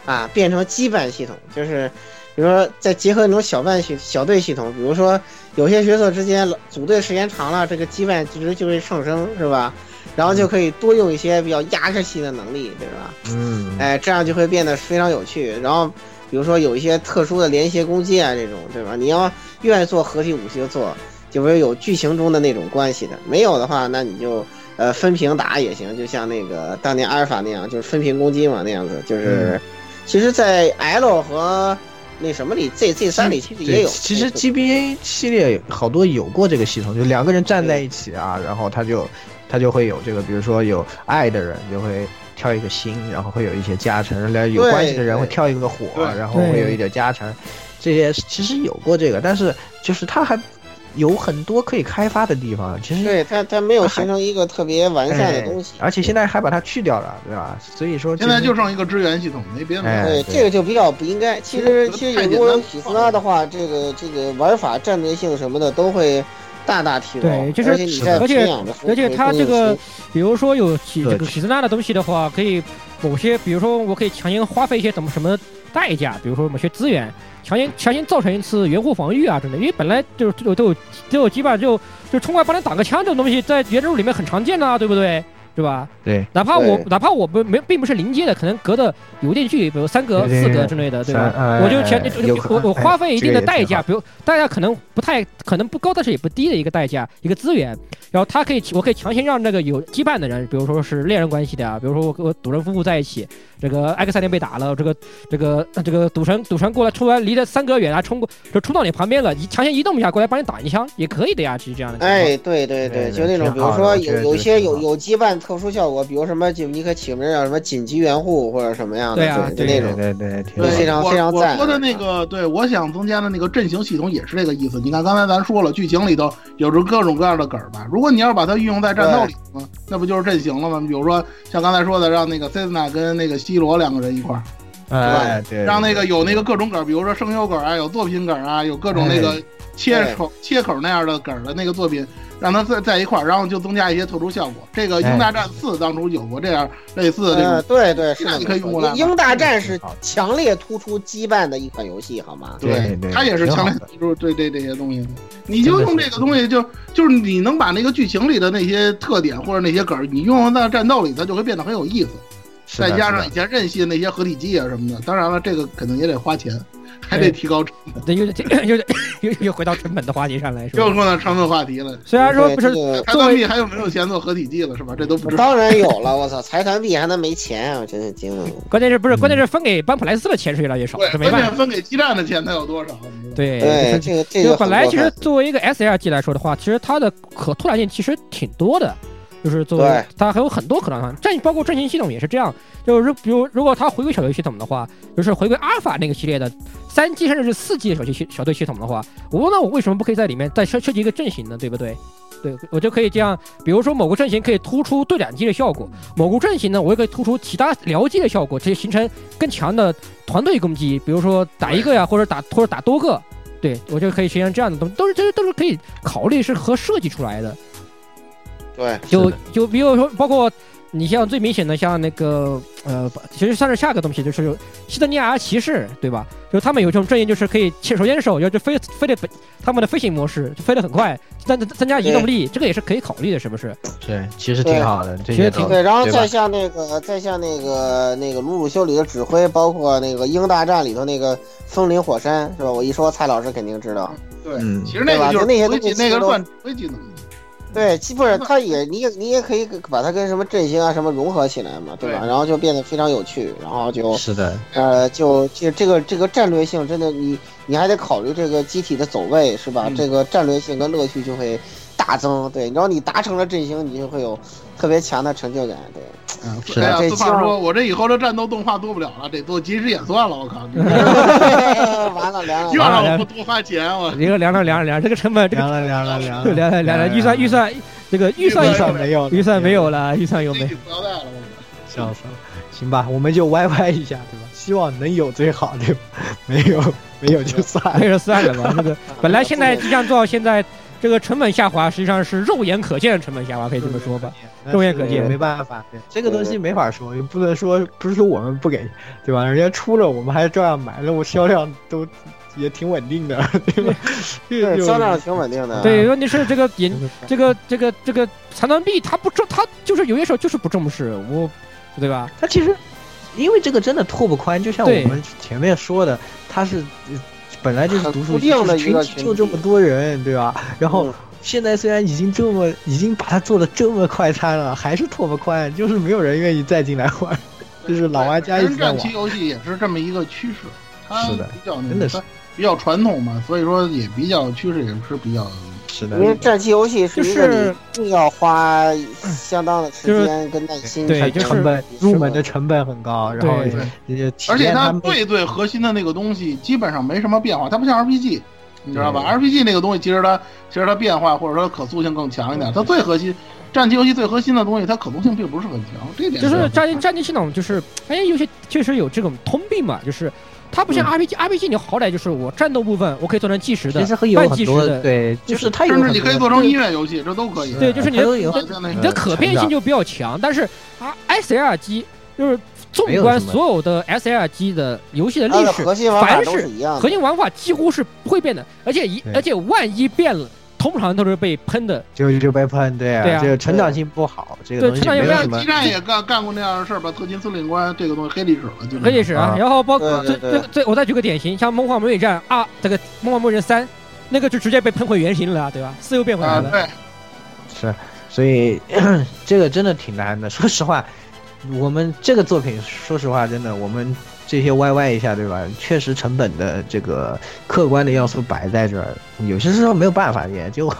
[SPEAKER 3] 啊，变成羁绊系统，就是。比如说，再结合那种小半系小队系统，比如说有些角色之间组队时间长了，这个羁绊值就会上升，是吧？然后就可以多用一些比较压制系的能力，对吧？
[SPEAKER 1] 嗯，
[SPEAKER 3] 哎，这样就会变得非常有趣。然后，比如说有一些特殊的连携攻击啊，这种，对吧？你要愿意做合体武器就做，就不是有剧情中的那种关系的。没有的话，那你就呃分屏打也行，就像那个当年阿尔法那样，就是分屏攻击嘛，那样子就是。嗯、其实，在 L 和那什么里 Z Z 三里其实也有，
[SPEAKER 1] 其实 G B A 系列好多有过这个系统，就两个人站在一起啊，然后他就他就会有这个，比如说有爱的人就会跳一个心，然后会有一些加成，然后有关系的人会跳一个火，然后会有一点加成，这些其实有过这个，但是就是它还有很多可以开发的地方，其实哎
[SPEAKER 3] 对它它没有形成一个特别完善的东西，
[SPEAKER 1] 而且现在还把它去掉了，对吧？所以说
[SPEAKER 7] 现在就剩一个支援系统没别的。
[SPEAKER 1] 哎
[SPEAKER 7] 哦
[SPEAKER 3] 哎对，这个就比较不应该。其实其实有多人匹斯拉的话，这个这个玩法、战略性什么的都会大大提高。
[SPEAKER 5] 对，就是而且而且它这个，比如说有匹这个匹斯拉的东西的话，可以某些，比如说我可以强行花费一些怎么什么代价，比如说某些资源。强行强行造成一次援护防御啊，真的，因为本来就是都都有都有羁绊，就就冲过来帮你挡个枪这种东西，在原著里面很常见的、啊，对不对？对吧？
[SPEAKER 1] 对，
[SPEAKER 5] 哪怕我哪怕我不没并不是临街的，可能隔的有点距离，比如三格、四格之类的，对吧？
[SPEAKER 1] 哎
[SPEAKER 5] 我就前我我花费一定的代价，比如代价可能不太可能不高，但是也不低的一个代价，一个资源。然后他可以，我可以强行让那个有羁绊的人，比如说是恋人关系的啊，比如说我我赌神夫妇在一起，这个 X 三零被打了，这个这个呃这个赌神赌神过来突然离得三格远啊，冲过就冲到你旁边了，强行移动一下过来帮你打一枪也可以的呀，其实这样的。
[SPEAKER 3] 哎，对对对，就那种比如说有有些有有羁绊。特殊效果，比如什么，就你可起名啊叫什么紧急援护或者什么样的，
[SPEAKER 5] 对
[SPEAKER 3] 啊，
[SPEAKER 1] 对
[SPEAKER 3] 那种，
[SPEAKER 1] 对对哎
[SPEAKER 3] 对，非常非常赞。
[SPEAKER 7] 我说的那个，对我想增加的那个阵型系统也是这个意思。你看刚才咱说了，剧情里头有着各种各样的梗儿吧？如果你要把它运用在战斗里呢，那不就是阵型了吗？比如说像刚才说的，让那个塞斯纳跟那个西罗两个人一块儿。
[SPEAKER 1] 哎，对，
[SPEAKER 7] 让那个有那个各种梗，比如说声优梗啊，有作品梗啊，有各种那个切口切口那样的梗的那个作品，让它在在一块儿，然后就增加一些特殊效果。这个《英大战四》当初有过这样类似这种，
[SPEAKER 3] 嗯对对，
[SPEAKER 7] 是你可以用过来。
[SPEAKER 3] 英大战是强烈突出羁绊的一款游戏，好吗？
[SPEAKER 7] 对，它也是强烈突出对对这些东西。你就用这个东西，就就是你能把那个剧情里的那些特点或者那些梗，你用到战斗里，它就会变得很有意思。再加上以前任系那些合体机啊什么的，当然了，这个可能也得花钱，还得提高成本。
[SPEAKER 5] 对，又又又又回到成本的话题上来，
[SPEAKER 7] 又说到成本话题了。
[SPEAKER 5] 虽然啊说不是
[SPEAKER 7] 财团币还有没有钱做合体机了，是吧？这都不知道。
[SPEAKER 3] 当然有了，我操，财团币还能没钱啊？我真是惊了。
[SPEAKER 5] 关键是不是？关键是分给班普莱斯的钱是越来越少，是没办法。
[SPEAKER 7] 分给基站的钱他有多少？
[SPEAKER 5] 对
[SPEAKER 3] 对，这个这个
[SPEAKER 5] 本来其实作为一个 S L G 来说的话，其实它的可拓展性其实挺多的。就是作为它还有很多可能性，战包括阵型系统也是这样。就是比如如果它回归小队系统的话，就是回归阿尔法那个系列的三 G 甚至是四 G 的小队系小队系统的话，我那我为什么不可以在里面再设设计一个阵型呢？对不对？对我就可以这样，比如说某个阵型可以突出对斩击的效果，某个阵型呢，我也可以突出其他僚机的效果，这形成更强的团队攻击。比如说打一个呀，或者打或者打多个，对我就可以实现这样的东西，都是这些都是可以考虑是和设计出来的。
[SPEAKER 3] 对，
[SPEAKER 5] 就就比如说，包括你像最明显的，像那个呃，其实算是下个东西，就是西德尼亚骑士，对吧？就是他们有这种阵营，就是可以首先手要就飞飞的他们的飞行模式，就飞得很快，增增加移动力，这个也是可以考虑的，是不是？ *laughs*
[SPEAKER 1] 对，其实挺好的，
[SPEAKER 5] 其实挺
[SPEAKER 3] 对。然后再像那个，再像那个那个鲁鲁修里的指挥，包括那个《英大战》里头那个风林火山，是吧？我一说蔡老师肯定知道。
[SPEAKER 7] 对，其实那个就是
[SPEAKER 3] 那些
[SPEAKER 7] 东西，那个算指挥技能。
[SPEAKER 3] 对，不是，它也，你也，你也可以把它跟什么阵型啊什么融合起来嘛，对吧？
[SPEAKER 7] 对
[SPEAKER 3] 然后就变得非常有趣，然后就是
[SPEAKER 1] 的，
[SPEAKER 3] 呃，就这这个这个战略性真的你，你你还得考虑这个机体的走位是吧？
[SPEAKER 7] 嗯、
[SPEAKER 3] 这个战略性跟乐趣就会大增，对。然后你达成了阵型，你就会有特别强的成就感，对。
[SPEAKER 7] 嗯，
[SPEAKER 1] 啊
[SPEAKER 7] 是
[SPEAKER 1] *laughs*
[SPEAKER 7] 的。这话
[SPEAKER 3] *laughs*
[SPEAKER 1] *laughs*
[SPEAKER 7] 说，我这以后这战斗动画做不了了，得做即时演算了，我靠！
[SPEAKER 3] 完了，凉了。
[SPEAKER 7] 又让我不多花钱，我
[SPEAKER 5] 一个凉了凉了凉，这个成本
[SPEAKER 1] 凉了凉了凉 *laughs* 了哎
[SPEAKER 5] 凉了凉了，预算预算这个预算
[SPEAKER 1] 预算没有，
[SPEAKER 5] 预算没有了，预算又
[SPEAKER 1] *laughs*
[SPEAKER 5] 没，
[SPEAKER 1] 笑死了。行吧，我们就 YY 歪歪一下，对吧？希望能有最好，对吧？没有没有就算了，
[SPEAKER 5] 没有算了吧。
[SPEAKER 1] *laughs*
[SPEAKER 5] 那个本来现在就像做到现在。这个成本下滑，实际上是肉眼可见的成本下滑，可以这么说吧？肉眼可见，
[SPEAKER 1] 没办法，这个东西没法说，也不能说不是说我们不给，对吧？人家出了，我们还照样买，那我销量都也挺稳定的，对 *laughs* 吧？
[SPEAKER 3] 销量挺稳定的。嗯
[SPEAKER 5] 对，问题是这个也这个这个这个残端币，他不重，他就是有些时候就是不重视，我，对吧？
[SPEAKER 1] 他其实，因为这个真的拓不宽，就像我们前面说的，他是。呃本来就是读书
[SPEAKER 3] 的
[SPEAKER 1] 群体，就这么多人，对吧？
[SPEAKER 7] 嗯
[SPEAKER 1] 然后现在虽然已经这么，已经把它做的这么快餐了，还是拓不宽，就是没有人愿意再进来
[SPEAKER 7] *laughs*
[SPEAKER 1] 玩，就是老玩家一直在
[SPEAKER 7] 战
[SPEAKER 1] 玩。
[SPEAKER 7] 棋游戏也是这么一个趋势，它
[SPEAKER 1] 是的，
[SPEAKER 7] 比较
[SPEAKER 1] 真的是
[SPEAKER 7] 比较传统嘛，所以说也比较趋势也是比较。
[SPEAKER 1] 是的，
[SPEAKER 3] 因为战棋游戏是一个你要花相当的时间跟耐心，
[SPEAKER 5] 对，
[SPEAKER 1] 成本入门的成本很高，然后
[SPEAKER 7] 而且它最最核心的那个东西基本上没什么变化，它不像 RPG，你知道吧？RPG 那个东西其实它其实它变化或者说可塑性更强一点，它最核心战棋游戏最核心的东西它可塑性并不是很强，这点
[SPEAKER 5] 就是战战棋系统就是哎有些确实有这种通病嘛，就是。它不像 RPG，RPG、嗯、RPG 你好歹就是我战斗部分，我可以做成计时的、半计时的，
[SPEAKER 1] 对，就是它
[SPEAKER 7] 甚至你可以做成音乐游戏，这都可以。
[SPEAKER 5] 对，就是你的你的可变性就比较强。但是啊，SL 机就是纵观所有的 SL 机的游戏的历史，凡是核心玩法几乎是不会变的，而且一而且万一变了。通常都是被喷的，
[SPEAKER 1] 就就被喷，对
[SPEAKER 5] 啊，
[SPEAKER 1] 这个成长性不好，这个东西没有什么。
[SPEAKER 7] 基站也干干过那样的事儿，把特勤司令官这个东西黑历史了，就
[SPEAKER 5] 黑历史啊。然后包括最最最，我再举个典型，像《梦幻模拟战二》啊这个《梦幻模拟战三》，那个就直接被喷回原形了，对吧？四又变回来了。
[SPEAKER 7] 啊对，
[SPEAKER 1] 是，所以 *clears throat* 这个真的挺难的。说实话，我们这个作品，说实话，真的我们。这些 YY 一下，对吧？确实成本的这个客观的要素摆在这儿，有些时候没有办法，也就，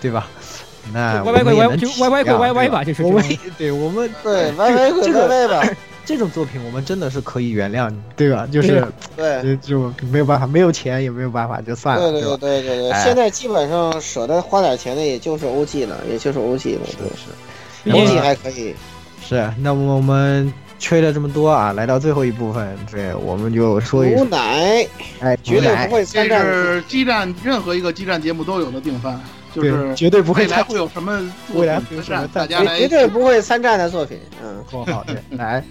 [SPEAKER 1] 对吧？那
[SPEAKER 5] YY 归 YY 就 YY 归 YY 吧，就是
[SPEAKER 1] 我们对我们
[SPEAKER 3] 对 YY 归 YY 吧。
[SPEAKER 1] 这种作品我们真的是可以原谅，对吧？就是呃
[SPEAKER 3] 对，
[SPEAKER 1] 就没有办法，没有钱也没有办法，就算了，
[SPEAKER 3] 对
[SPEAKER 1] 对
[SPEAKER 3] 对对对。现在基本上舍得花点钱的，也就是 OG 了，也就是 OG 了，
[SPEAKER 1] 对
[SPEAKER 3] ，OG 还可以。
[SPEAKER 1] 是，那么我们。吹了这么多啊，来到最后一部分，对，我们就说一
[SPEAKER 3] 牛奶，
[SPEAKER 1] 哎，
[SPEAKER 3] 绝对不会
[SPEAKER 7] 这是基站任何一个基站节目都有的定番，就是
[SPEAKER 1] 绝对不会
[SPEAKER 7] 未来会有什么
[SPEAKER 1] 未来会有什么
[SPEAKER 7] 大家来
[SPEAKER 3] 绝对不会参战的作品，嗯，
[SPEAKER 1] 多好的，来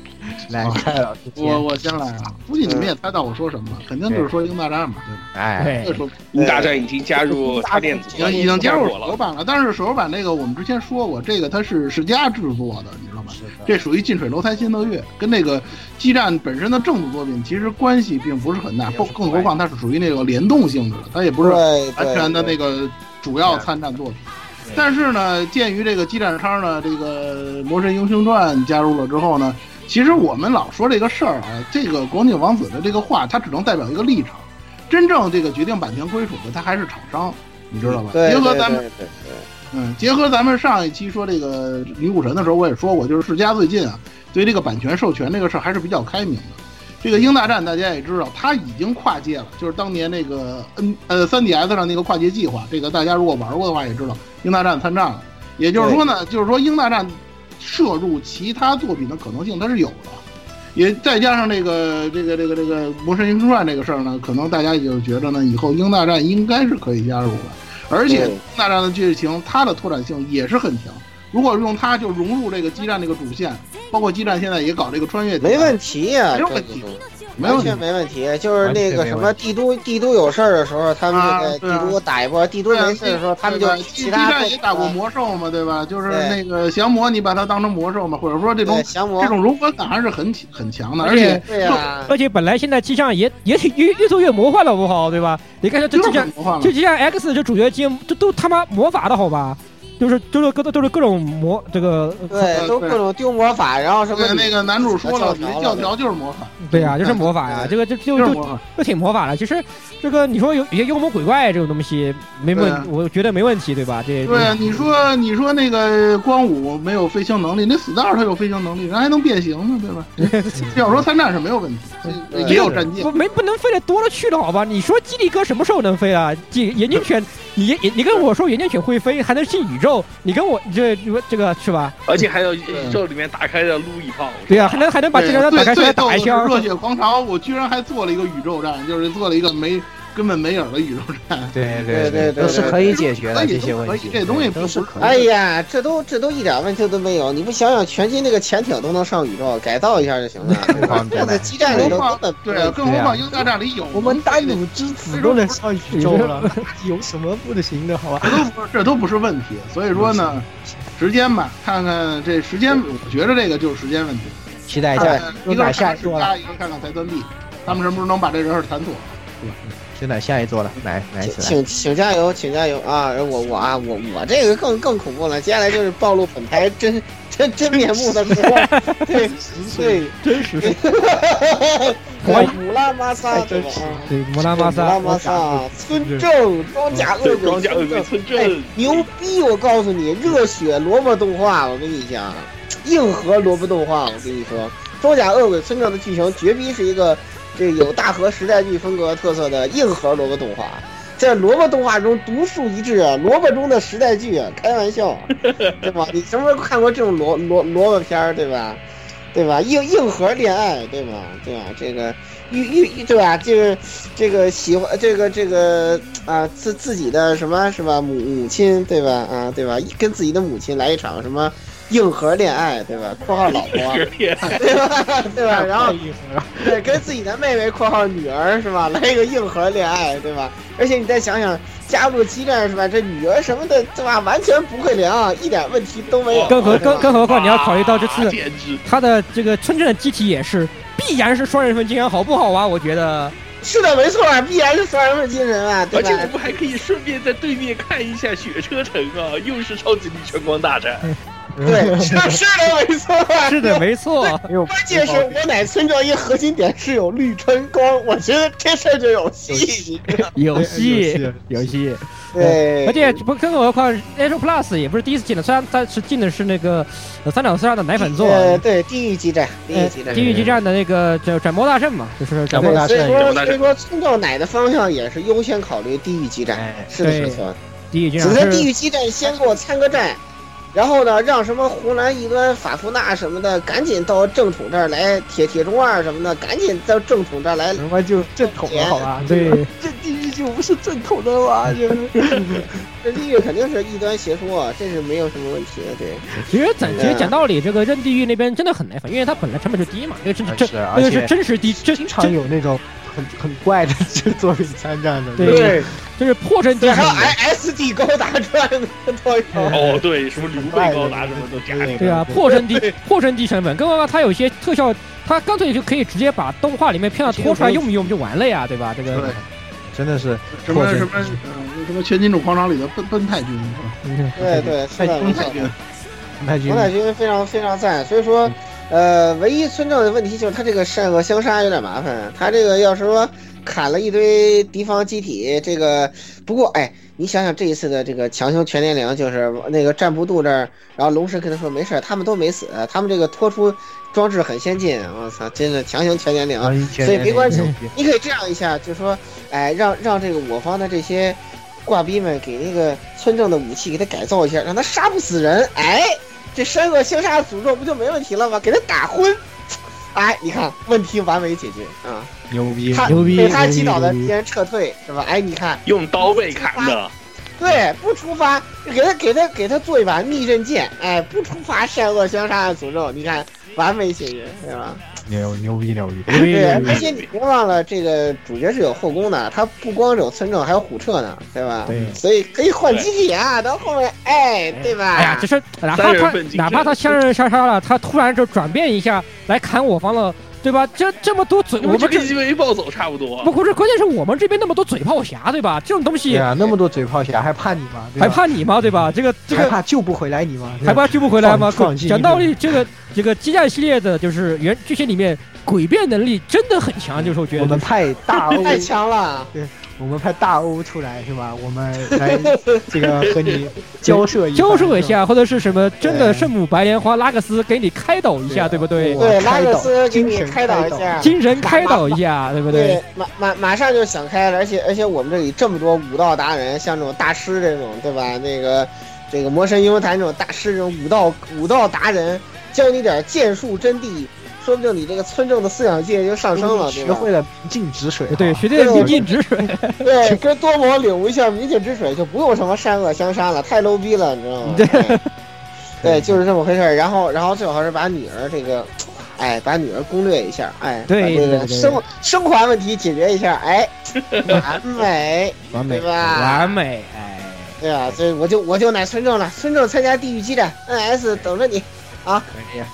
[SPEAKER 1] 来，蔡老师，
[SPEAKER 7] 我我先来啊，估计你们也猜到我说什么了，肯定就是说英大战嘛，嗯对吧？
[SPEAKER 1] 哎，
[SPEAKER 2] 英大战已经加入大电子，
[SPEAKER 7] 已经加入手游版了，但是手游版那个我们之前说过，这个它是世嘉制作的，你知道吧？这属于近水楼台先得月。跟那个基站本身的正主作品其实关系并不是很大，更更何况它是属于那个联动性质的，它也不是完全的那个主要参战作品。但是呢，鉴于这个基站商呢，这个《魔神英雄传》加入了之后呢，其实我们老说这个事儿啊，这个广井王子的这个话，它只能代表一个立场，真正这个决定版权归属的，它还是厂商，你知道吧？结合咱们，嗯，结合咱们上一期说这个女武神的时候，我也说过，就是世嘉最近啊。对这个版权授权这个事儿还是比较开明的。这个《英大战》大家也知道，它已经跨界了，就是当年那个 N 呃 3DS 上那个跨界计划。这个大家如果玩过的话也知道，《英大战》参战了。也就是说呢，就是说《英大战》摄入其他作品的可能性它是有的。也再加上这个这个这个这个《魔神英雄传》这个事儿呢，可能大家也就觉得呢，以后《英大战》应该是可以加入的。而且《英大战》的剧情它的拓展性也是很强。如果用它就融入这个基站这个主线，包括基站现在也搞这个穿越，
[SPEAKER 3] 没问题
[SPEAKER 7] 呀、啊，没有问题，
[SPEAKER 3] 完全没问题。就是那个什么帝都，帝都有事儿的时候，他们就在帝都打一波；啊啊、帝都没事的时候，他们
[SPEAKER 7] 啊
[SPEAKER 3] 就其他。
[SPEAKER 7] 基站也打过魔兽嘛，对啊吧？就是那个降魔，你把它当成魔兽嘛，或者说这种这种啊融合感还是很很强的。而且
[SPEAKER 3] 对呀，
[SPEAKER 5] 而且本来现在基站也也挺越越做越魔幻了，好不好？对吧？你看这基站，这基站 X 这主角机，这都他妈魔法的好吧？就是就是各都是各种魔这个
[SPEAKER 3] 对，都各种丢魔法，然后什么
[SPEAKER 7] 啊那个男主说了，你的教条就是魔法，
[SPEAKER 5] 对啊，就是魔法呀，这个就就就就挺魔法了。其实这个你说有有些妖魔鬼怪这种东西没问，我觉得没问题，对吧？这
[SPEAKER 7] 对啊，你
[SPEAKER 5] *laughs*
[SPEAKER 7] 说你说那个光武没有飞行能力，那 star 他有飞行能力，人还能变形呢，对吧？小说参战是没有问题，
[SPEAKER 1] 嗯
[SPEAKER 7] 也有战绩，
[SPEAKER 5] 没 *laughs* 不能飞的多了去了，好吧？你说基地哥什么时候能飞啊？眼眼镜 *laughs* 犬，你你你跟我说眼镜犬会飞，还能进宇宙，你跟我这这个是吧？
[SPEAKER 2] 而且还有宇宙里面打开的撸一炮，
[SPEAKER 5] 对呀，还能还能把这张打开出来打一枪。
[SPEAKER 7] 热血狂潮，我居然还做了一个宇宙站，就是做了一个没。根本没影的宇宙
[SPEAKER 1] 站，对对
[SPEAKER 3] 对
[SPEAKER 1] 对，都是可以解决的这些问题，
[SPEAKER 7] 这东西
[SPEAKER 1] 都是可以。
[SPEAKER 3] 哎呀，这都这都一点问题都没有，你不想想，全新那个潜艇都能上宇宙，改造一下就行了。放在基站里头根本
[SPEAKER 7] 对，啊更何况英大站里有
[SPEAKER 1] 啊我们丹努之子都能上宇宙了， *laughs* 有什么不行的？好吧，
[SPEAKER 7] 这都不是问题。所以说呢，时间吧，看看这时间，我觉着这个就是时间问题。
[SPEAKER 1] *laughs* 期待一下，
[SPEAKER 7] 一
[SPEAKER 1] 个下
[SPEAKER 7] 一个看看台端 B，他们什么时候能把这事儿谈妥？
[SPEAKER 1] 真的，下一座了，来来起来！
[SPEAKER 3] 请请加油，请加油啊！我我啊我我这个更更恐怖了，接下来就是暴露本台真真真面目的时候，对对，
[SPEAKER 1] 真
[SPEAKER 5] *laughs*
[SPEAKER 1] 实，
[SPEAKER 3] 姆拉玛莎对吧？
[SPEAKER 5] 对，姆拉玛莎，
[SPEAKER 3] 姆拉玛莎，村正装甲恶鬼，
[SPEAKER 2] 装甲恶鬼村正，
[SPEAKER 3] 牛逼！我告诉你，热血萝卜动画，我跟你讲，硬核萝卜动画，我跟你说，装甲恶鬼村正的剧情绝逼是一个。这有大和时代剧风格特色的硬核萝卜动画，在萝卜动画中独树一帜啊！萝卜中的时代剧啊，开玩笑， *laughs* 对吧？你什么时候看过这种萝萝萝卜片儿，对吧？对吧？硬硬核恋爱，对吧？对吧？这个欲欲对吧？这个这个喜欢这个这个啊、呃、自自己的什么是吧？母母亲对吧？啊对吧？跟自己的母亲来一场什么？硬核恋爱，对吧？（括号老婆、啊，对吧？对吧？然后对跟自己的妹妹（括号女儿）是吧？来一个硬核恋爱，对吧？而且你再想想，加入基站是吧？这女儿什么的，对吧？完全不会凉，一点问题都没有。
[SPEAKER 5] 更何更更何况你要考虑到这次他的这个村镇的机体也是，必然是双人份精神，好不好啊？我觉得。 *laughs*
[SPEAKER 3] 是的，没错，必然是双人份精神啊！
[SPEAKER 2] 而且我们还可以顺便在对面看一下雪车城啊，又是超级力全光大战。
[SPEAKER 3] 对，是是的，没错，
[SPEAKER 5] 是的，没错。
[SPEAKER 3] *laughs* 关键是我乃村正一核心点是有绿川光，我觉得这事儿就有戏，
[SPEAKER 5] *laughs*
[SPEAKER 3] *laughs*
[SPEAKER 5] 有戏，有戏。
[SPEAKER 3] 对，
[SPEAKER 5] 而且不更何况 a r o Plus 也不是第一次进了，虽然它是进的是那个三岛四郎的奶粉座，啊
[SPEAKER 3] 呃，对，地狱激战，地狱激战，
[SPEAKER 5] 呃地狱激战的那个叫斩魔大圣嘛，就是
[SPEAKER 1] 斩魔大圣。
[SPEAKER 3] 所以说，所以说村正奶的方向也是优先考虑地狱激战，
[SPEAKER 1] 哎
[SPEAKER 3] 是的，没错。
[SPEAKER 5] 地狱激
[SPEAKER 3] 战，只是地狱激战先给我参个战。然后呢，让什么湖南一端法夫纳什么的，赶紧到正统这儿来；铁铁中二什么的，赶紧到正统这儿来。
[SPEAKER 1] 什么就正统了，好吧？对，
[SPEAKER 3] 这地狱就不是正统的吧？
[SPEAKER 1] *laughs*
[SPEAKER 3] 这地狱肯定是异端邪说，啊，这是没有什么问题的。对，
[SPEAKER 5] 其实讲其实讲道理，这个任地狱那边真的很难反，因为它本来成本就低嘛，因为真真那个是真实低，
[SPEAKER 1] 啊经常有那种很很怪的作品参战的。
[SPEAKER 5] 对。就是破 *laughs* 阵
[SPEAKER 3] 还有哎 S D 高达传的
[SPEAKER 5] 嗯
[SPEAKER 2] 哦，对，什么刘备高达什么都加进去。
[SPEAKER 5] 对啊，破阵地破阵地成本，更何况它有些特效，它干脆就可以直接把动画里面片段拖出来用一用就完了呀，对吧？这个
[SPEAKER 1] 真的是
[SPEAKER 7] 什么什么呃什么全金属狂潮里的奔奔太君，
[SPEAKER 5] 嗯
[SPEAKER 7] 呃
[SPEAKER 3] 对对，
[SPEAKER 7] 奔太君，
[SPEAKER 1] 奔太君，
[SPEAKER 3] 奔太君非常非常赞。所以说，呃，唯一村正的问题就是他这个善恶相杀有点麻烦，他这个要是说。砍了一堆敌方机体，这个不过哎，你想想这一次的这个强行全年龄，就是那个占不度这儿，然后龙神跟他说没事，他们都没死，他们这个拖出装置很先进，我、哦、操，真的强行全年龄，
[SPEAKER 1] 啊
[SPEAKER 3] 所以没关系，你可以这样一下，就说哎，让让这个我方的这些挂逼们给那个村正的武器给他改造一下，让他杀不死人，哎，这山恶星杀诅咒不就没问题了吗？给他打昏。 *laughs* 哎，你看问题完美解决啊！
[SPEAKER 1] 牛逼，
[SPEAKER 3] 他
[SPEAKER 1] 牛逼！
[SPEAKER 3] 被他击倒的敌人撤退是吧？哎，你看
[SPEAKER 2] 用刀被砍的，
[SPEAKER 3] 对，不触发，给他给他给他做一把逆刃剑，哎，不触发善恶相杀的诅咒，你看完美解决，对吧？
[SPEAKER 1] 牛牛逼牛逼！
[SPEAKER 3] 对，而且你别忘了，这个主角是有后宫的，他不光有村正，还有虎彻呢，对吧？
[SPEAKER 1] 对，
[SPEAKER 3] 所以可以换机体啊，到后面，哎，对吧？
[SPEAKER 5] 哎呀，就是哪怕他哪怕他相刃相杀了，他突然就转变一下来砍我方了。对吧？这这么多嘴，我们
[SPEAKER 2] 这
[SPEAKER 5] 这
[SPEAKER 2] 跟因为暴走差不多。
[SPEAKER 5] 不，不是，关键是我们这边那么多嘴炮侠，对吧？这种东西，
[SPEAKER 1] 对啊，那么多嘴炮侠还怕你吗？对吧
[SPEAKER 5] 还怕你吗？对吧？这个这
[SPEAKER 1] 还
[SPEAKER 5] 个
[SPEAKER 1] 怕救不回来你吗？
[SPEAKER 5] 还怕救不回来吗？
[SPEAKER 1] 放放弃
[SPEAKER 5] 讲道
[SPEAKER 1] 一
[SPEAKER 5] 理，这个这个激战系列的，就是原剧情里面诡辩能力真的很强，就是我觉
[SPEAKER 1] 点，
[SPEAKER 5] 得
[SPEAKER 1] 我们派大
[SPEAKER 5] *laughs*
[SPEAKER 1] 欧，
[SPEAKER 3] 太强了，
[SPEAKER 1] 我们派大欧出来是吧？我们来
[SPEAKER 3] *laughs*
[SPEAKER 1] 这个和你
[SPEAKER 5] *laughs*
[SPEAKER 1] 交涉一番
[SPEAKER 5] 交涉
[SPEAKER 1] 是
[SPEAKER 5] 一，
[SPEAKER 1] 吧
[SPEAKER 5] 下，或者是什么真
[SPEAKER 1] 对
[SPEAKER 5] 的圣母白莲花拉克斯给你开导一下，对不对？
[SPEAKER 1] 我
[SPEAKER 3] 对，拉
[SPEAKER 1] 开
[SPEAKER 3] 克
[SPEAKER 1] 导
[SPEAKER 3] 斯给你
[SPEAKER 1] 精神
[SPEAKER 3] 开导
[SPEAKER 1] 开
[SPEAKER 3] 一
[SPEAKER 1] 导
[SPEAKER 3] 下，
[SPEAKER 5] 精神开导一下，对不对？
[SPEAKER 3] 对，马马马上就想开了，而且而且我们这里这么多武道达人，像这种大师这种，对吧？那个这个魔神英雄坛这种大师，这种武道武道达人，教你点剑术真谛，说不定你这个村正的思想界就上升了，对
[SPEAKER 1] 学
[SPEAKER 3] 吧？
[SPEAKER 1] 会了平静止水啊，
[SPEAKER 5] 对，学这
[SPEAKER 3] 对
[SPEAKER 5] 个进止水，
[SPEAKER 3] 对，跟多摩领悟一下明镜之水，就不用什么善恶相杀了，太 low 逼了，你知道吗？对，
[SPEAKER 5] *laughs*
[SPEAKER 3] 对，就是这么回事儿。然后，然后最好是把女儿这个，哎，把女儿攻略一下，哎，
[SPEAKER 5] 对
[SPEAKER 3] 把这
[SPEAKER 5] 对
[SPEAKER 3] 个
[SPEAKER 5] 对对
[SPEAKER 3] 生生还问题解决一下，
[SPEAKER 5] *laughs*
[SPEAKER 3] 哎，完美，
[SPEAKER 5] 完美，
[SPEAKER 3] 对吧
[SPEAKER 5] 完美，哎，
[SPEAKER 3] 对啊，所以我就我就奶孙正了，孙正参加地狱激战，NS 等着你。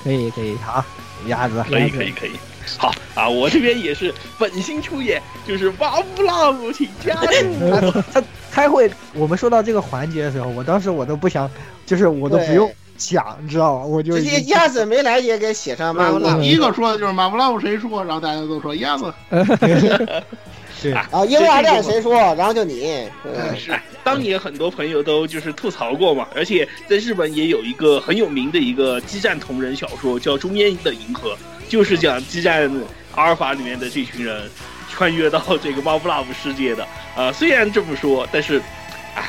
[SPEAKER 5] 可以可以，
[SPEAKER 1] 好，鸭子，
[SPEAKER 2] 可以可以可以。好啊，我这边也是本心出演，就是瓦布拉姆，请加入。
[SPEAKER 1] *laughs* 他开会，我们说到这个环节的时候，我当时我都不想，就是我都不用讲，你知道吗？我就
[SPEAKER 3] 直
[SPEAKER 1] 已
[SPEAKER 3] 接
[SPEAKER 1] 经
[SPEAKER 3] 鸭子没来也给写
[SPEAKER 5] 嗯
[SPEAKER 3] 上妈妈
[SPEAKER 7] 我
[SPEAKER 3] 了
[SPEAKER 7] 第一个说的就是马布拉夫谁说，然后大家都说鸭子。
[SPEAKER 1] 对
[SPEAKER 3] 然后英雄大战谁说，然后就你，对
[SPEAKER 2] 是，当年很多朋友都就是吐槽过嘛，而且在日本也有一个很有名的一个激战同人小说叫《中间的银河》，就是讲激战阿尔法里面的这群人穿越到这个 Mob Love 世界的。啊，虽然这么说，但是，啊，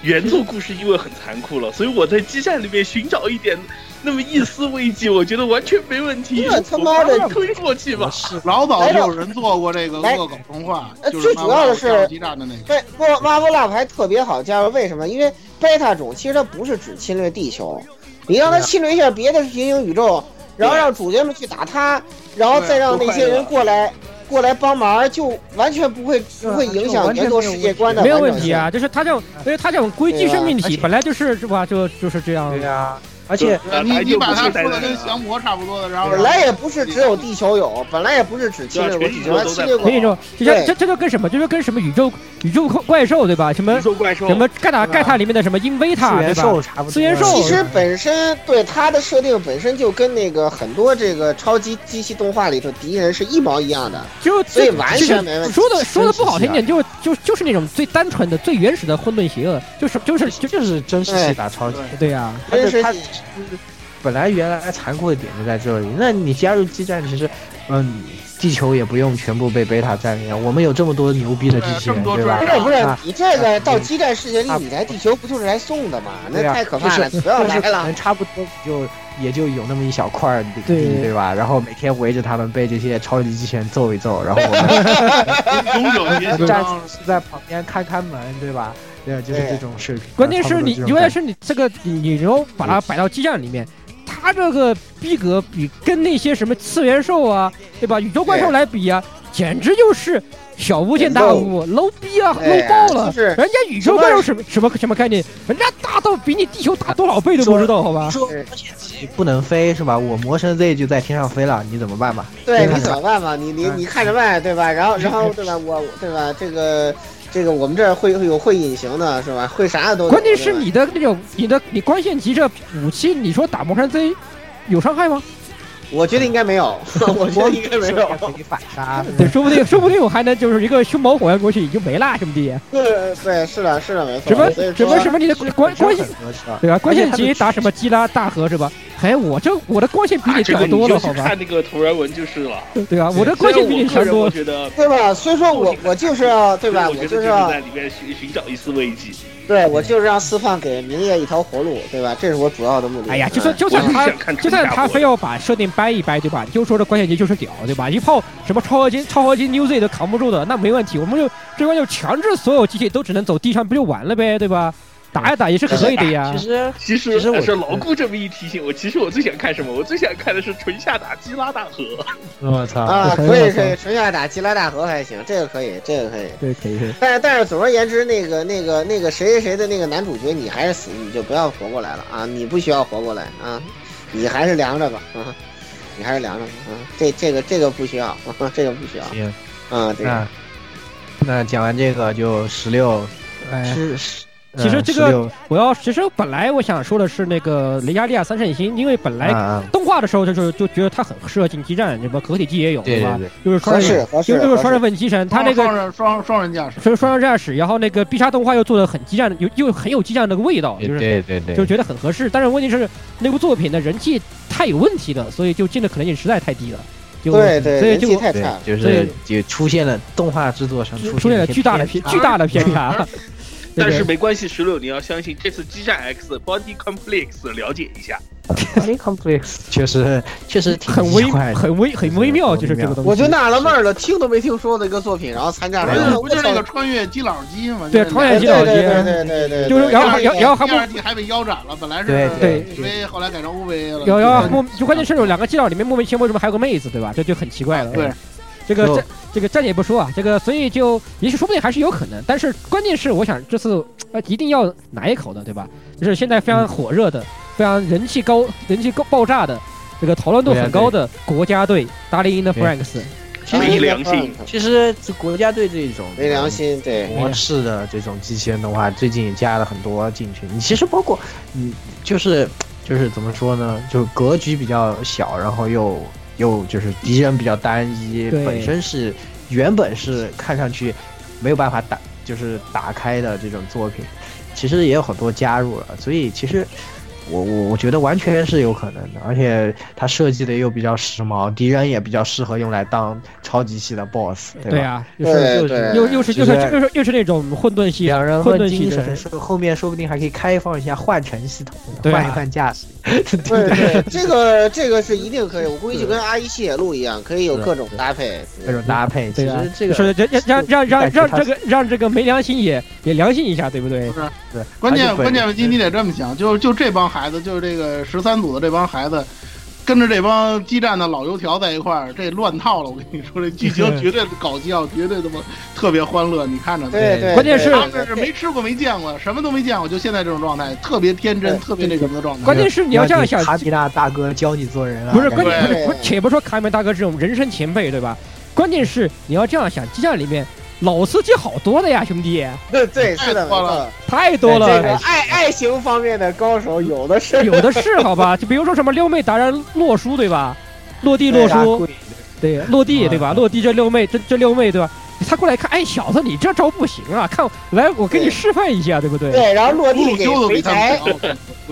[SPEAKER 2] 原作故事因为很残酷了，所以我在激战里面寻找一点那么一丝慰藉，我觉得完全没问题。
[SPEAKER 3] 这他妈的
[SPEAKER 2] 我把它推过去吧。
[SPEAKER 7] 老早就有人做过这个
[SPEAKER 3] 来
[SPEAKER 7] 恶搞动画
[SPEAKER 3] 呃，
[SPEAKER 7] 就是
[SPEAKER 3] 最主要的是
[SPEAKER 7] 马布拉夫加入激战的那个。
[SPEAKER 3] 对，莫马布拉还特别好加入，为什么？因为贝塔种其实它不是只侵略地球，你让它侵略一下别的平行宇宙，然后让主角们去打它，然后再让那些人过来过来帮忙，就完全不会
[SPEAKER 5] 啊
[SPEAKER 3] 不会影响原作世界观的
[SPEAKER 5] 没有
[SPEAKER 3] 完整啊
[SPEAKER 5] 问题啊，就是他这种，因为他这种硅基生命体本来就是是吧，就就是这样
[SPEAKER 1] 对，呀、而且
[SPEAKER 2] 对
[SPEAKER 7] 你你把它说的跟
[SPEAKER 2] 小
[SPEAKER 7] 降魔差不多的，然后
[SPEAKER 3] 性。本来也不是只有地球有，本来也不是只侵略过地球，还侵略过
[SPEAKER 5] 可以说，就像
[SPEAKER 3] 对
[SPEAKER 5] 这这就跟什么，这就跟什么宇宙宇宙怪兽对吧？什么
[SPEAKER 2] 宇宙怪兽
[SPEAKER 5] 什么盖塔
[SPEAKER 1] 对吧
[SPEAKER 5] 盖塔里面的什么英维塔
[SPEAKER 1] 次
[SPEAKER 5] 对
[SPEAKER 1] 元
[SPEAKER 5] 吧？
[SPEAKER 1] 兽差不多，
[SPEAKER 5] 次元兽
[SPEAKER 3] 其实本身对它的设定本身就跟那个很多这个超级机器动画里头敌人是一毛一样的，
[SPEAKER 5] 就
[SPEAKER 3] 所以
[SPEAKER 5] 就
[SPEAKER 3] 完
[SPEAKER 5] 就
[SPEAKER 3] 全
[SPEAKER 5] 是
[SPEAKER 3] 没问题啊
[SPEAKER 5] 说的说的不好
[SPEAKER 1] 真
[SPEAKER 5] 听点，就就就是那种最单纯的、最原始的混沌邪恶，就是就是就
[SPEAKER 1] 就是真实系打超级。
[SPEAKER 5] 对呀、
[SPEAKER 1] 但
[SPEAKER 3] 真
[SPEAKER 1] 是
[SPEAKER 3] 是
[SPEAKER 1] 它本来原来残酷的点就在这里，那你加入激战，其实，嗯，地球也不用全部被贝塔占领，我们有这么多牛逼的机
[SPEAKER 7] 对
[SPEAKER 1] 器
[SPEAKER 7] 这么
[SPEAKER 1] 人，
[SPEAKER 7] 多
[SPEAKER 1] 对吧
[SPEAKER 3] 不
[SPEAKER 7] 专？
[SPEAKER 3] 是不是
[SPEAKER 1] 啊，
[SPEAKER 3] 你这个到激战世界里
[SPEAKER 1] 啊，
[SPEAKER 3] 你来地球不就是来送的吗？那
[SPEAKER 1] 对啊
[SPEAKER 3] 太可怕了，
[SPEAKER 1] 就
[SPEAKER 3] 不要
[SPEAKER 1] 但是哎
[SPEAKER 3] 来
[SPEAKER 1] 可
[SPEAKER 3] 了
[SPEAKER 1] 能。差不多就也就有那么一小块领地，
[SPEAKER 5] 对
[SPEAKER 1] 对吧？然后每天围着他们被这些超级机器人揍一揍，然后我们
[SPEAKER 7] 永 *laughs* 久结
[SPEAKER 1] 战
[SPEAKER 7] 晶。
[SPEAKER 1] 士在旁边开开门，对吧？对，就是这种水平。
[SPEAKER 5] 关键是你
[SPEAKER 1] 呃差不多这种
[SPEAKER 5] 关
[SPEAKER 1] 感觉
[SPEAKER 5] 键是你这个你你然后把它摆到基站里面，它这个逼格比跟那些什么次元兽啊，对吧？宇宙怪兽来比啊，简直就是小巫见大巫，low 逼啊
[SPEAKER 3] 对
[SPEAKER 5] ，low
[SPEAKER 3] 啊
[SPEAKER 5] 爆了！
[SPEAKER 3] 就是
[SPEAKER 5] 人家宇宙怪兽什么什么什么概念？人家大到比你地球大多少倍都不知道，好吧？
[SPEAKER 1] 说
[SPEAKER 3] 对
[SPEAKER 1] 你不能飞是吧？我魔神 Z 就在天上飞了，你怎么办吧？
[SPEAKER 3] 对
[SPEAKER 1] 对
[SPEAKER 3] 你怎么办吧？你你你看着办，对吧？然后然后对吧？我对吧？这个这个我们这儿会会有会隐形的是吧？会啥的都有。
[SPEAKER 5] 关键是
[SPEAKER 3] 对吧
[SPEAKER 5] 你的那种你的你光线级这武器，你说打魔山 Z 有伤害吗？
[SPEAKER 3] 我觉得应该没有，我觉得应该没有。
[SPEAKER 1] 给你反杀。
[SPEAKER 5] 对，说不定说不定我还能就是一个胸毛火焰过去也就没啦，兄弟。
[SPEAKER 3] 对对，是的，是的，没
[SPEAKER 5] 什么
[SPEAKER 3] 错。所以
[SPEAKER 5] 什么
[SPEAKER 3] 说
[SPEAKER 5] 什么你的光光线对吧？关键级打什么基拉大河是吧？哎，我这我的光线比
[SPEAKER 2] 啊
[SPEAKER 5] 你
[SPEAKER 2] 这
[SPEAKER 5] 强
[SPEAKER 2] 个
[SPEAKER 5] 多
[SPEAKER 2] 你
[SPEAKER 5] 了，
[SPEAKER 2] 就
[SPEAKER 5] 好
[SPEAKER 2] 去
[SPEAKER 5] 吧？
[SPEAKER 2] 看那个同人文就是了。
[SPEAKER 5] 对吧？我
[SPEAKER 2] 虽
[SPEAKER 5] 的光
[SPEAKER 2] 然
[SPEAKER 5] 线比你
[SPEAKER 2] 我个
[SPEAKER 5] 强
[SPEAKER 2] 人我
[SPEAKER 5] 多。
[SPEAKER 2] 觉得，
[SPEAKER 3] 对吧？所以说我我就是要对吧？
[SPEAKER 2] 我觉得就
[SPEAKER 3] 就是是要
[SPEAKER 2] 在里面寻寻找一丝慰藉。
[SPEAKER 3] 对我就是让四放给明夜一条活路，对吧？这是我主要的目的。
[SPEAKER 5] 哎呀，就算
[SPEAKER 3] 嗯
[SPEAKER 5] 就算
[SPEAKER 2] 我
[SPEAKER 5] 他
[SPEAKER 2] 是想看
[SPEAKER 5] 就算
[SPEAKER 2] 纯
[SPEAKER 5] 他
[SPEAKER 2] 打火
[SPEAKER 5] 非要把设定掰一掰，对吧？你就说这光线级就是屌，对吧？一炮什么超合金、超合金 New Z 都扛不住的，那没问题，我们就这关就强制所有机器都只能走地上，不就完了呗，对吧？打一打也是可以的呀
[SPEAKER 1] 其。实
[SPEAKER 2] *laughs* 其实
[SPEAKER 1] 其实我
[SPEAKER 2] 呃
[SPEAKER 3] 嗯
[SPEAKER 2] 是牢固这么一提醒我，其实我最想看什么？我最想看的是纯下打基拉大河。
[SPEAKER 1] 哎我操
[SPEAKER 3] 啊，可以可以，纯下打基拉大河还行，这个可以，这个可以。
[SPEAKER 5] 对，可以可以。
[SPEAKER 3] 但是但是，总而言之，那个那个那个谁谁谁的那个男主角，你还是死，你就不要活过来了啊！你不需要活过来啊，你还是凉着吧啊！你还是凉着吧。嗯，这这个这个不需要，啊这个不需要。
[SPEAKER 1] 行，
[SPEAKER 3] 嗯，对。
[SPEAKER 1] 那那讲完这个就十六，呃是嗯是。
[SPEAKER 5] 哎其实这个我要，其实本来我想说的是那个雷加利亚三圣星，因为本
[SPEAKER 1] 啊
[SPEAKER 5] 来动画的时候就是就觉得它很适合进基站，什么合体机也有，
[SPEAKER 1] 对
[SPEAKER 5] 吧？就是双人，就是就是双人问机神，它那个
[SPEAKER 7] 双双双人驾驶，
[SPEAKER 5] 就是双人驾驶，然后那个必杀动画又做的很激战，又又很有激战那个味道，就是
[SPEAKER 1] 对对对，
[SPEAKER 5] 就觉得很合适。但是问题是那部作品的人气太有问题了，所以就进的可能性实在太低了。就
[SPEAKER 3] 对对，
[SPEAKER 5] 所以就
[SPEAKER 3] 太差，
[SPEAKER 1] 就是也出现了动画制作上
[SPEAKER 5] 出现了巨大的偏巨大的偏 *laughs* 差。
[SPEAKER 2] 但是没关系，十六，你要相信这次激战 X Body Complex 了解一下。
[SPEAKER 1] Body Complex 确实确实挺
[SPEAKER 5] 很微很微很微妙，就是这个东西。
[SPEAKER 3] 我就纳了闷了，听都没听说的一个作品，然后参加
[SPEAKER 7] 了。啊不就那个穿越基佬机吗？
[SPEAKER 5] 对，穿越基佬机，
[SPEAKER 3] 哎对对对对，
[SPEAKER 5] 就是然后然后还
[SPEAKER 7] 第二季还被腰斩了，本来是
[SPEAKER 5] 对
[SPEAKER 7] V，后来改成 OV 了。
[SPEAKER 5] 有
[SPEAKER 1] 嗯
[SPEAKER 5] 有莫，就关键是有两个基佬里面莫名其妙为什么还有个妹子，对吧？这就很奇怪了。
[SPEAKER 7] 对。
[SPEAKER 5] 这个这这个暂且不说啊，这个所以就也许说不定还是有可能，但是关键是我想这次呃一定要拿一口的，对吧？就是现在非常火热的、嗯、非常人气高、人气高爆炸的这个讨论
[SPEAKER 1] 啊
[SPEAKER 5] 度很高的国家队达利因的 Franks，
[SPEAKER 2] 没良心。
[SPEAKER 1] 其实国家队这种
[SPEAKER 3] 没良心对
[SPEAKER 1] 模式的这种机器人动画，最近也加了很多进去。你其实包括你就是就是怎么说呢？就格局比较小，然后又。又就是敌人比较单一，本身是原本是看上去没有办法打，就是打开的这种作品，其实也有很多加入了，所以其实我我我觉得完全是有可能的，而且它设计的又比较时髦，敌人也比较适合用来当超级系的 BOSS，
[SPEAKER 5] 对
[SPEAKER 1] 吧？
[SPEAKER 5] 对啊，又是又又是又是又是又是那种混沌系，
[SPEAKER 1] 两人
[SPEAKER 5] 混沌
[SPEAKER 1] 精神，后面说不定还可以开放一下换乘系统，
[SPEAKER 5] 啊
[SPEAKER 1] 换一换驾驶。
[SPEAKER 5] *laughs*
[SPEAKER 3] 对对，这个这个是一定可以，我估计就跟阿一七野路一样，可以有各种搭配，
[SPEAKER 1] 各种搭配。
[SPEAKER 5] 对
[SPEAKER 1] 啊，这个
[SPEAKER 5] 让让让让让这个让这个没良心也也良心一下，对不对？
[SPEAKER 1] 对，
[SPEAKER 7] 关键关键问题你得这么想，就就这帮孩子，就是这个十三组的这帮孩子，跟着这帮基站的老油条在一块儿，这乱套了。我跟你说，这剧情绝对搞笑，绝对他妈特别欢乐，你看着。
[SPEAKER 3] 对对，
[SPEAKER 5] 关键是
[SPEAKER 7] 他们是没吃过没见过，什么都没见过，就现在这种状态，特别天真，特别那什么的状态。
[SPEAKER 5] 关键是你要这样想，
[SPEAKER 1] 卡米拉大哥教你做人啊！
[SPEAKER 5] 不是，关键不是，且不说卡米大哥这种人生前辈，对吧？关键是你要这样想，基站里面。老司机好多的呀，兄弟！
[SPEAKER 3] 对对，是的，
[SPEAKER 5] 太多了。
[SPEAKER 3] 哎这个爱爱情方面的高手有的是，
[SPEAKER 5] 有的是，好吧？ *laughs* 就比如说什么六妹达人洛书，对吧？落地洛
[SPEAKER 3] 啊
[SPEAKER 5] 书，对落地，对吧？落地这六妹，这这六妹，对吧？他过来看，哎，小子，你这招不行啊！看，来，我给你示范一下，对不对？
[SPEAKER 3] 对，然后落地给肥宅。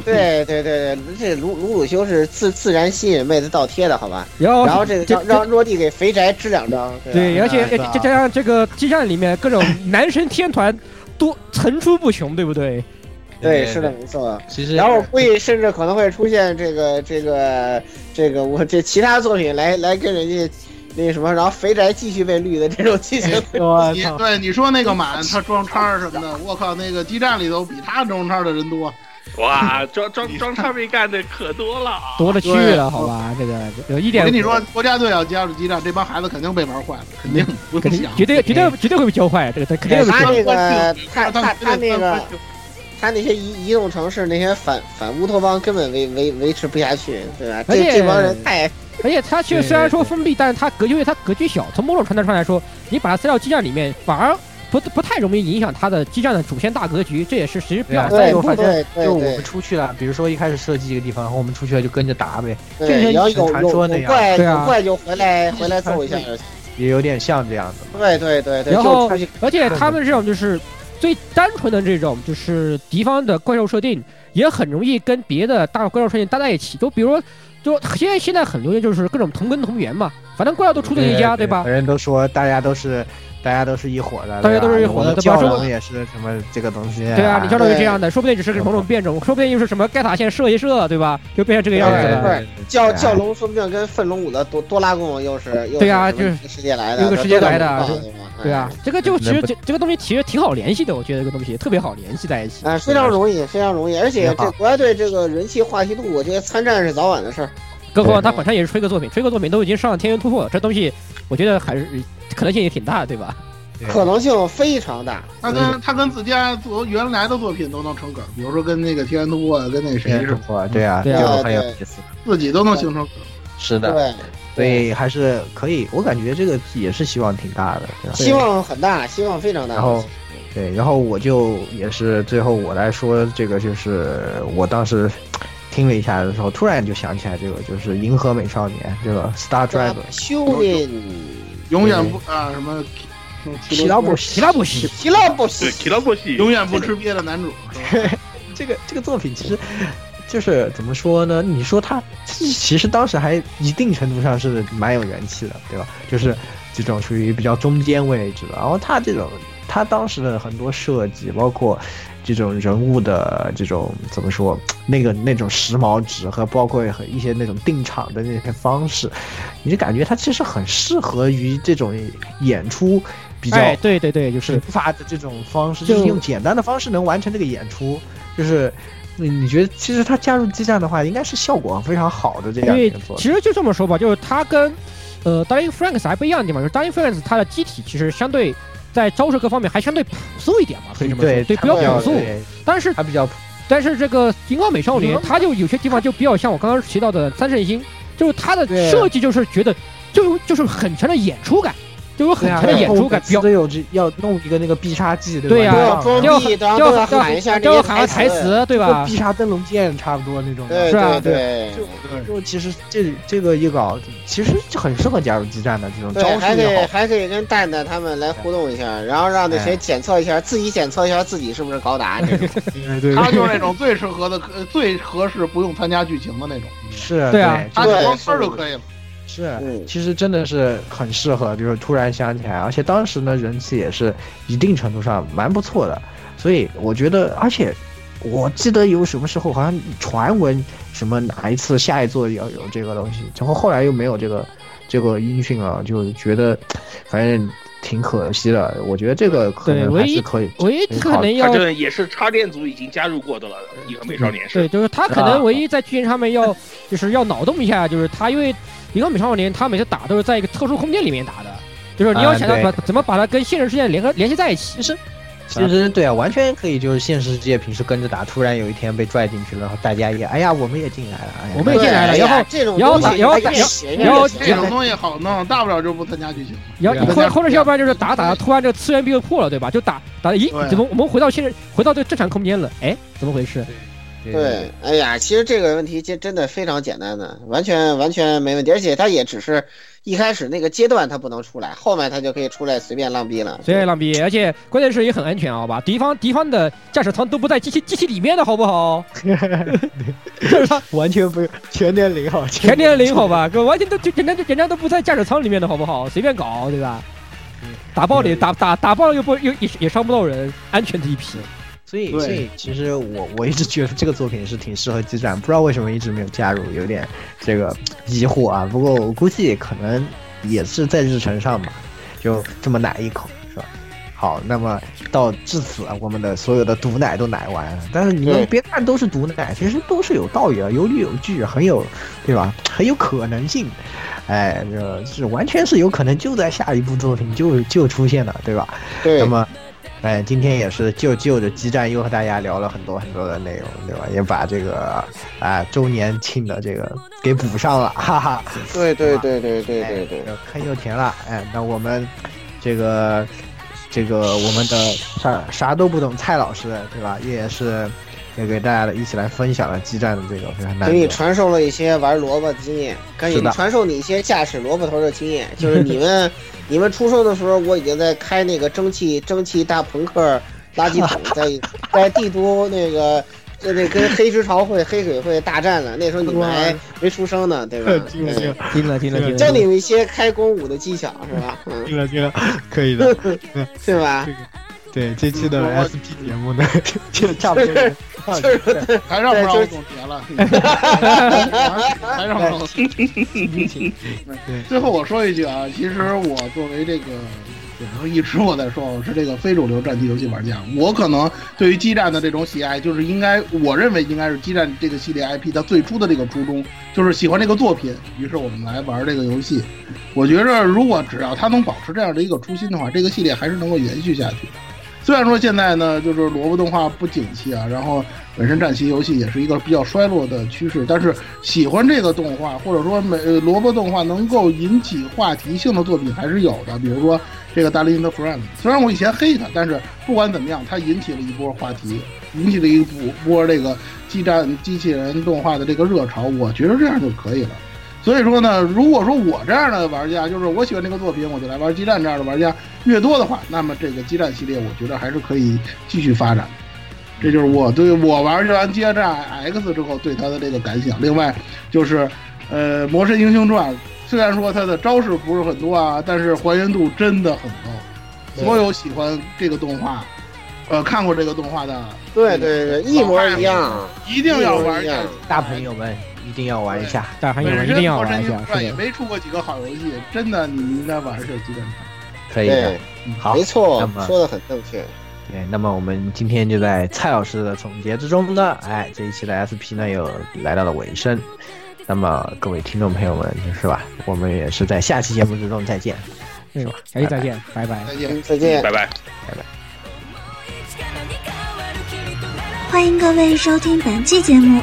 [SPEAKER 3] 对对对对，这鲁鲁鲁修是自自然吸引妹子倒贴的，好吧？
[SPEAKER 5] 然
[SPEAKER 3] 后然后这个让落地给肥宅支两张。
[SPEAKER 5] 哦
[SPEAKER 7] 啊
[SPEAKER 5] 对，而且再加上这个基站里面各种男神天团多层出不穷，对不对？
[SPEAKER 3] 对，是的，没错。
[SPEAKER 1] 其实，
[SPEAKER 3] 然后估计甚至可能会出现这个这个这个我这其他作品来来跟人家。那什么，然后肥宅继续被绿的这种剧情，
[SPEAKER 7] 你对你说那个满他装叉什么的，我靠，那个基站里头比他装叉的人多。
[SPEAKER 5] *laughs*
[SPEAKER 2] 哇，装装装叉被干的可多了，
[SPEAKER 5] 多了去了，好吧，这个有一点。
[SPEAKER 7] 我跟你说，国家队啊要加入基站，这帮孩子肯定被玩坏了，肯定不
[SPEAKER 5] 嗯
[SPEAKER 7] 哎
[SPEAKER 5] 肯定绝对绝对绝对会被教哎坏，这个他肯定会被
[SPEAKER 3] 他那个他他他那个他那些移移动城市那些反反乌托邦根本维维维持不下去，对吧？这这帮人太。
[SPEAKER 5] 而且它却虽然说封闭，但是它格因为它格局小，从某种程度上来说，你把它塞到基站里面，反而不不太容易影响它的基站的主线大格局。这也是其实比较
[SPEAKER 3] 对
[SPEAKER 1] 我发现，
[SPEAKER 3] 就
[SPEAKER 1] 我们出去了，比如说一开始设计一个地方，然后我们出去了就跟着打呗，
[SPEAKER 3] 对，
[SPEAKER 1] 像有传说那样，
[SPEAKER 3] 怪
[SPEAKER 5] 对啊，
[SPEAKER 3] 怪就回来回来揍一下，
[SPEAKER 1] 也有点像这样
[SPEAKER 3] 的。对对对对。
[SPEAKER 5] 然后，而且他们这种就是最单纯的这种，就是敌方的怪兽设定也很容易跟别的大怪兽设定搭在一起，就比如。就现在现在很流行，就是各种同根同源嘛，反正怪兽都出自一家，
[SPEAKER 1] 对
[SPEAKER 5] 吧？
[SPEAKER 1] 人都说大家都是，大家都是一伙的，
[SPEAKER 5] 大家都是一伙的，对吧？
[SPEAKER 1] 说也是什么这个东西，
[SPEAKER 5] 对啊，你教授是这样的，说不定只是某种变种，说不定又是什么盖塔线射一射，对吧？就变成这个样子了。
[SPEAKER 3] 叫叫龙说不定跟奋龙舞的多多拉贡又是又
[SPEAKER 5] 啊对啊，
[SPEAKER 3] 就是世界来的，
[SPEAKER 5] 有个世界来的，
[SPEAKER 3] 对哎
[SPEAKER 5] 啊，这个就其实这这个东西其实挺好联系的，我觉得这个东西特别好联系在一起
[SPEAKER 3] 啊，非常容易，非常容易，而且这国家队这个人气话题度，我觉得参战是早晚的事儿。
[SPEAKER 5] 更何况他本身也是吹个作品，吹个作品都已经上天元突破，这东西我觉得还是可能性也挺大，对吧？
[SPEAKER 3] 可能性非常大。
[SPEAKER 7] 他跟他跟自家做原来的作品都能成梗，比
[SPEAKER 5] 哎
[SPEAKER 7] 如说跟那个天元突破，跟那谁是
[SPEAKER 1] 吧？对啊，
[SPEAKER 5] 对
[SPEAKER 1] 啊，很有意思，
[SPEAKER 7] 自己都能形成。
[SPEAKER 1] 是的，
[SPEAKER 3] 对，
[SPEAKER 1] 所以还是可以。我感觉这个也是希望挺大的，对吧
[SPEAKER 3] 希望很大，希望非常大。
[SPEAKER 1] 然后，对，然后我就也是最后我来说这个，就是我当时听了一下的时候，突然就想起来这个，就是《银河美少年》这个 Star Driver，
[SPEAKER 3] 修炼
[SPEAKER 7] 永远不啊什么。
[SPEAKER 1] 提拉
[SPEAKER 3] 啊
[SPEAKER 1] 布
[SPEAKER 5] 提拉布西，
[SPEAKER 3] 提拉布西，
[SPEAKER 2] 提拉布西，
[SPEAKER 7] 永远不吃瘪的男主。
[SPEAKER 1] 这个这个作品其实就是怎么说呢？你说他其实当时还一定程度上是蛮有元气的，对吧？就是这种属于比较中间位置的。然后他这种他当时的很多设计，包括这种人物的这种怎么说那个那种时髦值和包括和一些那种定场的那些方式，你就感觉他其实很适合于这种演出。比较、
[SPEAKER 5] 哎、对对对，就是
[SPEAKER 1] 发的这种方式，就是用简单的方式能完成这个演出，就是你你觉得其实他加入激战的话，应该是效果非常好的这样一
[SPEAKER 5] 个作其实就这么说吧，就是他跟呃 Darling Franks 还不一样的地方，就是 Darling Franks 他的机体其实相对在招式各方面还相对朴素一点嘛，可以这么说，对，
[SPEAKER 1] 对
[SPEAKER 5] 比较朴素，但是
[SPEAKER 1] 他比较，嗯
[SPEAKER 5] 但是这个银光美少年，他就有些地方就比较像我刚刚提到的三圣星，就是他的设计就是觉得就就是很强的演出感。就有很强
[SPEAKER 1] 啊
[SPEAKER 5] 的演出感，
[SPEAKER 1] 都有要弄一个那个必杀技，
[SPEAKER 5] 对啊
[SPEAKER 1] 吧？啊
[SPEAKER 5] 对呀，
[SPEAKER 3] 要要喊一下，
[SPEAKER 5] 要喊台词，对吧？
[SPEAKER 1] 必杀灯笼剑差不多那种，
[SPEAKER 3] 对
[SPEAKER 1] 是吧？
[SPEAKER 3] 对，
[SPEAKER 1] 就就其实这这个一搞，其实很适合加入激战的这种招
[SPEAKER 3] 式还可
[SPEAKER 1] 以
[SPEAKER 3] 还可以跟蛋蛋他们
[SPEAKER 5] 哎
[SPEAKER 3] 来互动一下，然后让那谁检测一下，自己检测一下自己是不是高
[SPEAKER 5] *laughs*
[SPEAKER 3] 达这种。
[SPEAKER 7] 他就是那种最适合的、呃最合适不用参加剧情的那种。
[SPEAKER 1] 是，
[SPEAKER 5] 对啊，
[SPEAKER 7] 他光村就可以了。
[SPEAKER 1] 是，其实真的是很适合，就是突然想起来，而且当时呢人气也是一定程度上蛮不错的，所以我觉得，而且我记得有什么时候好像传闻什么哪一次下一座要有这个东西，然后后来又没有这个这个音讯了，就觉得反正挺可惜的。我觉得这个可能还是可以，
[SPEAKER 5] 唯一可能要
[SPEAKER 2] 反正也是插电组已经加入过的了，一个美少年是。
[SPEAKER 5] 对，就是他可能唯一在剧情上面要就是要脑洞一下，就是他因为。银河美少年，他每次打都是在一个特殊空间里面打的，就是你要想到把、
[SPEAKER 1] 嗯、
[SPEAKER 5] 怎么把它跟现实世界联合联系在一起。
[SPEAKER 1] 其实，其实对啊，完全可以，就是现实世界平时跟着打，突然有一天被拽进去了，然后大家也哎呀，我们也进来了，哎呀，
[SPEAKER 5] 我们也进来了，然后然后打，然后然后
[SPEAKER 7] 这种东西好弄，大不了就不参加剧情。
[SPEAKER 5] 然后或或者要不然就是打打，突然这个次元壁就破了，对吧？就打打咦，怎么我们回到现实，回到这个正常空间了？哎，怎么回事？
[SPEAKER 3] 对，哎呀，其实这个问题真真的非常简单的，完全完全没问题，而且它也只是一开始那个阶段它不能出来，后面它就可以出来随便浪逼了，
[SPEAKER 5] 随便浪逼，而且关键是也很安全，啊好吧？敌方敌方的驾驶舱都不在机器机器里面的好不好？ *laughs* 就是他
[SPEAKER 1] 完全不全年龄好，
[SPEAKER 5] 全年龄好吧？完全都就人家人家都不在驾驶舱里面的好不好？随便搞，对吧？打爆你打打打爆了又不又也也伤不到人，安全的一批。
[SPEAKER 1] 所以，所以其实我我一直觉得这个作品是挺适合激战，不知道为什么一直没有加入，有点这个疑惑啊。不过我估计可能也是在日程上吧，就这么奶一口，是吧？好，那么到至此，啊我们的所有的毒奶都奶完了。但是你们别看都是毒奶，其实都是有道理的，有理有据，很有，对吧？很有可能性。哎，这是完全是有可能就在下一部作品就就出现了，对吧？
[SPEAKER 3] 对。
[SPEAKER 1] 那么。哎，今天也是就就着激战又和大家聊了很多很多的内容，对吧？也把这个啊周年庆的这个给补上了，哈哈。哎
[SPEAKER 3] 对对对对对对对，
[SPEAKER 1] 坑又填了。哎，那我们这个这个我们的啥啥都不懂蔡老师，对吧？也是也给大家一起来分享了激战的这个非常难。
[SPEAKER 3] 给你传授了一些玩萝卜的经验，赶紧传授你一些驾驶萝卜头的经验，就是你们。
[SPEAKER 10] *laughs*
[SPEAKER 3] 你们出生的时候，我已经在开那个蒸汽蒸汽大朋克垃圾桶，在在帝都那个那跟黑石潮会、黑水会大战了。那时候你们还没出生呢，对
[SPEAKER 1] *laughs*
[SPEAKER 3] 吧？哎
[SPEAKER 1] 听了听了听了，
[SPEAKER 3] 教你们一些开弓舞的技巧是吧？
[SPEAKER 1] 听了听了，可以的，
[SPEAKER 3] *laughs* 对吧？
[SPEAKER 1] 对这期的 SP 节目呢， *laughs* 就
[SPEAKER 3] *laughs*
[SPEAKER 1] 差不
[SPEAKER 3] 多，就是
[SPEAKER 7] 还让不让我总
[SPEAKER 3] *laughs*
[SPEAKER 7] 结了， *laughs* 还让不让？最后我说一句啊，其实我作为这个，我一直我在说我是这个非主流战棋游戏玩家，我可能对于激战的这种喜爱，就是应该我认为应该是激战这个系列 IP 它最初的这个初衷，就是喜欢这个作品，于是我们来玩这个游戏。我觉着如果只要它能保持这样的一个初心的话，这个系列还是能够延续下去。虽然说现在呢，就是萝卜动画不景气啊，然后本身战棋游戏也是一个比较衰落的趋势，但是喜欢这个动画或者说每呃萝卜动画能够引起话题性的作品还是有的，比如说这个《达利因的 friend》，虽然我以前黑它，但是不管怎么样，它引起了一波话题，引起了一波波这个激战机器人动画的这个热潮，我觉得这样就可以了。所以说呢，如果说我这样的玩家，就是我喜欢这个作品，我就来玩激战这样的玩家越多的话，那么这个激战系列，我觉得还是可以继续发展。这就是我对我玩完《激战 X》之后对它的这个感想。另外就是，呃，《魔神英雄传》虽然说它的招式不是很多啊，但是还原度真的很高。所有喜欢这个动画，呃，看过这个动画的，
[SPEAKER 3] 对对对，一模一样，
[SPEAKER 7] 一定要玩
[SPEAKER 3] 一下，
[SPEAKER 10] 大朋友们。一定要玩一下，
[SPEAKER 5] 大朋友们一定要玩一下。
[SPEAKER 7] 是也没出过几个好游戏，真的，你应该玩一下基本上。
[SPEAKER 10] 可以的，好，
[SPEAKER 3] 没错，说的很正确。
[SPEAKER 10] 对，那么我们今天就在蔡老师的总结之中呢，哎，这一期的 SP 呢又来到了尾声。那么各位听众朋友们，是吧？我们也是在下期节目之中再见，
[SPEAKER 5] 是吧？哎，再见，拜拜，
[SPEAKER 7] 再见，
[SPEAKER 3] 再见，
[SPEAKER 2] 拜拜，
[SPEAKER 10] 拜拜。
[SPEAKER 11] 欢迎各位收听本期节目，